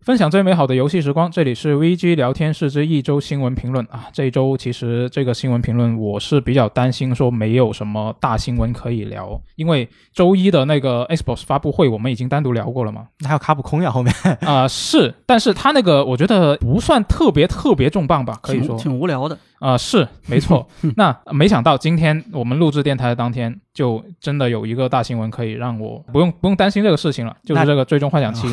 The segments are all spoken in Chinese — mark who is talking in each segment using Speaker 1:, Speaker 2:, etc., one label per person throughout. Speaker 1: 分享最美好的游戏时光，这里是 VG 聊天室之一周新闻评论啊。这一周其实这个新闻评论我是比较担心，说没有什么大新闻可以聊，因为周一的那个 Xbox 发布会我们已经单独聊过了嘛。
Speaker 2: 还有卡普空呀，后面
Speaker 1: 啊、是，但是他那个我觉得不算特别特别重磅吧，可以
Speaker 3: 挺
Speaker 1: 说
Speaker 3: 挺无聊的。
Speaker 1: 啊、是没错。那没想到今天我们录制电台的当天，就真的有一个大新闻可以让我不用不用担心这个事情了，就是
Speaker 2: 那
Speaker 1: 这个《最终幻想七》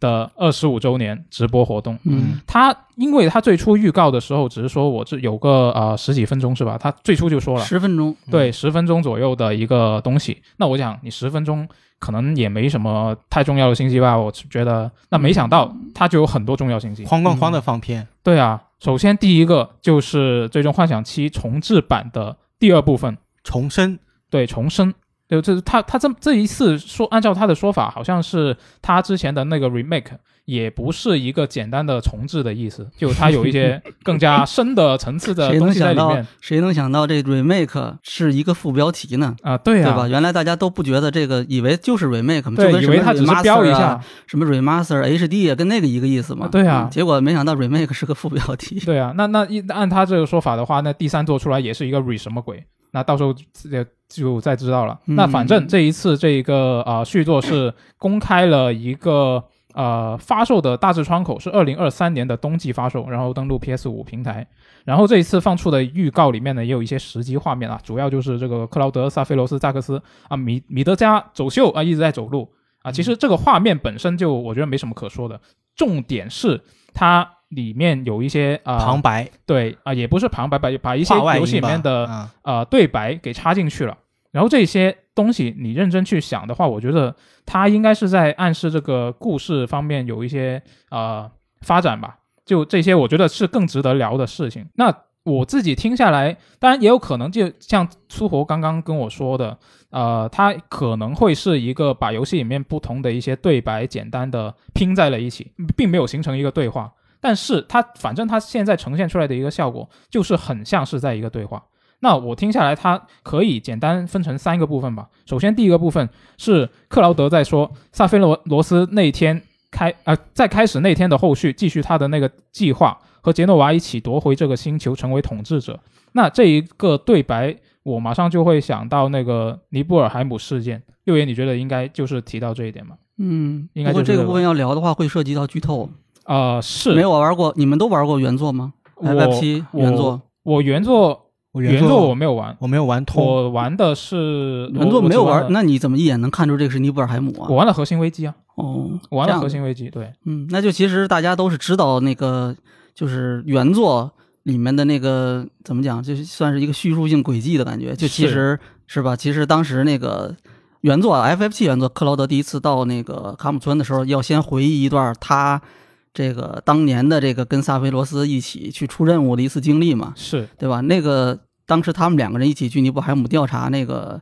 Speaker 1: 的二十五周年直播活动。
Speaker 3: 嗯
Speaker 1: 他因为他最初预告的时候，只是说我这有个呃十几分钟是吧？他最初就说了，
Speaker 3: 十分钟，
Speaker 1: 对，十分钟左右的一个东西。那我想你十分钟可能也没什么太重要的信息吧？我觉得，那没想到他就有很多重要信息。
Speaker 2: 哐哐哐的放片，
Speaker 1: 对啊，首先第一个就是《最终幻想七》重置版的第二部分，
Speaker 2: 重生
Speaker 1: 对，重生。就这是他他这这一次说，按照他的说法，好像是他之前的那个 remake 也不是一个简单的重置的意思，就他有一些更加深的层次的
Speaker 3: 谁
Speaker 1: 东
Speaker 3: 能
Speaker 1: 西在
Speaker 3: 想
Speaker 1: 里
Speaker 3: 到
Speaker 1: 面
Speaker 3: 谁能想到这 remake 是一个副标题呢？
Speaker 1: 啊、对
Speaker 3: 对
Speaker 1: 啊，
Speaker 3: 吧？原来大家都不觉得这个，以为就是 remake，嘛就
Speaker 1: 对
Speaker 3: 跟
Speaker 1: 以
Speaker 3: 什
Speaker 1: 为
Speaker 3: 么
Speaker 1: 他只是
Speaker 3: remaster
Speaker 1: 标一下，
Speaker 3: 啊，什么 remaster HD 啊，跟那个一个意思嘛。
Speaker 1: 啊对啊
Speaker 3: 嗯结果没想到 remake 是个副标 题。
Speaker 1: 对啊，那那一按他这个说法的话，那第三座出来也是一个 re 什么鬼？那到时候这就再知道了。
Speaker 3: 嗯
Speaker 1: 那反正这一次这一个呃续作是公开了一个呃发售的大致窗口是二零二三年的冬季发售，然后登陆 PS 五平台。然后这一次放出的预告里面呢，也有一些实际画面啊，主要就是这个克劳德·萨菲罗斯·扎克斯啊，米米德加走秀啊，一直在走路啊。其
Speaker 2: 嗯
Speaker 1: 实这个画面本身就我觉得没什么可说的，重点是它里面有一些啊、
Speaker 2: 旁白，
Speaker 1: 对啊、也不是旁白，把把一些
Speaker 2: 话外
Speaker 1: 游戏
Speaker 2: 音
Speaker 1: 里
Speaker 2: 吧
Speaker 1: 面的
Speaker 2: 啊
Speaker 1: 呃对白给插进去了。然后这些东西你认真去想的话，我觉得它应该是在暗示这个故事方面有一些呃发展吧。就这些，我觉得是更值得聊的事情。那我自己听下来，当然也有可能就像苏活刚刚跟我说的，呃，它可能会是一个把游戏里面不同的一些对白简单的拼在了一起，并没有形成一个对话。但是它反正它现在呈现出来的一个效果，就是很像是在一个对话。那我听下来，它可以简单分成三个部分吧。首先，第一个部分是克劳德在说萨菲罗罗斯那天开啊、在开始那天的后续，继续他的那个计划，和杰诺娃一起夺回这个星球，成为统治者。那这一个对白，我马上就会想到那个尼泊尔海姆事件。六爷，你觉得应该就是提到这一点吗？
Speaker 3: 嗯，
Speaker 1: 应该
Speaker 3: 不过
Speaker 1: 就是
Speaker 3: 这
Speaker 1: 这
Speaker 3: 个
Speaker 1: 个
Speaker 3: 部分要聊的话，会涉及到剧透。
Speaker 1: 啊，是
Speaker 3: 没有我玩过，你们都玩过原作吗
Speaker 1: 我
Speaker 3: ？F 七原作，
Speaker 1: 我原作
Speaker 2: 我
Speaker 1: 原
Speaker 2: 作
Speaker 1: 我没有玩，
Speaker 2: 我没有玩通，
Speaker 1: 我玩的是
Speaker 3: 原作没有玩，，
Speaker 1: 我我只了
Speaker 3: 那你怎么一眼能看出这个是尼泊尔海姆啊？
Speaker 1: 我玩了核心危机啊，
Speaker 3: 哦，
Speaker 1: 我玩
Speaker 3: 这
Speaker 1: 了
Speaker 3: 样
Speaker 1: 核心危机，对。
Speaker 3: 嗯，那就其实大家都是知道那个就是原作里面的那个怎么讲，就是算是一个叙述性轨迹的感觉。就其
Speaker 1: 是
Speaker 3: 实是吧？其实当时那个原作啊 F F 七原作，克劳德第一次到那个卡姆村的时候，要先回忆一段他这个当年的这个跟萨菲罗斯一起去出任务的一次经历嘛，
Speaker 1: 是
Speaker 3: 对吧？那个当时他们两个人一起去尼泊海姆调查那个。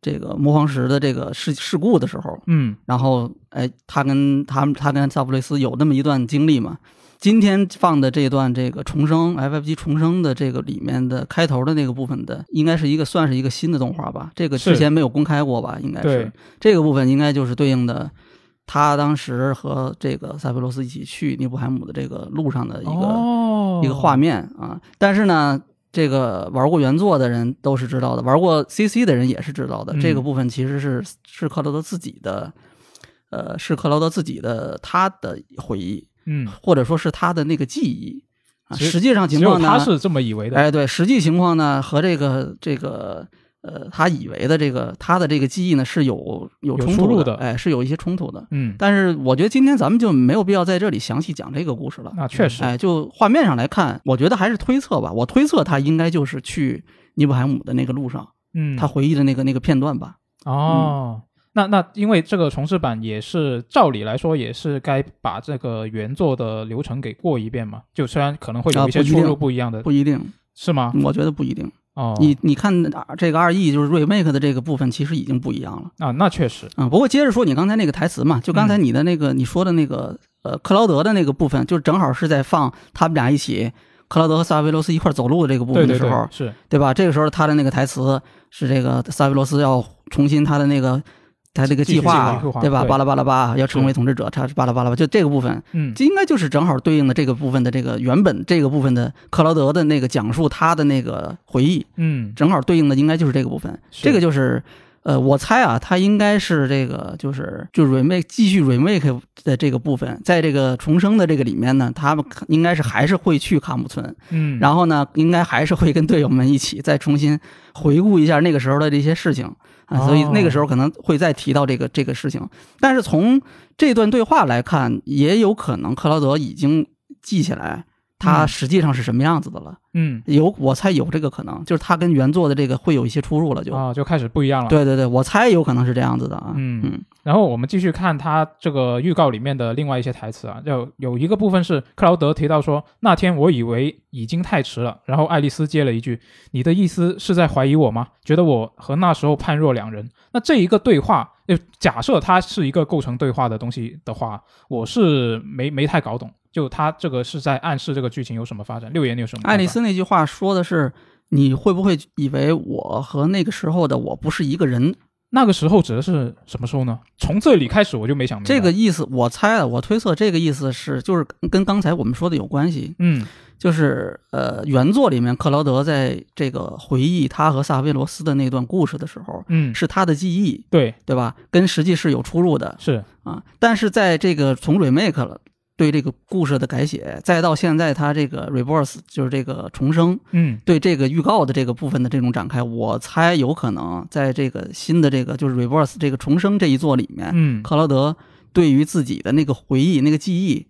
Speaker 3: 这个魔方石的这个事事故的时候，
Speaker 1: 嗯，
Speaker 3: 然后哎，他跟他们他跟萨普雷斯有那么一段经历嘛。今天放的这段这个重生 FFG 重生的这个里面的开头的那个部分的，应该是一个算是一个新的动画吧？这个之
Speaker 1: 是
Speaker 3: 前没有公开过吧？应该
Speaker 1: 对
Speaker 3: 是这个部分应该就是对应的他当时和这个塞菲罗斯一起去尼布海姆的这个路上的一个、
Speaker 1: 哦
Speaker 3: 一个画面啊。但是呢，这个玩过原作的人都是知道的，玩过 CC 的人也是知道的。
Speaker 1: 嗯
Speaker 3: 这个部分其实是是克劳德自己的，呃，是克劳德自己的他的回忆，
Speaker 1: 嗯，
Speaker 3: 或者说是他的那个记忆啊。
Speaker 1: 只
Speaker 3: 实际上情
Speaker 1: 嗯只有
Speaker 3: 况呢，
Speaker 1: 他是这么以为的，
Speaker 3: 哎，对，实际情况呢和这个这个呃，他以为的这个他的这个记忆呢是有有
Speaker 1: 有
Speaker 3: 冲
Speaker 1: 出
Speaker 3: 突
Speaker 1: 入
Speaker 3: 的，
Speaker 1: 的
Speaker 3: 哎，是有一些冲突的。
Speaker 1: 嗯，
Speaker 3: 但是我觉得今天咱们就没有必要在这里详细讲这个故事了。
Speaker 1: 那确实，
Speaker 3: 哎，就画面上来看，我觉得还是推测吧。我推测他应该就是去尼布海姆的那个路上，
Speaker 1: 嗯，
Speaker 3: 他嗯回忆的那个那个片段吧。
Speaker 1: 哦，那那因为这个重置版也是照理来说也是该把这个原作的流程给过一遍嘛，就虽然可能会有
Speaker 3: 啊
Speaker 1: 一些
Speaker 3: 不一
Speaker 1: 出
Speaker 3: 定
Speaker 1: 入不一样的，
Speaker 3: 不一定，
Speaker 1: 是吗？
Speaker 3: 我觉得不一定。
Speaker 1: 啊哦，
Speaker 3: 你你看啊这个二 E 就是 remake 的这个部分，其实已经不一样了
Speaker 1: 啊，那确实，
Speaker 3: 啊、不过接着说你刚才那个台词嘛，就刚
Speaker 1: 嗯
Speaker 3: 才你的那个、你说的那个呃克劳德的那个部分，就是正好是在放他们俩一起。克劳德和萨维罗斯一块儿走路的这个部
Speaker 1: 对
Speaker 3: 分的
Speaker 1: 对
Speaker 3: 时候，
Speaker 1: 对，是
Speaker 3: 对吧？这个时候他的那个台词是这个萨维罗斯要重新他的那个他这个
Speaker 1: 继续
Speaker 3: 计
Speaker 1: 继
Speaker 3: 划
Speaker 1: 续计划
Speaker 3: 对吧？
Speaker 1: 对
Speaker 3: 巴拉巴拉巴要成为统治者，他巴拉巴拉巴，就这个部分，
Speaker 1: 嗯，
Speaker 3: 这应该就是正好对应的这个部分的这个原本这个部分的克劳德的那个讲述他的那个回忆，
Speaker 1: 嗯，
Speaker 3: 正好对应的应该就是这个部分。
Speaker 1: 是
Speaker 3: 这个就是，呃，我猜啊，它应该是这个就是就 remake 继续 remake 的这个部分，在这个重生的这个里面呢，他们应该是还是会去卡姆村，
Speaker 1: 嗯，
Speaker 3: 然后呢，应该还是会跟队友们一起再重新回顾一下那个时候的这些事情啊，
Speaker 1: 哦
Speaker 3: 所以那个时候可能会再提到这个这个事情。但是从这段对话来看，也有可能克劳德已经记起来他
Speaker 1: 嗯
Speaker 3: 实际上是什么样子的了，
Speaker 1: 嗯
Speaker 3: 有我猜有这个可能，就是他跟原作的这个会有一些出入了就，
Speaker 1: 啊就开始不一样了。
Speaker 3: 对对对，我猜有可能是这样子的啊，
Speaker 1: 嗯
Speaker 3: 嗯
Speaker 1: 然后我们继续看他这个预告里面的另外一些台词啊，有有一个部分是克劳德提到说，那天我以为已经太迟了，然后爱丽丝接了一句：“你的意思是在怀疑我吗？觉得我和那时候判若两人？”那这一个对话，就假设它是一个构成对话的东西的话，我是没没太搞懂，就他这个是在暗示这个剧情有什么发展。六爷，你有什么看法？
Speaker 3: 爱丽丝那句话说的是。你会不会以为我和那个时候的我不是一个人？
Speaker 1: 那个时候指的是什么时候呢？从这里开始我就没想明白
Speaker 3: 这个，意思，我猜啊，我推测这个意思是，就是跟刚才我们说的有关系，
Speaker 1: 嗯
Speaker 3: 就是呃，原作里面克劳德在这个回忆他和萨菲罗斯的那段故事的时候，
Speaker 1: 嗯，
Speaker 3: 是他的记忆，
Speaker 1: 对，
Speaker 3: 对吧？跟实际是有出入的
Speaker 1: 是，
Speaker 3: 啊。但是在这个从 remake 了对这个故事的改写，再到现在他这个 rebirth 就是这个重生，
Speaker 1: 嗯
Speaker 3: 对这个预告的这个部分的这种展开，我猜有可能在这个新的这个就是 rebirth 这个重生这一作里面，
Speaker 1: 嗯，
Speaker 3: 克劳德对于自己的那个回忆、那个记忆，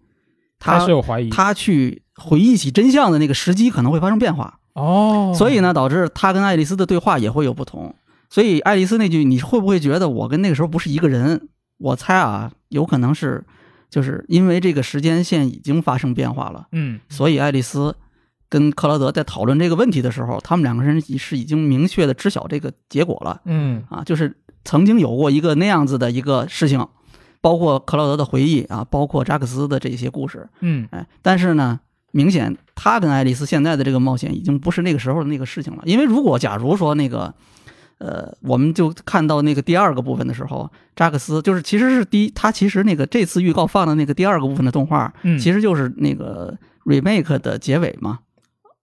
Speaker 3: 他
Speaker 1: 是有怀疑，
Speaker 3: 他去回忆起真相的那个时机可能会发生变化，
Speaker 1: 哦，
Speaker 3: 所以呢，导致他跟爱丽丝的对话也会有不同。所以爱丽丝那句“你会不会觉得我跟那个时候不是一个人”，我猜啊，有可能是就是因为这个时间线已经发生变化了，
Speaker 1: 嗯，
Speaker 3: 所以爱丽丝。跟克劳德在讨论这个问题的时候，他们两个人已是已经明确的知晓这个结果了。
Speaker 1: 嗯
Speaker 3: 啊，就是曾经有过一个那样子的一个事情，包括克劳德的回忆啊，包括扎克斯的这些故事，
Speaker 1: 嗯
Speaker 3: 哎，但是呢，明显他跟爱丽丝现在的这个冒险已经不是那个时候的那个事情了，因为如果假如说那个。呃，我们就看到那个第二个部分的时候，扎克斯就是其实是第一，他其实那个这次预告放的那个第二个部分的动画，
Speaker 1: 嗯，
Speaker 3: 其
Speaker 1: 实
Speaker 3: 实就是那个 remake 的结尾嘛，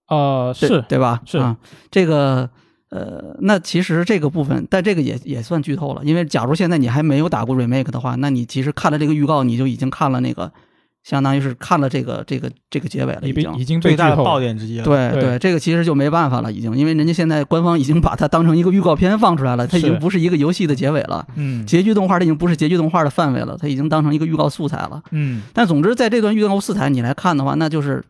Speaker 1: 呃
Speaker 3: 对
Speaker 1: 是
Speaker 3: 对吧？
Speaker 1: 是
Speaker 3: 啊，这个呃，那其实这个部分，但这个也也算剧透了，因为假如现在你还没有打过 remake 的话，那你其实看了这个预告，你就已经看了那个，相当于是看了这个这个这个结尾了，
Speaker 1: 已
Speaker 3: 已
Speaker 1: 被
Speaker 3: 经。
Speaker 1: 已经被
Speaker 2: 最大
Speaker 1: 剧
Speaker 2: 的
Speaker 1: 透
Speaker 2: 爆
Speaker 1: 了，
Speaker 2: 点之一了。
Speaker 3: 对
Speaker 1: 对
Speaker 3: 这个其实就没办法了，已经，因为人家现在官方已经把它当成一个预告片放出来了，它已
Speaker 1: 是
Speaker 3: 经不是一个游戏的结尾了，
Speaker 1: 嗯
Speaker 3: 结局动画它已经不是结局动画的范围了，它已经当成一个预告素材了。
Speaker 1: 嗯
Speaker 3: 但总之，在这段预告素材你来看的话，那就是，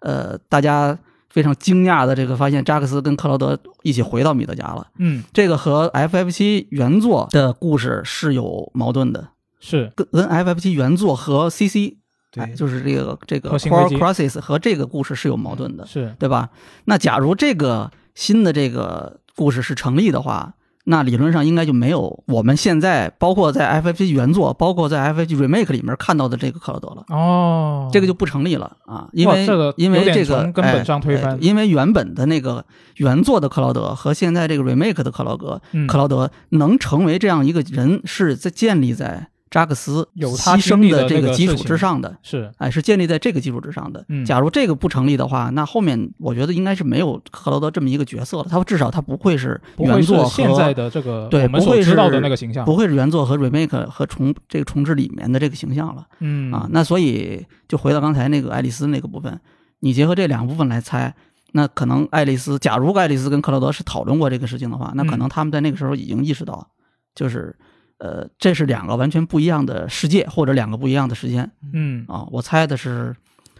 Speaker 3: 呃，大家非常惊讶的这个发现，扎克斯跟克劳德一起回到米德加了。
Speaker 1: 嗯
Speaker 3: 这个和 FF 七原作的故事是有矛盾的，
Speaker 1: 是
Speaker 3: 跟跟 FF 七原作和 CC，
Speaker 2: 对
Speaker 3: 哎就是这个这个
Speaker 1: 核
Speaker 3: Core
Speaker 1: 心危机
Speaker 3: Crisis 和这个故事是有矛盾的，
Speaker 1: 是
Speaker 3: 对吧？那假如这个新的这个故事是成立的话，那理论上应该就没有我们现在包括在 FF 七原作，包括在 FF 七 Remake 里面看到的这个克劳德了。
Speaker 1: 哦，
Speaker 3: 这个就不成立了啊，因
Speaker 1: 哇
Speaker 3: 为
Speaker 1: 这个
Speaker 3: 因
Speaker 1: 有
Speaker 3: 为
Speaker 1: 点
Speaker 3: 这个
Speaker 1: 从根本上推翻
Speaker 3: 哎哎因为原本的那个原作的克劳德和现在这个 remake 的克劳德，
Speaker 1: 嗯
Speaker 3: 克劳德能成为这样一个人，是在建立在扎克斯
Speaker 1: 有他
Speaker 3: 牺
Speaker 1: 经
Speaker 3: 牲
Speaker 1: 历的
Speaker 3: 这
Speaker 1: 那
Speaker 3: 个
Speaker 1: 个
Speaker 3: 基础
Speaker 1: 事情
Speaker 3: 之上的，
Speaker 1: 是
Speaker 3: 哎，是建立在这个基础之上的
Speaker 1: 嗯。
Speaker 3: 假如这个不成立的话，那后面我觉得应该是没有克劳德这么一个角色了，他至少他不会是
Speaker 1: 不
Speaker 3: 原
Speaker 1: 会是
Speaker 3: 作
Speaker 1: 现在
Speaker 3: 和。
Speaker 1: 的这个
Speaker 3: 对
Speaker 1: 我们
Speaker 3: 不
Speaker 1: 所
Speaker 3: 会
Speaker 1: 知道
Speaker 3: 是
Speaker 1: 的那个形象，
Speaker 3: 不会是原作和 remake 和重这个重置里面的这个形象了。
Speaker 1: 嗯
Speaker 3: 啊，那所以就回到刚才那个爱丽丝那个部分，你结合这两个部分来猜，那可能爱丽丝，假如爱丽丝跟克劳德是讨论过这个事情的话，那
Speaker 1: 嗯
Speaker 3: 可能他们在那个时候已经意识到，就是呃，这是两个完全不一样的世界或者两个不一样的时间
Speaker 1: 嗯
Speaker 3: 啊。我猜的是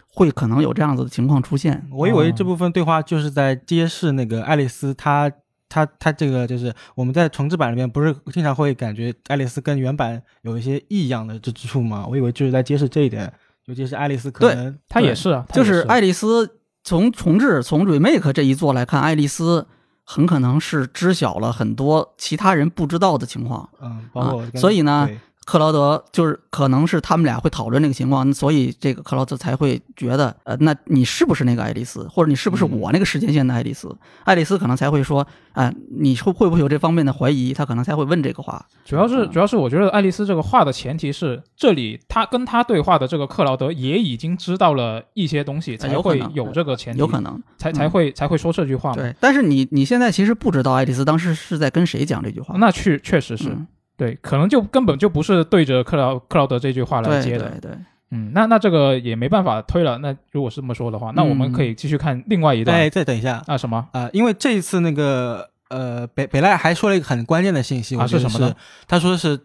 Speaker 3: 会可能有这样子的情况出现。
Speaker 2: 我以为
Speaker 1: 哦
Speaker 2: 这部分对话就是在揭示那个爱丽丝她。她她这个就是我们在重制版里面不是经常会感觉爱丽丝跟原版有一些异样的之之处吗？我以为就是在揭示这一点，尤其是爱丽丝可
Speaker 3: 对
Speaker 2: 能
Speaker 1: 他也是啊，他
Speaker 3: 就
Speaker 1: 也
Speaker 3: 是
Speaker 1: 是
Speaker 3: 爱丽丝从重置、从 remake 这一座来看，爱丽丝很可能是知晓了很多其他人不知道的情况。
Speaker 2: 嗯，包括
Speaker 3: 啊
Speaker 2: 我刚
Speaker 3: 所以呢
Speaker 2: 对
Speaker 3: 克劳德就是可能是他们俩会讨论这个情况，所以这个克劳德才会觉得，呃，那你是不是那个爱丽丝，或者你是不是
Speaker 1: 嗯
Speaker 3: 我那个时间线的爱丽丝？爱丽丝可能才会说，啊、你会会不会有这方面的怀疑？他可能才会问这个话。
Speaker 1: 主要是
Speaker 3: 嗯
Speaker 1: 主要是我觉得爱丽丝这个话的前提是，这里他跟他对话的这个克劳德也已经知道了一些东西，才
Speaker 3: 有可
Speaker 1: 会
Speaker 3: 能
Speaker 1: 有这个前提，啊
Speaker 3: 有可能，嗯
Speaker 1: 才才会才会说这句话嘛。
Speaker 3: 对。但是你你现在其实不知道爱丽丝当时是在跟谁讲这句话，
Speaker 1: 哦那确确实是、
Speaker 3: 嗯
Speaker 1: 对，可能就根本就不是对着克劳克劳德这句话来
Speaker 3: 对
Speaker 1: 接
Speaker 3: 对
Speaker 1: 的。
Speaker 3: 对，
Speaker 1: 嗯，那那这个也没办法推了。那如果是这么说的话，那我们
Speaker 3: 嗯
Speaker 1: 可以继续看另外一段、
Speaker 2: 哎，再等一下啊、
Speaker 1: 啊什么？
Speaker 2: 因为这一次那个呃北北赖还说了一个很关键的信息，
Speaker 1: 啊
Speaker 2: 我觉得
Speaker 1: 是什么呢
Speaker 2: 他说是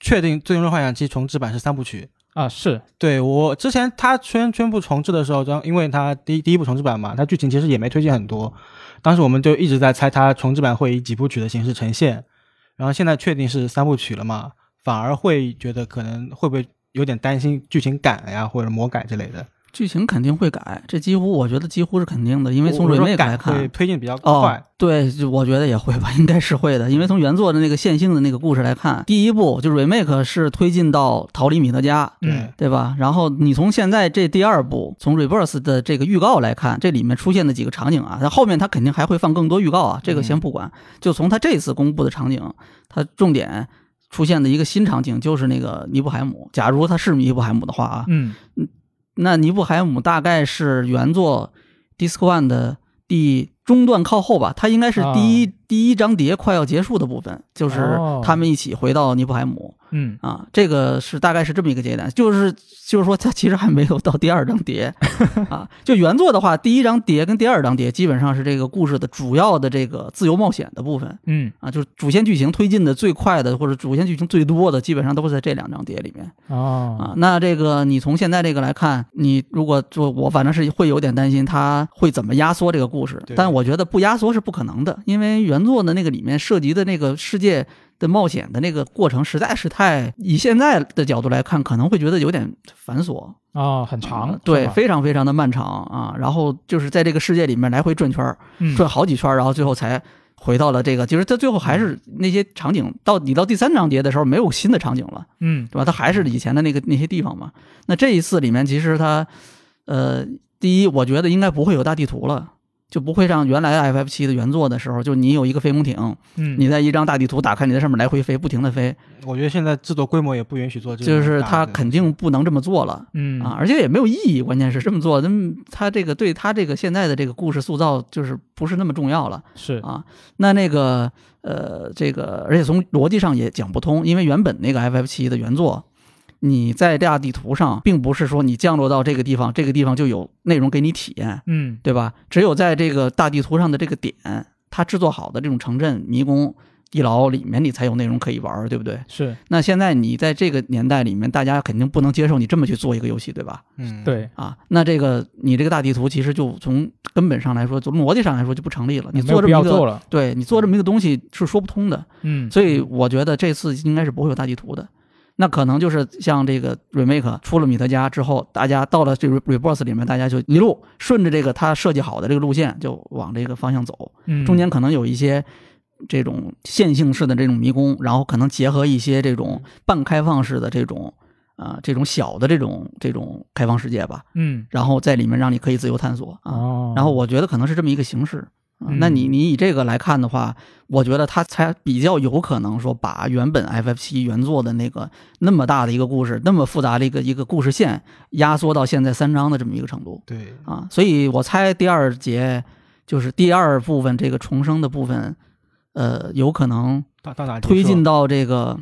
Speaker 2: 确定《最终幻想七》重制版是三部曲，
Speaker 1: 啊，是
Speaker 2: 对我之前他宣宣布重置的时候，当因为他第第一部重置版嘛，他剧情其实也没推荐很多，当时我们就一直在猜他重置版会以几部曲的形式呈现，然后现在确定是三部曲了嘛，反而会觉得可能会不会有点担心剧情赶呀或者魔改之类的，
Speaker 3: 剧情肯定会改，这几乎我觉得几乎是肯定的，因为从
Speaker 2: 我我说
Speaker 3: remake 来
Speaker 2: 改
Speaker 3: 看
Speaker 2: 会，推进比较快，
Speaker 3: 哦，对，就我觉得也会吧， 应该是会的，因为从原作的那个线性的那个故事来看，第一部就 remake 是推进到逃离米德加。
Speaker 2: 对
Speaker 1: 嗯
Speaker 3: 对吧？然后你从现在这第二部，从 Reverse 的这个预告来看，这里面出现的几个场景啊，那后面它肯定还会放更多预告啊，这个先不管。就从它这次公布的场景，它重点出现的一个新场景就是那个尼布海姆。假如他是尼布海姆的话啊，
Speaker 1: 嗯
Speaker 3: 那尼布海姆大概是原作 Disc One 的第中段靠后吧，它应该是第一、第一张碟快要结束的部分，就是
Speaker 1: 哦
Speaker 3: 他们一起回到尼布海姆
Speaker 1: 嗯
Speaker 3: 啊，这个是大概是这么一个阶段，就是就是说它其实还没有到第二张碟啊。就原作的话，第一张碟跟第二张碟基本上是这个故事的主要的这个自由冒险的部分，
Speaker 1: 嗯
Speaker 3: 啊，就是主线剧情推进的最快的，或者主线剧情最多的，基本上都是在这两张碟里面
Speaker 1: 哦
Speaker 3: 啊。那这个你从现在这个来看，你如果就我反正是会有点担心它会怎么压缩这个故事
Speaker 2: 对，
Speaker 3: 但我觉得不压缩是不可能的，因为原作的那个里面涉及的那个世界。的冒险的那个过程实在是太，以现在的角度来看，可能会觉得有点繁琐，
Speaker 1: 哦，很长
Speaker 3: 啊，对
Speaker 1: 是，吧
Speaker 3: 非常非常的漫长啊。然后就是在这个世界里面来回转圈儿，
Speaker 1: 嗯
Speaker 3: 转好几圈儿，然后最后才回到了这个。其实他最后还是
Speaker 1: 嗯
Speaker 3: 那些场景，到你到第三章节的时候，没有新的场景了，
Speaker 1: 嗯
Speaker 3: 对吧？他还是以前的那个那些地方嘛。那这一次里面，其实他，呃，第一，我觉得应该不会有大地图了。就不会让原来 FF 七的原作的时候，就你有一个飞龙艇，
Speaker 1: 嗯
Speaker 3: 你在一张大地图打开，你在上面来回飞，不停的飞，
Speaker 2: 我觉得现在制作规模也不允许做这种
Speaker 3: 就是
Speaker 2: 大
Speaker 3: 他
Speaker 2: 的
Speaker 3: 肯定不能这么做了。
Speaker 1: 嗯
Speaker 3: 啊，而且也没有意义。关键是这么做，那么他这个对他这个现在的这个故事塑造，就是不是那么重要了
Speaker 1: 是
Speaker 3: 啊。那那个呃，这个而且从逻辑上也讲不通，因为原本那个 FF 七的原作，你在大地图上，并不是说你降落到这个地方，这个地方就有内容给你体验，
Speaker 1: 嗯
Speaker 3: 对吧？只有在这个大地图上的这个点，它制作好的这种城镇、迷宫、地牢里面，你才有内容可以玩儿，对不对？
Speaker 1: 是
Speaker 3: 那现在你在这个年代里面，大家肯定不能接受你这么去做一个游戏，对吧？
Speaker 2: 嗯
Speaker 1: 对
Speaker 3: 啊，那这个你这个大地图其实就从根本上来说，从逻辑上来说就不成立嗯了。你
Speaker 1: 没有
Speaker 3: 做这
Speaker 1: 必
Speaker 3: 么
Speaker 1: 要
Speaker 3: 一
Speaker 1: 做
Speaker 3: 个，
Speaker 1: 了
Speaker 3: 对你做这么一个东西是说不通的。
Speaker 1: 嗯
Speaker 3: 所以我觉得这次应该是不会有大地图的。那可能就是像这个 remake 出了米德加之后，大家到了这个 reverse 里面，大家就一路顺着这个他设计好的这个路线就往这个方向走。
Speaker 1: 嗯
Speaker 3: 中间可能有一些这种线性式的这种迷宫，然后可能结合一些这种半开放式的这种啊、这种小的这种这种开放世界吧，
Speaker 1: 嗯
Speaker 3: 然后在里面让你可以自由探索啊。
Speaker 1: 哦，
Speaker 3: 然后我觉得可能是这么一个形式。啊
Speaker 1: 嗯
Speaker 3: 那你你以这个来看的话，我觉得它才比较有可能说把原本 FF 七原作的那个那么大的一个故事，那么复杂的一个一个故事线，压缩到现在三章的这么一个程度。
Speaker 2: 对
Speaker 3: 啊，所以我猜第二节就是第二部分这个重生的部分，呃，有可能
Speaker 2: 到到哪结束
Speaker 3: 推进
Speaker 2: 了
Speaker 3: 到这个，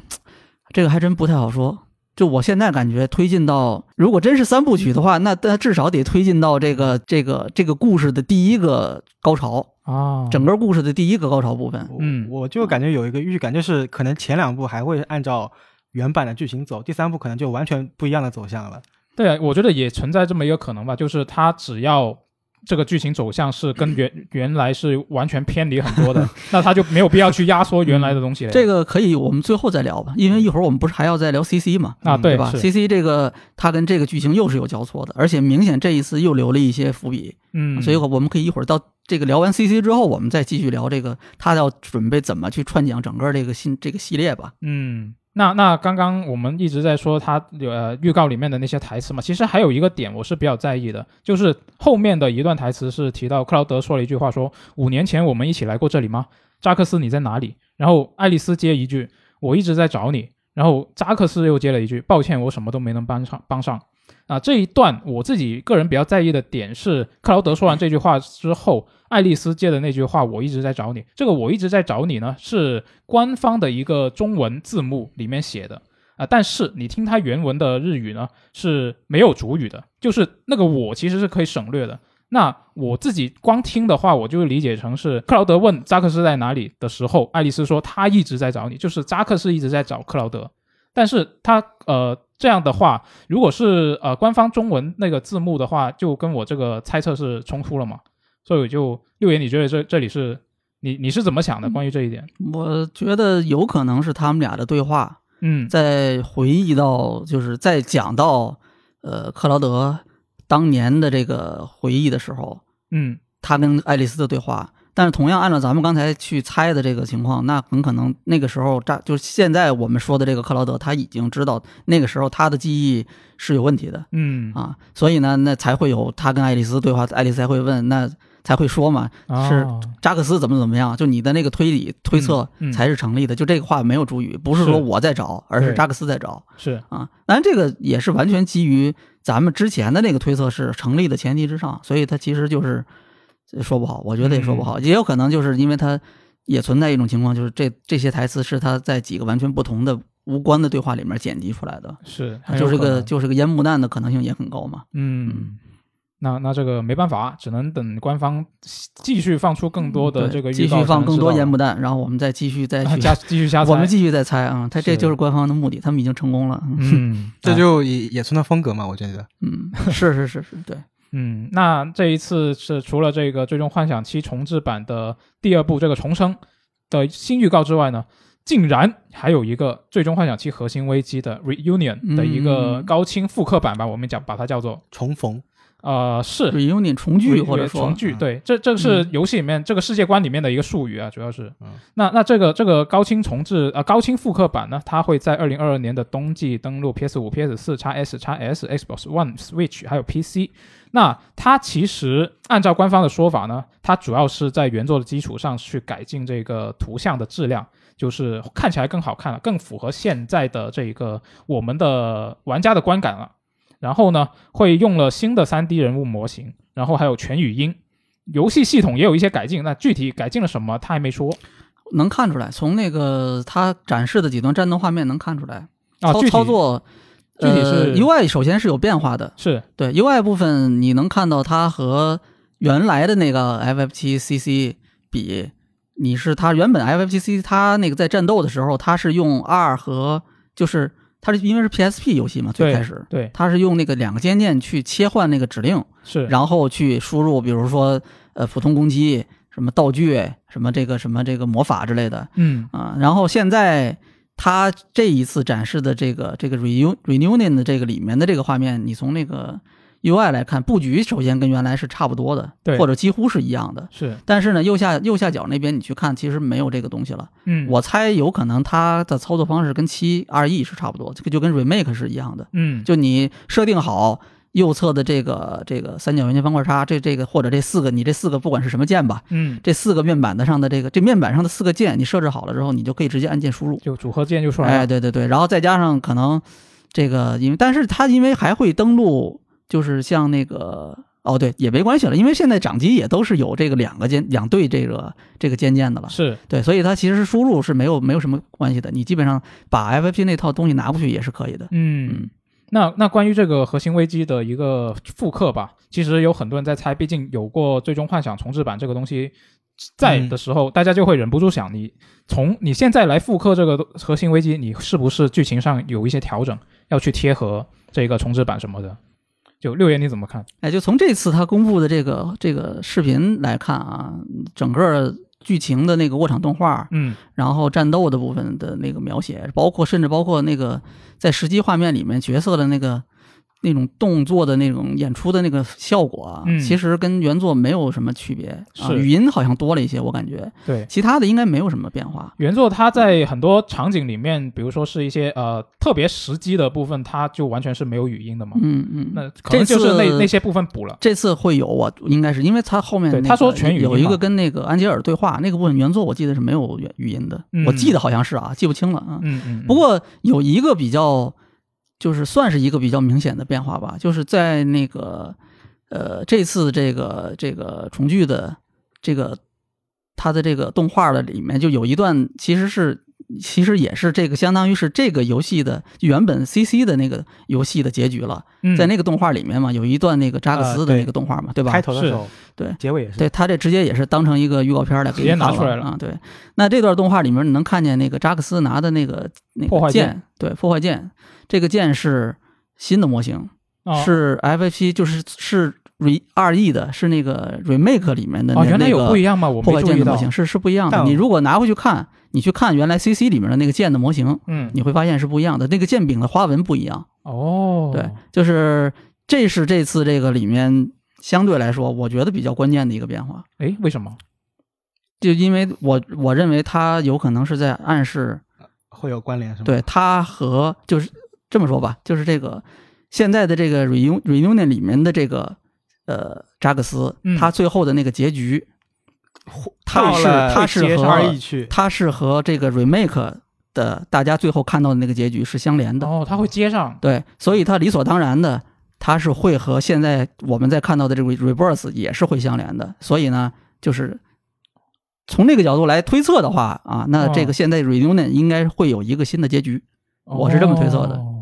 Speaker 3: 这个还真不太好说。就我现在感觉推进到，如果真是三部曲的话，那它至少得推进到这个这个这个故事的第一个高潮，
Speaker 1: 啊
Speaker 3: 整个故事的第一个高潮部分。
Speaker 2: 我
Speaker 1: 嗯
Speaker 2: 我就感觉有一个预感，就是可能前两部还会按照原版的剧情走，第三部可能就完全不一样的走向了。
Speaker 1: 对啊，我觉得也存在这么一个可能吧，就是他只要这个剧情走向是跟 原原来是完全偏离很多的，那他就没有必要去压缩原来的东西了。
Speaker 3: 这个可以我们最后再聊吧，因为一会儿我们不是还要再聊 CC 嘛，
Speaker 1: 啊，
Speaker 2: 嗯
Speaker 1: 嗯对
Speaker 3: 吧
Speaker 1: 是，
Speaker 3: ？CC 这个它跟这个剧情又是有交错的，而且明显这一次又留了一些伏笔。
Speaker 1: 嗯，
Speaker 3: 所以我们可以一会儿到这个聊完 CC 之后，我们再继续聊这个他要准备怎么去串讲整个这个新这个系列吧。
Speaker 1: 嗯，那那刚刚我们一直在说他呃预告里面的那些台词嘛，其实还有一个点我是比较在意的，就是后面的一段台词是提到克劳德说了一句话说，五年前我们一起来过这里吗？扎克斯你在哪里？然后爱丽丝接一句我一直在找你，然后扎克斯又接了一句抱歉我什么都没能帮上帮上。啊，这一段我自己个人比较在意的点是，克劳德说完这句话之后，爱丽丝接的那句话“我一直在找你”。这个“我一直在找你”呢，是官方的一个中文字幕里面写的啊，但是你听它原文的日语呢是没有主语的，就是那个“我”其实是可以省略的。那我自己光听的话，我就理解成是克劳德问扎克斯在哪里的时候，爱丽丝说她一直在找你，就是扎克斯一直在找克劳德，但是他呃。这样的话，如果是呃官方中文那个字幕的话，就跟我这个猜测是冲突了嘛。所以我就六爷，你觉得这这里是你你是怎么想的？关于这一点，
Speaker 3: 我觉得有可能是他们俩的对话，
Speaker 1: 嗯
Speaker 3: 在回忆到，就是在讲到呃克劳德当年的这个回忆的时候，
Speaker 1: 嗯
Speaker 3: 他跟爱丽丝的对话。但是同样按照咱们刚才去猜的这个情况，那很可能那个时候扎就是现在我们说的这个克劳德，他已经知道那个时候他的记忆是有问题的
Speaker 1: 嗯，
Speaker 3: 啊，所以呢，那才会有他跟爱丽丝对话，爱丽丝才会问，那才会说嘛，
Speaker 1: 啊
Speaker 3: 是扎克斯怎么怎么样，就你的那个推理推测
Speaker 1: 嗯嗯
Speaker 3: 才是成立的。就这个话没有主语，不是
Speaker 1: 是
Speaker 3: 说我在找，而是
Speaker 1: 对
Speaker 3: 扎克斯在找
Speaker 1: 是
Speaker 3: 啊。当然，这个也是完全基于咱们之前的那个推测是成立的前提之上，所以它其实就是这说不好，我觉得
Speaker 1: 嗯
Speaker 3: 也说不好，也有可能就是因为它也存在一种情况，就是这这些台词是他在几个完全不同的无关的对话里面剪辑出来的，
Speaker 1: 是，
Speaker 3: 啊就是
Speaker 1: 很有可
Speaker 3: 个
Speaker 1: 能
Speaker 3: 就是个烟幕弹的可能性也很高嘛。
Speaker 1: 嗯。那那这个没办法，只能等官方继续放出更多的
Speaker 3: 对
Speaker 1: 这个预
Speaker 3: 继
Speaker 1: 告
Speaker 3: 续放更多烟幕
Speaker 1: 不
Speaker 3: 弹，然后我们再继 续再去
Speaker 1: 加继续瞎猜，
Speaker 3: 我们继续再猜啊，他这
Speaker 1: 是
Speaker 3: 就是官方的目的，他们已经成功了。嗯
Speaker 1: 嗯，
Speaker 2: 这就野野村的风格嘛，我觉得。
Speaker 3: 嗯，是是是是，对，
Speaker 1: 嗯，那这一次是除了这个《最终幻想七》重置版的第二部这个重生的新预告之外呢，竟然还有一个《最终幻想七：核心危机》的 Reunion 的一个
Speaker 3: 嗯
Speaker 1: 高清复刻版吧，我们讲把它叫做
Speaker 2: 重逢，
Speaker 1: 呃。
Speaker 3: 就是是 Union 重聚或者说
Speaker 1: 重聚，
Speaker 2: 嗯
Speaker 1: 对，这这是
Speaker 3: 嗯
Speaker 1: 游戏里面、这个世界观里面的一个术语啊，主要是
Speaker 2: 嗯。
Speaker 1: 那那这个这个高清重置呃高清复刻版呢，它会在二零二二年的冬季登陆 PS 五、PS 四、x S、x S、Xbox One、Switch 还有 PC。那它其实按照官方的说法呢，它主要是在原作的基础上去改进这个图像的质量，就是看起来更好看了，更符合现在的这个我们的玩家的观感了。然后呢，会用了新的 3D 人物模型，然后还有全语音。游戏系统也有一些改进，那具体改进了什么，他还没说
Speaker 3: 能看出来，从那个他展示的几段战斗画面能看出来，
Speaker 1: 啊。
Speaker 3: 操
Speaker 1: 具体
Speaker 3: 操作。
Speaker 1: 具体是
Speaker 3: 呃、UI 首先是有变化的，
Speaker 1: 是
Speaker 3: 对 UI 部分你能看到它和原来的那个 FF7CC 比，你是它原本 FF7CC 它那个在战斗的时候，它是用 R 和就是它是因为是 PSP 游戏嘛，最
Speaker 1: 对
Speaker 3: 开始
Speaker 1: 对
Speaker 3: 它是用那个两个键键去切换那个指令，
Speaker 1: 是，
Speaker 3: 然后去输入，比如说呃普通攻击、什么道具、什么这个什么这个魔法之类的
Speaker 1: 嗯
Speaker 3: 啊、然后现在它这一次展示的这个这个 reun reunion 的这个里面的这个画面，你从那个 UI 来看，布局首先跟原来是差不多的，
Speaker 1: 对
Speaker 3: 或者几乎是一样的。
Speaker 1: 是
Speaker 3: 但是呢，右下右下角那边你去看，其实没有这个东西了。
Speaker 1: 嗯
Speaker 3: 我猜有可能它的操作方式跟七 RE 是差不多，这个就跟 remake 是一样的。
Speaker 1: 嗯
Speaker 3: 就你设定好右侧的这个这个三角圆形方块叉，这这个或者这四个，你这四个不管是什么键吧，
Speaker 1: 嗯
Speaker 3: 这四个面板的上的这个这面板上的四个键，你设置好了之后，你就可以直接按键输入。
Speaker 1: 就组合键就出来了。
Speaker 3: 哎，对对对，然后再加上可能这个，因为但是它因为还会登录，就是像那个。哦，对，也没关系了，因为现在掌机也都是有这个两个键、两对这个这个键键的了，
Speaker 1: 是
Speaker 3: 对，所以它其实输入是没有没有什么关系的，你基本上把 FFP 那套东西拿过去也是可以的。
Speaker 1: 嗯
Speaker 3: 嗯。
Speaker 1: 那那关于这个核心危机的一个复刻吧，其实有很多人在猜，毕竟有过《最终幻想》重置版这个东
Speaker 3: 嗯
Speaker 1: 西在的时候，大家就会忍不住想，你从你现在来复刻这个核心危机，你是不是剧情上有一些调整，要去贴合这个重置版什么的？就六爷你怎么看？
Speaker 3: 哎，就从这次他公布的这个这个视频来看啊，整个剧情的那个过场动画，
Speaker 1: 嗯
Speaker 3: 然后战斗的部分的那个描写，包括甚至包括那个在实际画面里面角色的那个那种动作的那种演出的那个效果啊，
Speaker 1: 嗯
Speaker 3: 其实跟原作没有什么区别啊，
Speaker 1: 是
Speaker 3: 语音好像多了一些，我感觉
Speaker 1: 对，
Speaker 3: 其他的应该没有什么变化。
Speaker 1: 原作它在很多场景里面，比如说是一些呃特别时机的部分，它就完全是没有语音的嘛。
Speaker 3: 嗯嗯，
Speaker 1: 那可能就是
Speaker 3: 这
Speaker 1: 那
Speaker 3: 次
Speaker 1: 那些部分补了。
Speaker 3: 这次会有我应该是因为他后面、那
Speaker 1: 对
Speaker 3: 个、
Speaker 1: 他说全语音
Speaker 3: 有一
Speaker 1: 嘛
Speaker 3: 个跟那个安吉尔对话那个部分原作我记得是没有语语音的，
Speaker 1: 嗯
Speaker 3: 我记得好像是啊，记不清了啊。
Speaker 1: 嗯嗯。嗯
Speaker 3: 不过有一个比较，就是算是一个比较明显的变化吧，就是在那个呃这次这个这个重聚的这个它的这个动画的里面，就有一段其实是。其实也是这个，相当于是这个游戏的原本 CC 的那个游戏的结局了，
Speaker 1: 嗯啊
Speaker 3: 在那个动画里面嘛，有一段那个扎克斯的
Speaker 2: 呃
Speaker 3: 那个动画嘛，对吧？
Speaker 2: 开头的时候，
Speaker 3: 对
Speaker 2: 结尾也是，
Speaker 3: 对他这直接也是当成一个预告片来给
Speaker 1: 直接
Speaker 3: 你
Speaker 1: 拿
Speaker 3: 看
Speaker 1: 出来了
Speaker 3: 啊。对，那这段动画里面你能看见那个扎克斯拿的那个那个
Speaker 1: 破坏
Speaker 3: 剑
Speaker 1: 剑，
Speaker 3: 对，破坏剑，这个剑是新的模型，
Speaker 1: 哦
Speaker 3: 是 FFP 就是是 re 二 E 的，是那个 remake 里面的那、
Speaker 1: 哦，原来有不一
Speaker 3: 样。
Speaker 1: 样吗？我
Speaker 3: 破
Speaker 1: 没
Speaker 3: 坏
Speaker 1: 注
Speaker 3: 剑
Speaker 1: 意
Speaker 3: 的
Speaker 1: 到
Speaker 3: 模。型是是不一样的，
Speaker 2: 但
Speaker 3: 你如果拿回去看，你去看原来 CC 里面的那个剑的模型，
Speaker 1: 嗯，
Speaker 3: 你会发现是不一样的，那个剑柄的花纹不一样。
Speaker 1: 哦，
Speaker 3: 对，就是这是这次这个里面相对来说，我觉得比较关键的一个变化。
Speaker 1: 哎，为什么？
Speaker 3: 就因为我我认为他有可能是在暗示，
Speaker 2: 会有关联是吗？
Speaker 3: 对他和就是这么说吧，就是这个现在的这个 reun reunion 里面的这个呃扎克斯，
Speaker 1: 嗯
Speaker 3: 他最后的那个结局，他
Speaker 2: 到
Speaker 3: 是
Speaker 2: 了
Speaker 3: 他是
Speaker 2: 接
Speaker 3: 和
Speaker 2: 二 E 去，
Speaker 3: 他是和这个 remake 的大家最后看到的那个结局是相连的，
Speaker 1: 哦，它会接上。
Speaker 3: 对，所以他理所当然的，他是会和现在我们在看到的这个 reverse 也是会相连的。所以呢，就是从这个角度来推测的话啊，那这个
Speaker 1: 哦
Speaker 3: 现在 reunion 应该会有一个新的结局。我是这么推测的
Speaker 1: 哦。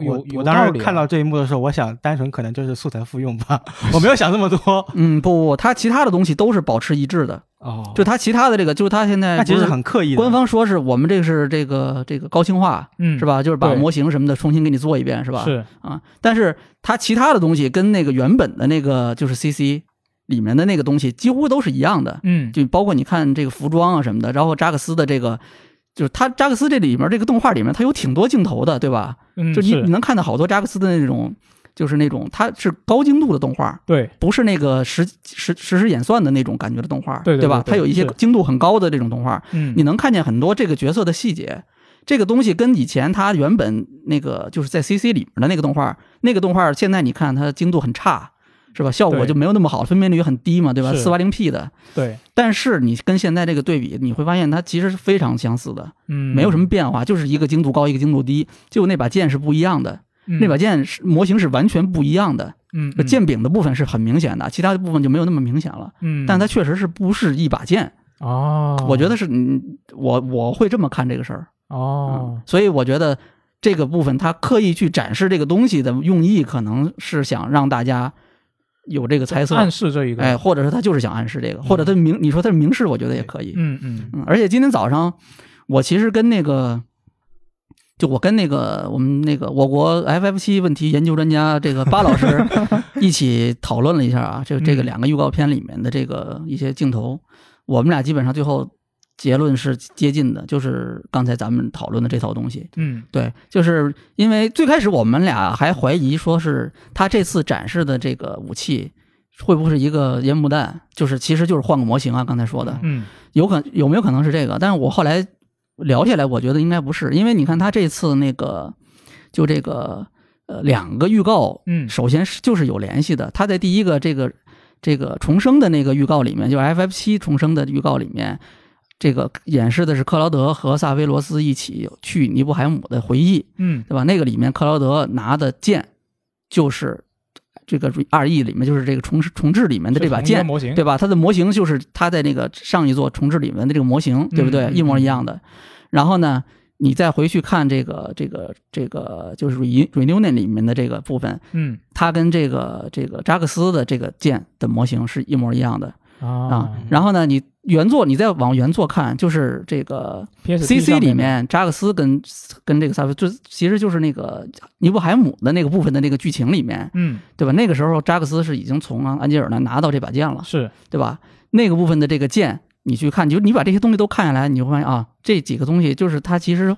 Speaker 1: 有
Speaker 2: 我我当时
Speaker 1: 有道
Speaker 2: 看，
Speaker 1: 理啊
Speaker 2: 到这一幕的时候，我想单纯可能就是素材复用 吧，我没有想这么多。
Speaker 3: 嗯，不不不，他其他的东西都是保持一致的，
Speaker 2: 哦
Speaker 3: 就他其他的这个，就是他现在
Speaker 2: 那其
Speaker 3: 不
Speaker 2: 实
Speaker 3: 是
Speaker 2: 是很刻意的。
Speaker 3: 官方说是我们这个是这个这个高清化。
Speaker 1: 嗯，
Speaker 3: 是？吧？就是把
Speaker 1: 对
Speaker 3: 模型什么的重新给你做一遍，是吧？
Speaker 1: 是，
Speaker 3: 啊，但是它其他的东西跟那个原本的那个就是 CC 里面的那个东西几乎都是一样的，
Speaker 1: 嗯，
Speaker 3: 就包括你看这个服装啊什么的，然后扎克斯的这个，就是他扎克斯这里面这个动画里面，他有挺多镜头的，对吧？
Speaker 1: 嗯
Speaker 3: 就你
Speaker 1: 是
Speaker 3: 你能看到好多扎克斯的那种，就是那种它是高精度的动画，
Speaker 1: 对，
Speaker 3: 不是那个实实实时演算的那种感觉的动画，
Speaker 1: 对对
Speaker 3: 吧？
Speaker 1: 对对
Speaker 3: 它有一些
Speaker 1: 是
Speaker 3: 精度很高的这种动画，
Speaker 1: 嗯，
Speaker 3: 你能看见很多这个角色的细节。这个东西跟以前它原本那个就是在 CC 里面的那个动画，那个动画现在你看它精度很差，是吧？效果
Speaker 1: 对
Speaker 3: 就没有那么好，分辨率很低嘛，对吧？
Speaker 1: 是
Speaker 3: 四八零 P 的，
Speaker 1: 对，
Speaker 3: 但是你跟现在这个对比，你会发现它其实是非常相似的，
Speaker 1: 嗯，
Speaker 3: 没有什么变化，就是一个精度高，一个精度低，就那把剑是不一样的，
Speaker 1: 嗯，
Speaker 3: 那把剑是模型是完全不一样的，
Speaker 1: 嗯，嗯，
Speaker 3: 剑柄的部分是很明显的，其他的部分就没有那么明显了。
Speaker 1: 嗯，
Speaker 3: 但它确实是不是一把剑，
Speaker 1: 哦，
Speaker 3: 我觉得是，嗯我我会这么看这个事儿。
Speaker 1: 哦
Speaker 3: 嗯，所以我觉得这个部分他刻意去展示这个东西的用意，可能是想让大家有这个猜测，
Speaker 1: 暗示这一个，
Speaker 3: 哎，或者是他就是想暗示这个，或者他明你说他是明示，我觉得也可以。
Speaker 1: 嗯嗯
Speaker 3: 嗯，而且今天早上我其实跟那个，就我跟那个我们那个我国 FF 七问题研究专家这个巴老师一起讨论了一下啊，这这个
Speaker 1: 嗯
Speaker 3: 两个预告片里面的这个一些镜头，我们俩基本上最后结论是接近的，就是刚才咱们讨论的这套东西。
Speaker 1: 嗯，
Speaker 3: 对，就是因为最开始我们俩还怀疑说是他这次展示的这个武器会不会是一个烟幕弹，就是其实就是换个模型啊，刚才说的，
Speaker 1: 嗯
Speaker 3: 有可有没有可能是这个？但是我后来聊下来，我觉得应该不是，因为你看他这次那个就这个呃两个预告，
Speaker 1: 嗯
Speaker 3: 首先是就是有联系的。他在第一个这个这个重生的那个预告里面，就是 FF 七重生的预告里面。这个演示的是克劳德和萨菲罗斯一起去尼布海姆的回忆，
Speaker 1: 嗯
Speaker 3: 对吧？那个里面克劳德拿的剑，就是这个二 E 里面就是这个重重置里面的这把
Speaker 1: 是同一个
Speaker 3: 剑，
Speaker 1: 模型，
Speaker 3: 对吧？它的模型就是它在那个上一座重置里面的这个模型，对不对？
Speaker 1: 嗯
Speaker 3: 一模一样的。然后呢，你再回去看这个这个这个就是 re reunion 里面的这个部分，
Speaker 1: 嗯
Speaker 3: 它跟这个这个扎克斯的这个剑的模型是一模一样的啊
Speaker 1: 啊。
Speaker 3: 然后呢，你原作你再往原作看，就是这个
Speaker 1: ，PSP
Speaker 3: CC
Speaker 1: 上
Speaker 3: 里
Speaker 1: 的
Speaker 3: 面扎克斯跟跟这个萨菲，就是其实就是那个尼布海姆的那个部分的那个剧情里面，
Speaker 1: 嗯
Speaker 3: 对吧？那个时候扎克斯是已经从安吉尔那拿到这把剑了。
Speaker 1: 是
Speaker 3: 对吧？那个部分的这个剑，你去看，就你把这些东西都看下来，你就会发现啊，这几个东西就是它其实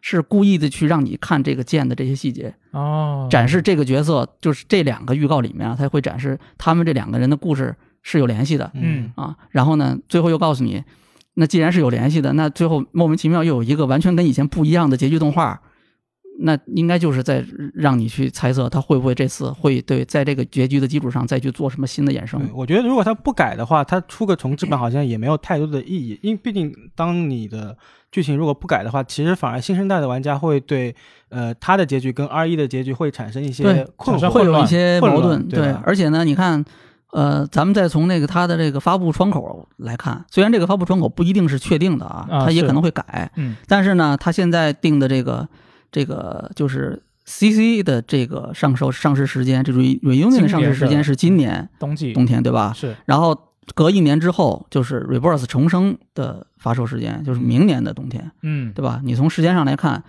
Speaker 3: 是故意的去让你看这个剑的这些细节，
Speaker 1: 哦，
Speaker 3: 展示这个角色，就是这两个预告里面啊，他会展示他们这两个人的故事是有联系的
Speaker 1: 嗯
Speaker 3: 啊。然后呢，最后又告诉你，那既然是有联系的，那最后莫名其妙又有一个完全跟以前不一样的结局动画，那应该就是在让你去猜测他会不会这次会对在这个结局的基础上再去做什么新的衍生
Speaker 2: 对。我觉得如果他不改的话，他出个重制版好像也没有太多的意义，因为毕竟当你的剧情如果不改的话，其实反而新生代的玩家会对呃他的结局跟 R 一的结局会产生一些
Speaker 3: 对
Speaker 2: 困
Speaker 1: 产生
Speaker 3: 会
Speaker 1: 混
Speaker 2: 惑。
Speaker 3: 有一
Speaker 1: 乱
Speaker 3: 些
Speaker 2: 混
Speaker 3: 矛
Speaker 2: 乱
Speaker 3: 盾。
Speaker 2: 对吧
Speaker 3: 而且呢，你看，呃，咱们再从那个它的这个发布窗口来看，虽然这个发布窗口不一定是确定的啊，
Speaker 1: 啊
Speaker 3: 它也
Speaker 1: 是
Speaker 3: 可能会改，
Speaker 1: 嗯
Speaker 3: 但是呢，它现在定的这个这个就是。C C 的这个上市上市时间，这 re reunion 的上市时间是今年
Speaker 1: 冬季
Speaker 3: 冬天，对吧？
Speaker 1: 是
Speaker 3: 然后隔一年之后就是 Rebirth 重生的发售时间，就是明年的冬天。
Speaker 1: 嗯
Speaker 3: 对吧？你从时间上来看，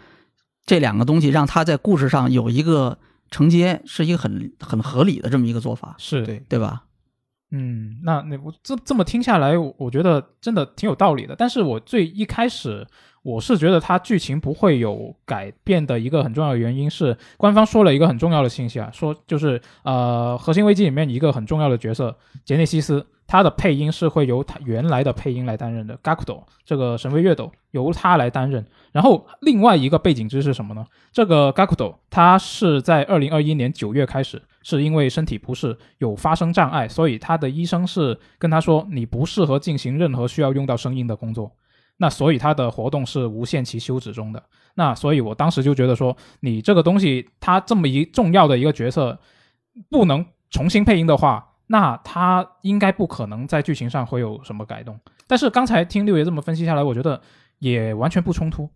Speaker 3: 这两个东西让它在故事上有一个承接，是一个很很合理的这么一个做法，
Speaker 1: 是
Speaker 2: 对，
Speaker 3: 对吧？
Speaker 1: 嗯，那那我这这么听下来，我我觉得真的挺有道理的。但是我最一开始我是觉得它剧情不会有改变的一个很重要的原因是，官方说了一个很重要的信息啊，说就是呃，《核心危机》里面一个很重要的角色杰内西斯，他的配音是会由他原来的配音来担任的，Gakudo 这个神威月斗由他来担任。然后另外一个背景知识是什么呢？这个 Gakudo 他是在二零二一年九月开始，是因为身体不适有发生障碍，所以他的医生是跟他说你不适合进行任何需要用到声音的工作。那所以他的活动是无限期休止中的。那所以我当时就觉得说，你这个东西他这么一重要的一个角色，不能重新配音的话，那他应该不可能在剧情上会有什么改动。但是刚才听六爷这么分析下来，我觉得也完全不冲突，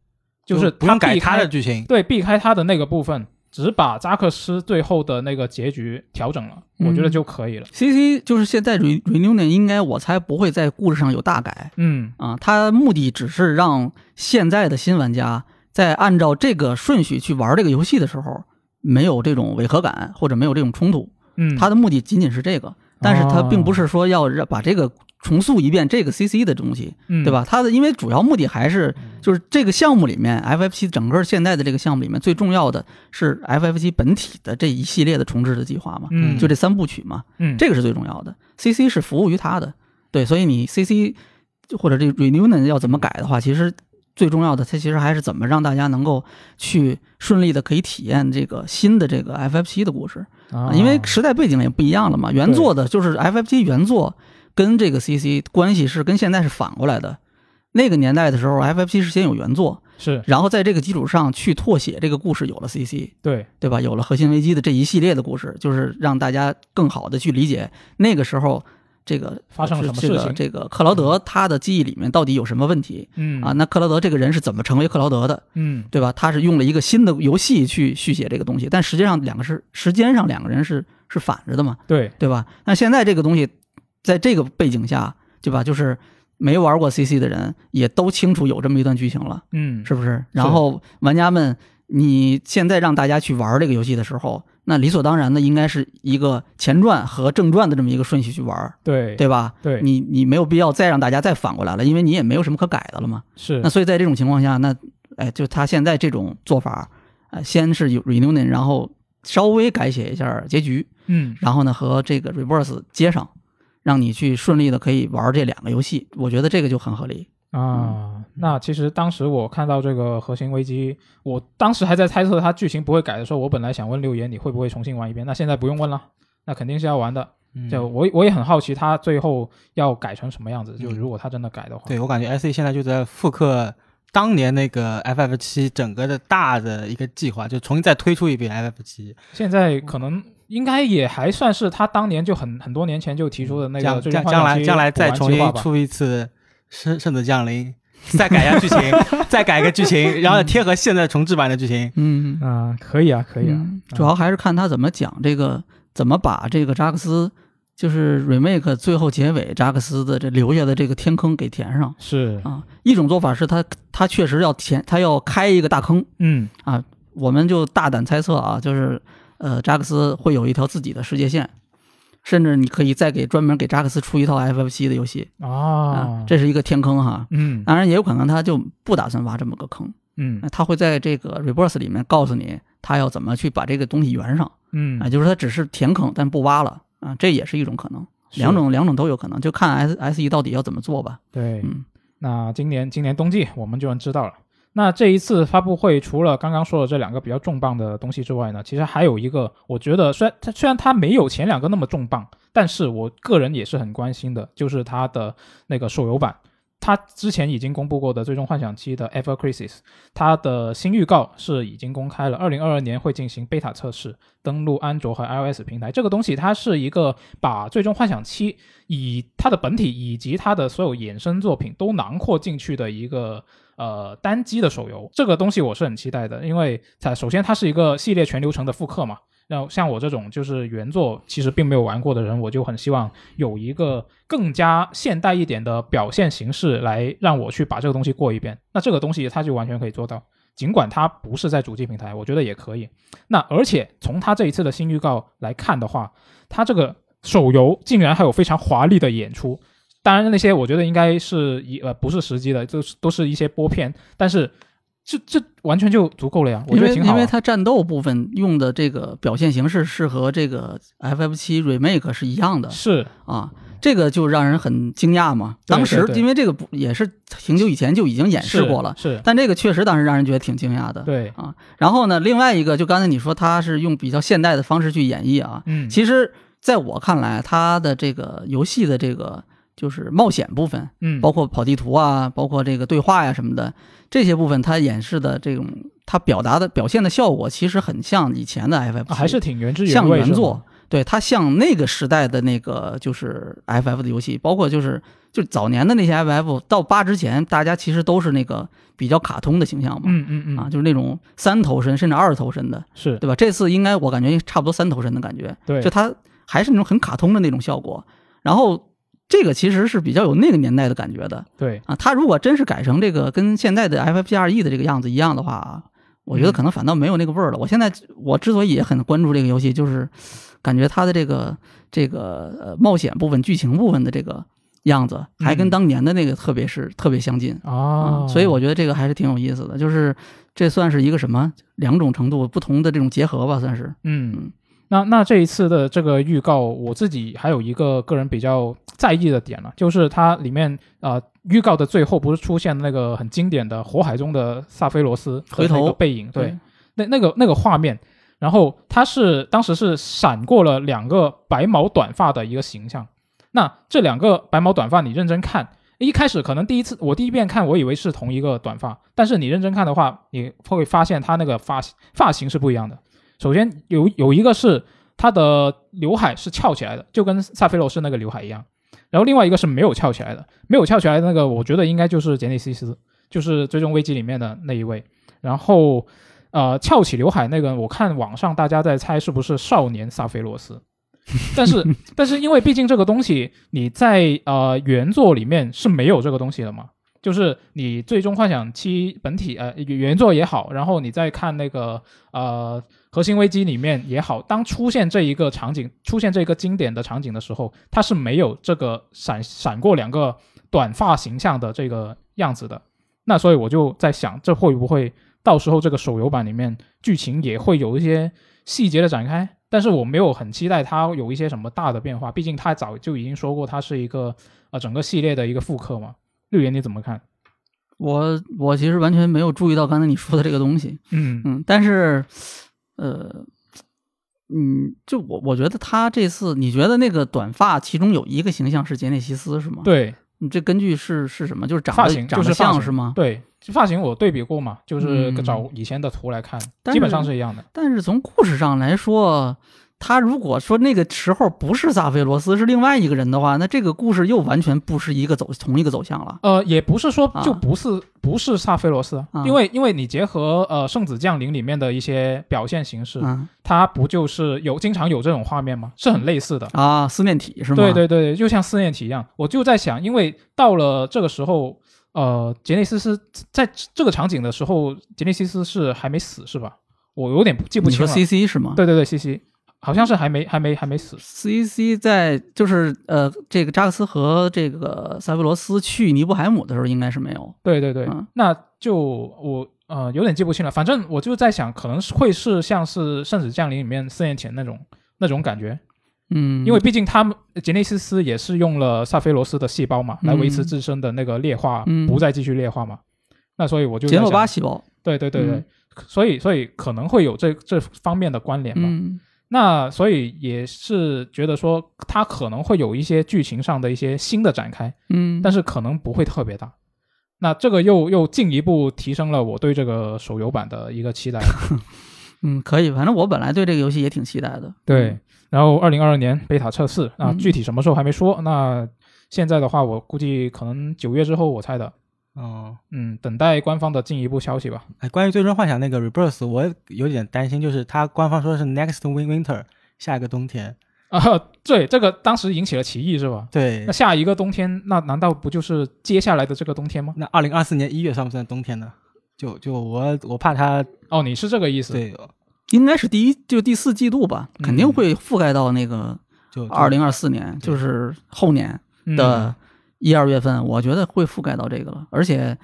Speaker 1: 就是
Speaker 2: 不用
Speaker 1: 他
Speaker 2: 改
Speaker 1: 避
Speaker 2: 他
Speaker 1: 开
Speaker 2: 的剧情，
Speaker 1: 对，避开他的那个部分，只把扎克斯最后的那个结局调整了，
Speaker 3: 嗯
Speaker 1: 我觉得就可以了。
Speaker 3: C C 就是现在 Re Reunion 应该我猜不会在故事上有大改
Speaker 1: 嗯，
Speaker 3: 啊，它目的只是让现在的新玩家在按照这个顺序去玩这个游戏的时候，没有这种违和感或者没有这种冲突，
Speaker 1: 嗯，
Speaker 3: 它的目的仅仅是这个，但是它并不是说要让把这个重塑一遍这个 C C 的东西，
Speaker 1: 嗯
Speaker 3: 对？吧？它的因为主要目的还是就是这个项目里面，FF 七整个现在的这个项目里面最重要的是 FF 七本体的这一系列的重置的计划嘛，
Speaker 1: 嗯，
Speaker 3: 就这三部曲嘛，
Speaker 1: 嗯，
Speaker 3: 这个是最重要的。CC 是服务于它的，对，所以你 CC 或者这 Reunion 要怎么改的话，其实最重要的，它其实还是怎么让大家能够去顺利的可以体验这个新的这个 FF 七的故事。
Speaker 1: 啊
Speaker 3: 啊因为时代背景也不一样了嘛。原作的就是 FFG 原作跟这个 CC 关系是跟现在是反过来的。那个年代的时候，FFG 是先有原作，
Speaker 1: 是
Speaker 3: 然后在这个基础上去拓写这个故事，有了 CC，
Speaker 1: 对，
Speaker 3: 对吧？有了核心危机的这一系列的故事，就是让大家更好的去理解那个时候这个
Speaker 1: 发生了什么
Speaker 3: 这
Speaker 1: 事
Speaker 3: 个
Speaker 1: 情
Speaker 3: 这个克劳德他的记忆里面到底有什么问题
Speaker 1: 嗯
Speaker 3: 啊？，那克劳德这个人是怎么成为克劳德的？
Speaker 1: 嗯，
Speaker 3: 对吧？他是用了一个新的游戏去续写这个东西，但实际上两个是时间上两个人是是反着的嘛，
Speaker 1: 对，
Speaker 3: 对吧？那现在这个东西，在这个背景下，对吧？就是没玩过 CC 的人也都清楚有这么一段剧情了，
Speaker 1: 嗯，
Speaker 3: 是不是？然后玩家们，你现在让大家去玩这个游戏的时候，那理所当然的应该是一个前传和正传的这么一个顺序去玩，
Speaker 1: 对
Speaker 3: 对吧？
Speaker 1: 对
Speaker 3: 你你没有必要再让大家再反过来了，因为你也没有什么可改的了嘛。
Speaker 1: 是
Speaker 3: 那所以在这种情况下，那哎，就他现在这种做法，呃，先是有 reunion，然后稍微改写一下结局，
Speaker 1: 嗯
Speaker 3: 然后呢和这个 reverse 接上，让你去顺利的可以玩这两个游戏，我觉得这个就很合理。
Speaker 1: 啊，
Speaker 3: 嗯
Speaker 1: 那其实当时我看到这个核心危机，我当时还在猜测它剧情不会改的时候，我本来想问六爷你会不会重新玩一遍，那现在不用问了，那肯定是要玩的。
Speaker 2: 嗯
Speaker 1: 就我我也很好奇他最后要改成什么样子，就
Speaker 2: 嗯
Speaker 1: 如果他真的改的话，
Speaker 2: 对我感觉 S E 现在就在复刻当年那个 F F 七整个的大的一个计划，就重新再推出一遍 F F 七，
Speaker 1: 现在
Speaker 2: 嗯
Speaker 1: 可能应该也还算是他当年就很很多年前就提出的那个
Speaker 2: 嗯将
Speaker 1: 最
Speaker 2: 将
Speaker 1: 终幻
Speaker 2: 将
Speaker 1: 想七
Speaker 2: 来将来
Speaker 1: 补完
Speaker 2: 再重
Speaker 1: 计划
Speaker 2: 新
Speaker 1: 吧
Speaker 2: 出一次《圣圣子降临》，再改一下剧情，再改一个剧情，然后贴合现在重置版的剧情。
Speaker 3: 嗯，
Speaker 1: 啊、可以啊，可以啊，
Speaker 3: 嗯主要还是看他怎么讲这个，怎么把这个扎克斯。就是 remake 最后结尾扎克斯的这留下的这个天坑给填上
Speaker 1: 是，
Speaker 3: 啊，一种做法是他他确实要填，他要开一个大坑，
Speaker 1: 嗯
Speaker 3: 我们就大胆猜测啊，就是呃，扎克斯会有一条自己的世界线，甚至你可以再给专门给扎克斯出一套 FFC 的游戏
Speaker 1: 啊，
Speaker 3: 这是一个天坑哈。
Speaker 1: 嗯
Speaker 3: 当然，也有可能他就不打算挖这么个坑，
Speaker 1: 嗯
Speaker 3: 那他会在这个 reverse 里面告诉你他要怎么去把这个东西圆上
Speaker 1: 嗯
Speaker 3: 啊，就是他只是填坑但不挖了啊，这也是一种可能，两种两种都有可能，就看 S S E 到底要怎么做吧。
Speaker 1: 对，
Speaker 3: 嗯
Speaker 1: 那今年今年冬季我们就能知道了。那这一次发布会除了刚刚说的这两个比较重磅的东西之外呢，其实还有一个，我觉得虽然它虽然它没有前两个那么重磅，但是我个人也是很关心的，就是它的那个手游版。它之前已经公布过的《最终幻想七》的《Ever Crisis》，它的新预告是已经公开了，二零二二年会进行贝塔测试，登陆安卓和 iOS 平台。这个东西它是一个把《最终幻想七》以它的本体以及它的所有衍生作品都囊括进去的一个呃单机的手游，这个东西我是很期待的，因为它首先它是一个系列全流程的复刻嘛。然后像我这种就是原作其实并没有玩过的人，我就很希望有一个更加现代一点的表现形式来让我去把这个东西过一遍。那这个东西它就完全可以做到，尽管它不是在主机平台，我觉得也可以。那而且从它这一次的新预告来看的话，它这个手游竟然还有非常华丽的演出。当然，那些我觉得应该是一呃不是实机的，就是都是一些播片，但是这这完全就足够了呀，我
Speaker 3: 因
Speaker 1: 觉得
Speaker 3: 为
Speaker 1: 挺好、
Speaker 3: 因
Speaker 1: 啊。
Speaker 3: 为它战斗部分用的这个表现形式是和这个 F F 七 remake 是一样的
Speaker 1: 是
Speaker 3: 啊，这个就让人很惊讶嘛。
Speaker 1: 对
Speaker 3: 当时
Speaker 1: 对对
Speaker 3: 因为这个不也是挺久以前就已经演示过了，
Speaker 1: 是，是
Speaker 3: 但这个确实当时让人觉得挺惊讶的。
Speaker 1: 对，
Speaker 3: 啊，然后呢，另外一个就刚才你说他是用比较现代的方式去演绎啊，
Speaker 1: 嗯，
Speaker 3: 其实在我看来，他的这个游戏的这个就是冒险部分，
Speaker 1: 嗯，
Speaker 3: 包括跑地图啊，包括这个对话呀、什么的这些部分，它演示的这种它表达的表现的效果，其实很像以前的 FF，、
Speaker 1: 啊还是挺原汁
Speaker 3: 像
Speaker 1: 原味，
Speaker 3: 原
Speaker 1: 是吗
Speaker 3: 作，对它像那个时代的那个就是 FF 的游戏，包括就是就是早年的那些 FF 到八之前，大家其实都是那个比较卡通的形象嘛，
Speaker 1: 嗯嗯嗯
Speaker 3: 啊，就是那种三头身甚至二头身的，
Speaker 1: 是
Speaker 3: 对吧？这次应该我感觉差不多三头身的感觉，
Speaker 1: 对，
Speaker 3: 就它还是那种很卡通的那种效果。然后这个其实是比较有那个年代的感觉的
Speaker 1: 对
Speaker 3: 啊。它如果真是改成这个跟现在的 FFPRE E 的这个样子一样的话啊，我觉
Speaker 1: 嗯
Speaker 3: 得可能反倒没有那个味儿了。我现在我之所以也很关注这个游戏，就是感觉它的这个这个呃冒险部分、剧情部分的这个样子，还跟
Speaker 1: 嗯
Speaker 3: 当年的那个特别是特别相近。
Speaker 1: 啊
Speaker 3: 啊，，所以我觉得这个还是挺有意思的，就是这算是一个什么两种程度不同的这种结合吧，算是。
Speaker 1: 嗯，那那这一次的这个预告，我自己还有一个个人比较在意的点了，就是它里面啊预告的最后不是出现那个很经典的火海中的萨菲罗斯和
Speaker 3: 回头
Speaker 1: 那个背影，对，，那那个那个画面，然后他是当时是闪过了两个白毛短发的一个形象。那这两个白毛短发，你认真看，一开始可能第一次我第一遍看，我以为是同一个短发，但是你认真看的话，你会发现他那个发型发型是不一样的。首先有有一个是他的刘海是翘起来的，就跟萨菲罗斯那个刘海一样。然后另外一个是没有翘起来的，没有翘起来的那个，我觉得应该就是杰内西斯，就是《最终危机》里面的那一位。然后呃，翘起刘海那个，我看网上大家在猜是不是少年萨菲罗斯， 但是但是因为毕竟这个东西你在呃原作里面是没有这个东西的嘛，就是你最终幻想七本体呃原作也好，然后你再看那个呃核心危机里面也好，当出现这一个场景，出现这个经典的场景的时候，它是没有这个闪闪过两个短发形象的这个样子的。那所以我就在想，这会不会到时候这个手游版里面剧情也会有一些细节的展开？但是我没有很期待它有一些什么大的变化，毕竟它早就已经说过它是一个呃整个系列的一个复刻嘛。绿岩你怎么看？
Speaker 3: 我我其实完全没有注意到刚才你说的这个东西，
Speaker 1: 嗯
Speaker 3: 嗯，但是，呃，嗯，就我我觉得他这次，你觉得那个短发其中有一个形象是杰内西斯是吗？，
Speaker 1: 对，
Speaker 3: 你这根据是是什么？就是长
Speaker 1: 发
Speaker 3: 得
Speaker 1: 型
Speaker 3: 嗯长
Speaker 1: 就
Speaker 3: 得
Speaker 1: 是发
Speaker 3: 像
Speaker 1: 型
Speaker 3: 是吗？
Speaker 1: 对，发型我对比过嘛，就是
Speaker 3: 嗯
Speaker 1: 找以前的图来看，
Speaker 3: 但
Speaker 1: 基本
Speaker 3: 是
Speaker 1: 上是一样的。
Speaker 3: 嗯但是从故事上来说，他如果说那个时候不是萨菲罗斯，是另外一个人的话，那这个故事又完全不是一个走同一个走向了。
Speaker 1: 呃，也不是说就
Speaker 3: 啊
Speaker 1: 不是、不是萨菲罗斯，
Speaker 3: 啊
Speaker 1: 因为因为你结合呃《圣子降临》里面的一些表现形式，
Speaker 3: 嗯
Speaker 1: 它不就是有经常有这种画面吗？是很类似的。
Speaker 3: 啊，四面体是吗？
Speaker 1: 对对对，就像四面体一样，我就在想，因为到了这个时候，呃，杰内斯是在这个场景的时候，杰内斯是还没死是吧？我有点记不
Speaker 3: 你
Speaker 1: 清了。
Speaker 3: 说 C C 是吗？
Speaker 1: 对对对，西西好像是还没还没还没死。
Speaker 3: ，C C 在就是呃，这个扎克斯和这个塞维罗斯去尼布海姆的时候应该是没有。
Speaker 1: 对对对，
Speaker 3: 嗯
Speaker 1: 那就我呃，有点记不清了。反正我就在想，可能是会是像是《圣子降临》里面四年前那种那种感觉，
Speaker 3: 嗯，
Speaker 1: 因为毕竟他们杰内西斯也是用了萨菲罗斯的细胞嘛，来维持自身的那个劣化，
Speaker 3: 嗯
Speaker 1: 不再继续劣化嘛。那所以我就在
Speaker 3: 杰诺
Speaker 1: 想
Speaker 3: 巴细胞，
Speaker 1: 对对对对，
Speaker 3: 嗯
Speaker 1: 所以所以可能会有这这方面的关联吧。
Speaker 3: 嗯
Speaker 1: 那所以也是觉得说，它可能会有一些剧情上的一些新的展开，
Speaker 3: 嗯，
Speaker 1: 但是可能不会特别大。那这个又又进一步提升了我对这个手游版的一个 期待。
Speaker 3: 嗯可以，反正我本来对这个游戏也挺期待的，
Speaker 1: 对，嗯然后二零二二年贝塔测试啊，
Speaker 3: 嗯
Speaker 1: 具体什么时候还没说。那现在的话，我估计可能九月之后，我猜的。
Speaker 2: 哦，
Speaker 1: 嗯，等待官方的进一步消息吧。
Speaker 2: 哎，关于《最终幻想》那个 Rebirth，我有点担心，就是它官方说的是 next win winter，下一个冬天。
Speaker 1: 啊，对，这个当时引起了歧义是吧？
Speaker 2: 对
Speaker 1: 那，下一个冬天，那难道不就是接下来的这个冬天吗？
Speaker 2: 那二零二四年一月算不算冬天呢？就就我我怕它
Speaker 1: 哦，你是这个意思？
Speaker 2: 对
Speaker 3: 应该是第一就第四季度吧，肯定
Speaker 1: 嗯
Speaker 3: 会覆盖到那个
Speaker 2: 就
Speaker 3: 二零二四年，就是后年
Speaker 1: 嗯
Speaker 3: 的一二月份，我觉得会覆盖到这个了，而且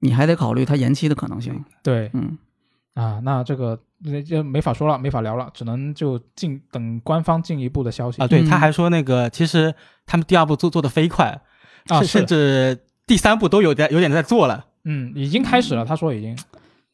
Speaker 3: 你还得考虑它延期的可能性。
Speaker 1: 对
Speaker 3: 嗯
Speaker 1: 啊，那这个这这没法说了，没法聊了，只能就进等官方进一步的消息
Speaker 2: 啊，对，
Speaker 3: 嗯
Speaker 2: 他还说那个其实他们第二部做做的飞快，
Speaker 1: 啊
Speaker 2: 甚
Speaker 1: 是
Speaker 2: 甚至第三部都有在有点在做了。
Speaker 1: 嗯，已经开始了，他说已经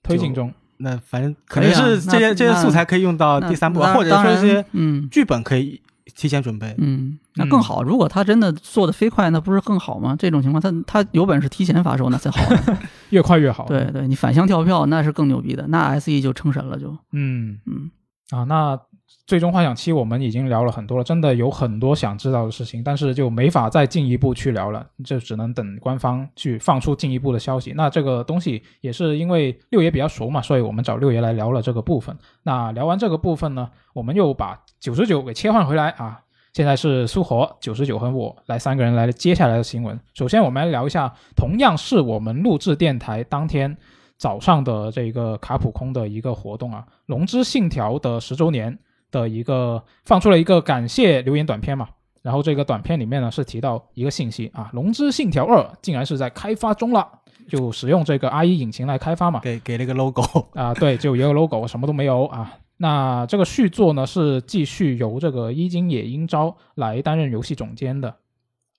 Speaker 1: 推进中。
Speaker 2: 那反正可
Speaker 3: 可以
Speaker 2: 能
Speaker 3: 啊
Speaker 2: 是
Speaker 3: 那
Speaker 2: 这些这些
Speaker 3: 那
Speaker 2: 素材可以用到
Speaker 3: 那
Speaker 2: 啊第三部，
Speaker 3: 那
Speaker 2: 或者
Speaker 3: 当
Speaker 2: 说
Speaker 3: 然
Speaker 2: 这些
Speaker 3: 嗯
Speaker 2: 剧本可以提前准备。
Speaker 3: 嗯，那更好。如果他真的做的飞快，那不是更好吗？这种情况，他他有本事提前发售，那才好呢。
Speaker 1: 越快越好。，
Speaker 3: 对对，你反向跳票那是更牛逼的，那 S E 就成神了就，
Speaker 1: 嗯
Speaker 3: 嗯
Speaker 1: 啊，那最终幻想七我们已经聊了很多了，真的有很多想知道的事情，但是就没法再进一步去聊了，就只能等官方去放出进一步的消息。那这个东西也是因为六爷比较熟嘛，所以我们找六爷来聊了这个部分。那聊完这个部分呢，我们又把九十九给切换回来啊。现在是苏活九十九和我来三个人来接下来的新闻。首先，我们来聊一下，同样是我们录制电台当天早上的这个卡普空的一个活动啊，《龙之信条》的十周年的一个放出了一个感谢留言短片嘛。然后这个短片里面呢是提到一个信息啊，《龙之信条二》竟然是在开发中了，就使用这个 IE 引擎来开发嘛。
Speaker 2: 给给了一个 logo，
Speaker 1: 啊、对，就一个 logo，什么都没有啊。那这个续作呢，是继续由这个伊金野英昭来担任游戏总监的。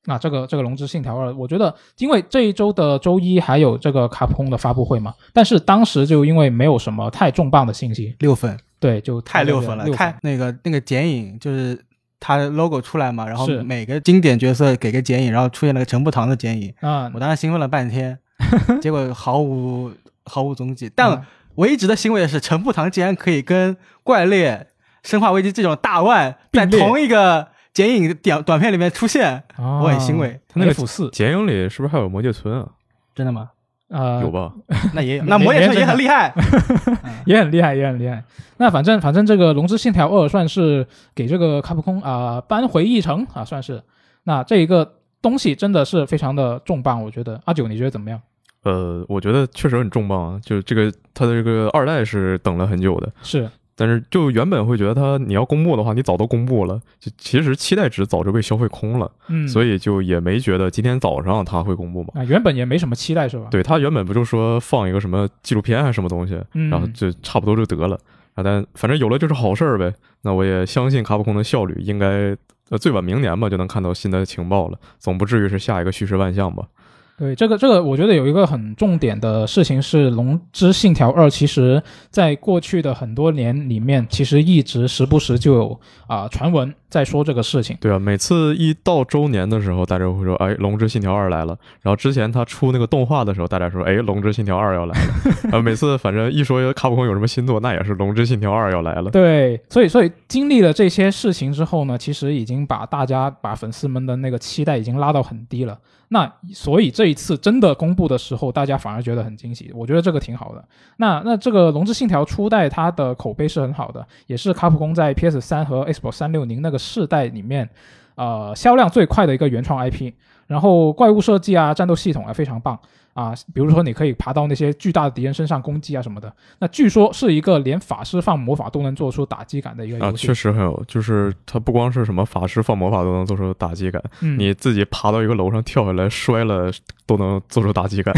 Speaker 1: 那这个这个《龙之信条二》，我觉得因为这一周的周一还有这个卡普空的发布会嘛，但是当时就因为没有什么太重磅的信息，
Speaker 2: 六分
Speaker 1: 对，就
Speaker 2: 太
Speaker 1: 六
Speaker 2: 六分了，
Speaker 1: 六
Speaker 2: 太那个那个剪影就是它的 logo 出来嘛，然后
Speaker 1: 是
Speaker 2: 每个经典角色给个剪影，然后出现了个陈步堂的剪影，
Speaker 1: 啊
Speaker 2: 我当时兴奋了半 天，结果毫无毫无踪迹。但
Speaker 1: 嗯
Speaker 2: 我一直的欣慰的是，陈步堂竟然可以跟怪猎、生化危机这种大腕在
Speaker 1: 并列
Speaker 2: 同一个剪影短短片里面出现，
Speaker 1: 啊，
Speaker 2: 我
Speaker 3: 哦
Speaker 2: 很欣慰。
Speaker 1: 他
Speaker 4: 那个
Speaker 1: F 四
Speaker 4: 剪影里是不是还有魔界村啊？
Speaker 2: 真的吗？
Speaker 1: 呃
Speaker 4: 有吧？
Speaker 2: 那也有，
Speaker 1: 没
Speaker 2: 那魔
Speaker 1: 没
Speaker 2: 眼
Speaker 1: 人
Speaker 2: 村也很厉害。
Speaker 1: 也很厉害，也很厉害。那反正反正这个《龙之信条二》算是给这个卡普空啊、扳回一城啊，算是。那这一个东西真的是非常的重磅，我觉得阿九你觉得怎么样？
Speaker 4: 呃，我觉得确实很重磅啊，就是这个它的这个二代是等了很久的，
Speaker 1: 是
Speaker 4: 但是就原本会觉得它你要公布的话，你早都公布了，就其实期待值早就被消费空了，
Speaker 1: 嗯，
Speaker 4: 所
Speaker 1: 以
Speaker 4: 以就也没觉得今天早上它会公布嘛
Speaker 1: 啊、。原本也没什么期待是吧？，
Speaker 4: 对他原本不就说放一个什么纪录片还是啊什么东西，
Speaker 1: 嗯
Speaker 4: 然后就差不多就得了。啊，但反正有了就是好事儿呗。那我也相信卡普空的效率应该，呃，最晚明年吧就能看到新的情报了，总不至于是下一个蓄势万象吧？
Speaker 1: 对这个这个，我觉得有一个很重点的事情是，《龙之信条二》其实在过去的很多年里面，其实一直时不时就有啊、传闻在说这个事情。
Speaker 4: 对啊，每次一到周年的时候，大家会说，哎，《龙之信条二》来了。然后之前他出那个动画的时候，大家说，哎，《龙之信条二》要来了。 啊，每次反正一说卡普空有什么新作，那也是《龙之信条二》要来了。
Speaker 1: 对，所以所以经历了这些事情之后呢，其实已经把大家把粉丝们的那个期待已经拉到很低了。那所以这一次真的公布的时候，大家反而觉得很惊喜，我觉得这个挺好的。那那这个《龙之信条》初代它的口碑是很好的，也是卡普空在 PS 三和 Xbox 三六零那个世代里面，呃，销量最快的一个原创 IP。然后怪物设计啊、战斗系统啊非常棒。啊，比如说你可以爬到那些巨大的敌人身上攻击啊什么的。那据说是一个连法师放魔法都能做出打击感的一个
Speaker 4: 啊，
Speaker 1: 游戏。
Speaker 4: 确实很有，就是它不光是什么法师放魔法都能做出打击感，
Speaker 1: 嗯，
Speaker 4: 你自己爬到一个楼上跳下来摔了都能做出打击感。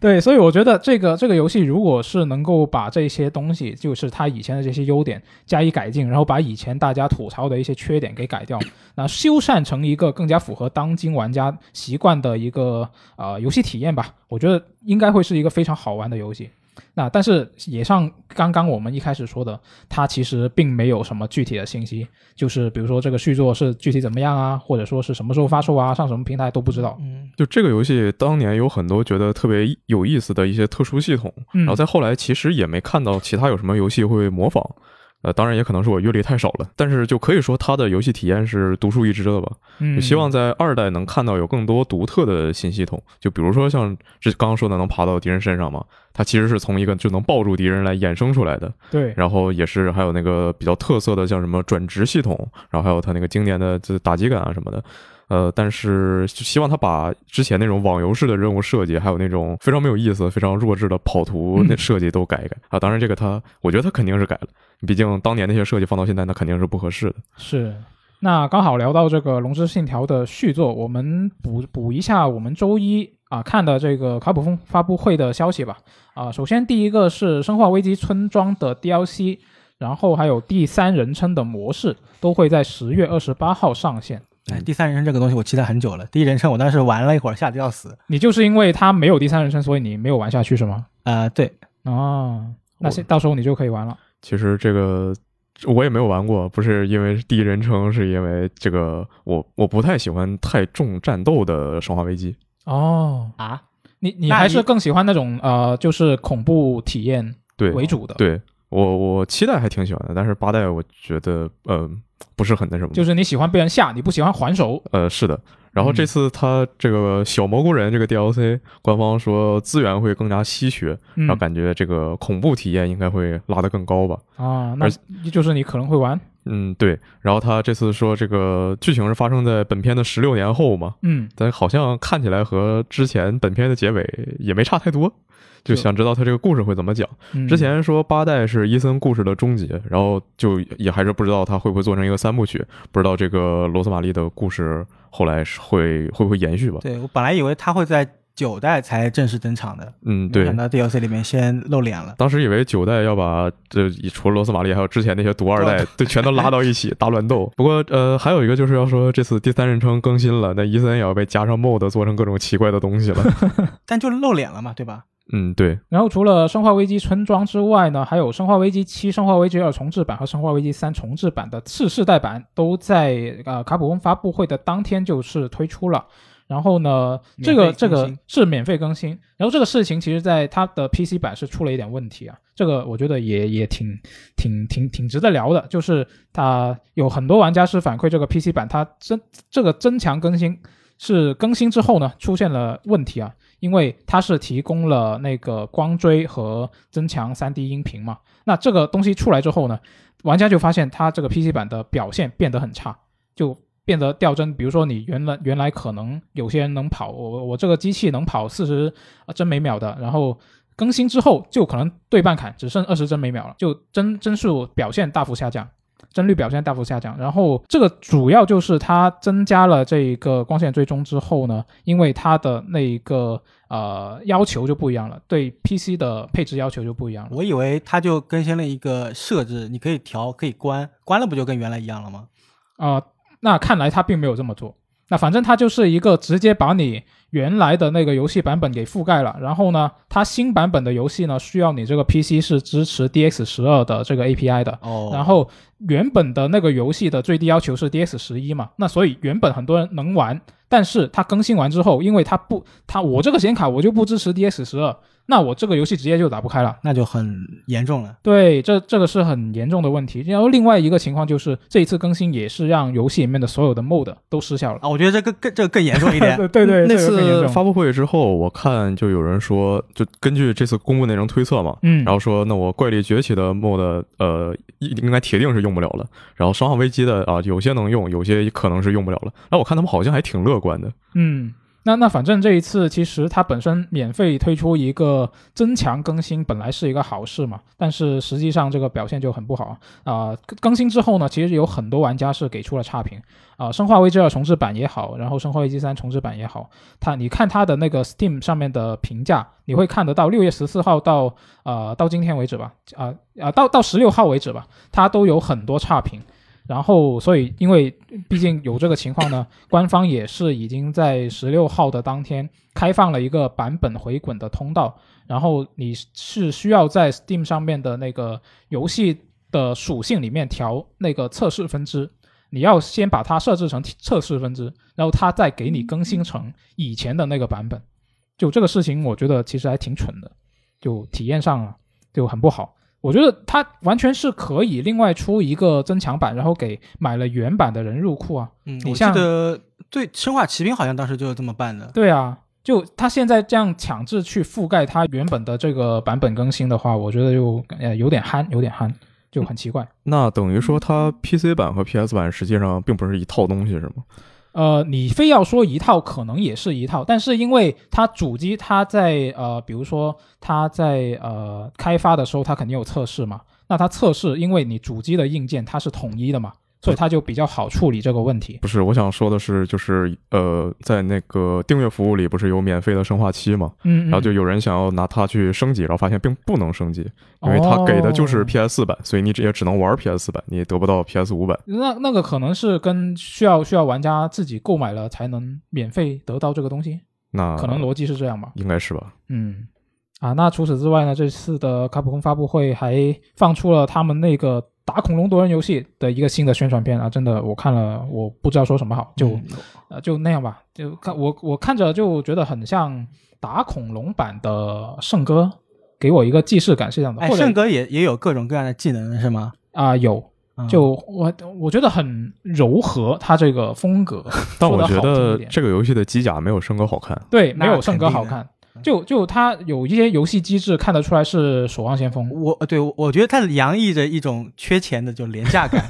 Speaker 1: 对，所以我觉得这个这个游戏如果是能够把这些东西，就是它以前的这些优点加以改进，然后把以前大家吐槽的一些缺点给改掉，那修缮成一个更加符合当今玩家习惯的一个呃游戏体验吧，我觉得应该会是一个非常好玩的游戏。那但是也像刚刚我们一开始说的，它其实并没有什么具体的信息，就是比如说这个续作是具体怎么样啊，或者说是什么时候发售啊，上什么平台都不知道。
Speaker 2: 嗯，
Speaker 4: 就这个游戏当年有很多觉得特别有意思的一些特殊系统，
Speaker 1: 嗯
Speaker 4: 然后在后来其实也没看到其他有什么游戏会模仿。呃，当然也可能是我阅历太少了，但是就可以说它的游戏体验是独树一帜的吧。
Speaker 1: 嗯，
Speaker 4: 就希望在二代能看到有更多独特的新系统，就比如说像这刚刚说的能爬到敌人身上嘛，它其实是从一个就能抱住敌人来衍生出来的。
Speaker 1: 对，
Speaker 4: 然后也是还有那个比较特色的，像什么转职系统，然后还有它那个经典的这打击感啊什么的。呃，但是就希望他把之前那种网游式的任务设计，还有那种非常没有意思、非常弱智的跑图那设计都改一改、啊。当然，这个他我觉得他肯定是改了，毕竟当年那些设计放到现在，那肯定是不合适的。
Speaker 1: 是，那刚好聊到这个《龙之信条》的续作，我们补补一下我们周一啊看的这个卡普空发布会的消息吧。啊，首先第一个是《生化危机：村庄》的 DLC，然后还有第三人称的模式都会在十月二十八号上线。
Speaker 2: 哎，第三人称这个东西我期待很久了，第一人称我当时玩了一会儿，吓得要死。
Speaker 1: 你就是因为它没有第三人称，所以你没有玩下去是吗？
Speaker 2: 啊，对，
Speaker 1: 啊，那
Speaker 4: 我
Speaker 1: 现到时候你就可以玩了。
Speaker 4: 其实这个我也没有玩过，不是因为是第一人称，是因为这个我我不太喜欢太重战斗的《生化危机》。
Speaker 1: 哦
Speaker 2: 啊，
Speaker 1: 你你
Speaker 2: 那
Speaker 1: 还是
Speaker 2: 你
Speaker 1: 更喜欢那种呃，就是恐怖体验
Speaker 4: 对，
Speaker 1: 为主的。
Speaker 4: 对我我七代还挺喜欢的，但是八代我觉得呃不是很那什么，
Speaker 1: 就是你嗯喜欢被人吓，你不喜欢还手，
Speaker 4: 呃是的。然后这次他这个小蘑菇人这个 DLC，官方说资源会更加稀缺，
Speaker 1: 嗯
Speaker 4: 然后感觉这个恐怖体验应该会拉得更高吧。
Speaker 1: 啊，那
Speaker 4: 而
Speaker 1: 就是你可能会玩，
Speaker 4: 嗯，对。然后他这次说这个剧情是发生在本片的十六年后嘛，
Speaker 1: 嗯，
Speaker 4: 但好像看起来和之前本片的结尾也没差太多，就
Speaker 1: 就
Speaker 4: 想知道他这个故事会怎么讲。
Speaker 1: 嗯
Speaker 4: 之前说八代是伊森故事的终结，然后就也还是不知道他会不会做成一个三部曲，不知道这个罗斯玛丽的故事后来是会会不会延续吧？
Speaker 2: 对我本来以为他会在九代才正式登场的，
Speaker 4: 嗯，
Speaker 2: 没
Speaker 4: 对
Speaker 2: 想。到 DLC 里面先露脸了。
Speaker 4: 当时以为九代要把这除了罗斯玛丽，还有之前那些毒二代，对，全都拉到一起大乱 斗。不过呃，还有一个就是要说这次第三人称更新了，那伊森也要被加上 mod 做成各种奇怪的东西 了。
Speaker 2: 但就露脸了嘛，对吧？
Speaker 4: 嗯，对，
Speaker 1: 然后除了《生化危机：村庄》之外呢，还有《生化危机七》《生化危机二》重置版和《生化危机三》重置版的次世代版都在呃卡普空发布会的当天就是推出了。然后呢，这
Speaker 2: 免
Speaker 1: 个
Speaker 2: 费
Speaker 1: 这
Speaker 2: 更
Speaker 1: 个
Speaker 2: 新
Speaker 1: 是免费更新。然后这个事情其实在它的 PC 版是出了一点问题啊，这个我觉得也也挺挺挺挺值得聊的，就是它有很多玩家是反馈这个 PC 版它增这个增强更新是更新之后呢出现了问题啊，因为它是提供了那个光追和增强 3D 音频嘛。那这个东西出来之后呢，玩家就发现它这个 PC 版的表现变得很差，就变得掉帧。比如说你原来原来可能有些人能跑，我我这个机器能跑四十帧每秒的，然后。更新之后就可能对半砍，只剩二十帧每秒了，就帧帧数表现大幅下降。帧率表现大幅下降。然后这个主要就是它增加了这一个光线追踪之后呢，因为它的那一个呃要求就不一样了，对 PC 的配置要求就不一样了。
Speaker 2: 我以为他就更新了一个设置，你可以调，可以关，关了不就跟原来一样了吗？
Speaker 1: 啊、那看来它并没有这么做。那反正它就是一个直接把你原来的那个游戏版本给覆盖了，然后呢，它新版本的游戏呢，需要你这个 PC 是支持 DX 十二的这个 API 的，
Speaker 2: 哦，
Speaker 1: 然后原本的那个游戏的最低要求是 DS 十一嘛，那所以原本很多人能玩，但是它更新完之后，因为它不，它我这个显卡我就不支持 DS 十二，那我这个游戏直接就打不开了。
Speaker 2: 那就很严重了。
Speaker 1: 对，这这个是很严重的问题。然后另外一个情况就是，这一次更新也是让游戏里面的所有的 mod 都失效了。
Speaker 2: 啊，我觉得这个更这个更严重一点。
Speaker 1: 对对对，
Speaker 4: 哦那
Speaker 1: 这个更严
Speaker 4: 次
Speaker 1: 重
Speaker 4: 呃发布会之后，我看就有人说，就根据这次公布内容推测嘛，
Speaker 1: 嗯，
Speaker 4: 然后说那我怪力崛起的 mod 呃应应该铁定是用不了了，然后生化危机的啊有些能用，有些可能是用不了了。然后我看他们好像还挺乐观的，
Speaker 1: 嗯，那那反正这一次其实它本身免费推出一个增强更新，本来是一个好事嘛，但是实际上这个表现就很不好啊、更新之后呢，其实有很多玩家是给出了差评啊、生化危机二》重置版也好，然后《生化危机三》重置版也好，它你看它的那个 Steam 上面的评价，你会看得到六月十四号到呃到今天为止吧，啊、啊、到到十六号为止吧，它都有很多差评。然后，所以因为毕竟有这个情况呢，官方也是已经在十六号的当天开放了一个版本回滚的通道，然后你是需要在 Steam 上面的那个游戏的属性里面调那个测试分支，你要先把它设置成测试分支，然后它再给你更新成以前的那个版本。就这个事情，我觉得其实还挺蠢的，就体验上啊就很不好。我觉得它完全是可以另外出一个增强版，然后给买了原版的人入库啊。
Speaker 2: 嗯，
Speaker 1: 你
Speaker 2: 我记
Speaker 1: 像
Speaker 2: 得对《生化奇兵》好像当时就是这么办的。
Speaker 1: 对啊，就他现在这样强制去覆盖他原本的这个版本更新的话，我觉得就呃有点憨，有点憨，就很奇怪。
Speaker 4: 那等于说它 PC 版和 PS 版实际上并不是一套东西，是吗？
Speaker 1: 呃，你非要说一套，可能也是一套，但是因为它主机它在呃，比如说它在呃开发的时候，它肯定有测试嘛。那它测试，因为你主机的硬件它是统一的嘛，所以它就比较好处理这个问题。
Speaker 4: 不是，我想说的是，就是呃，在那个订阅服务里不是有免费的生化七吗？
Speaker 1: 嗯，
Speaker 4: 然后就有人想要拿它去升级，然后发现并不能升级，因为它给的就是
Speaker 1: 哦
Speaker 4: PS 版，所以你也只能玩 PS 版，你也得不到 PS 五版。
Speaker 1: 那那个可能是跟需要需要玩家自己购买了才能免费得到这个东西，
Speaker 2: 啊
Speaker 4: 那
Speaker 1: 可能逻辑是这样吧。
Speaker 4: 应该是吧？，
Speaker 1: 嗯，啊，那除此之外呢，这次的卡普空发布会还放出了他们那个打恐龙夺人游戏的一个新的宣传片啊，真的我看了我不知道说什么好，就、
Speaker 2: 嗯
Speaker 1: 呃就那样吧，就看我我看着就觉得很像打恐龙版的圣歌，给我一个既视感是这样的，
Speaker 2: 哎，
Speaker 1: 或者
Speaker 2: 圣哥也也有各种各样的技能是吗？
Speaker 1: 啊、有
Speaker 2: 嗯
Speaker 1: 就我我觉得很柔和，它这个风格
Speaker 2: 嗯
Speaker 1: 说
Speaker 4: 但我觉
Speaker 1: 好听一
Speaker 4: 得
Speaker 1: 点
Speaker 4: 这个游戏的机甲没有升格好看。
Speaker 1: 对
Speaker 2: 那
Speaker 1: 没有圣
Speaker 2: 肯
Speaker 1: 歌
Speaker 2: 定
Speaker 1: 好
Speaker 2: 的
Speaker 1: 看。就就它有一些游戏机制看得出来是《守望先锋》，
Speaker 2: 我呃对我我觉得它洋溢着一种缺钱的就廉价感，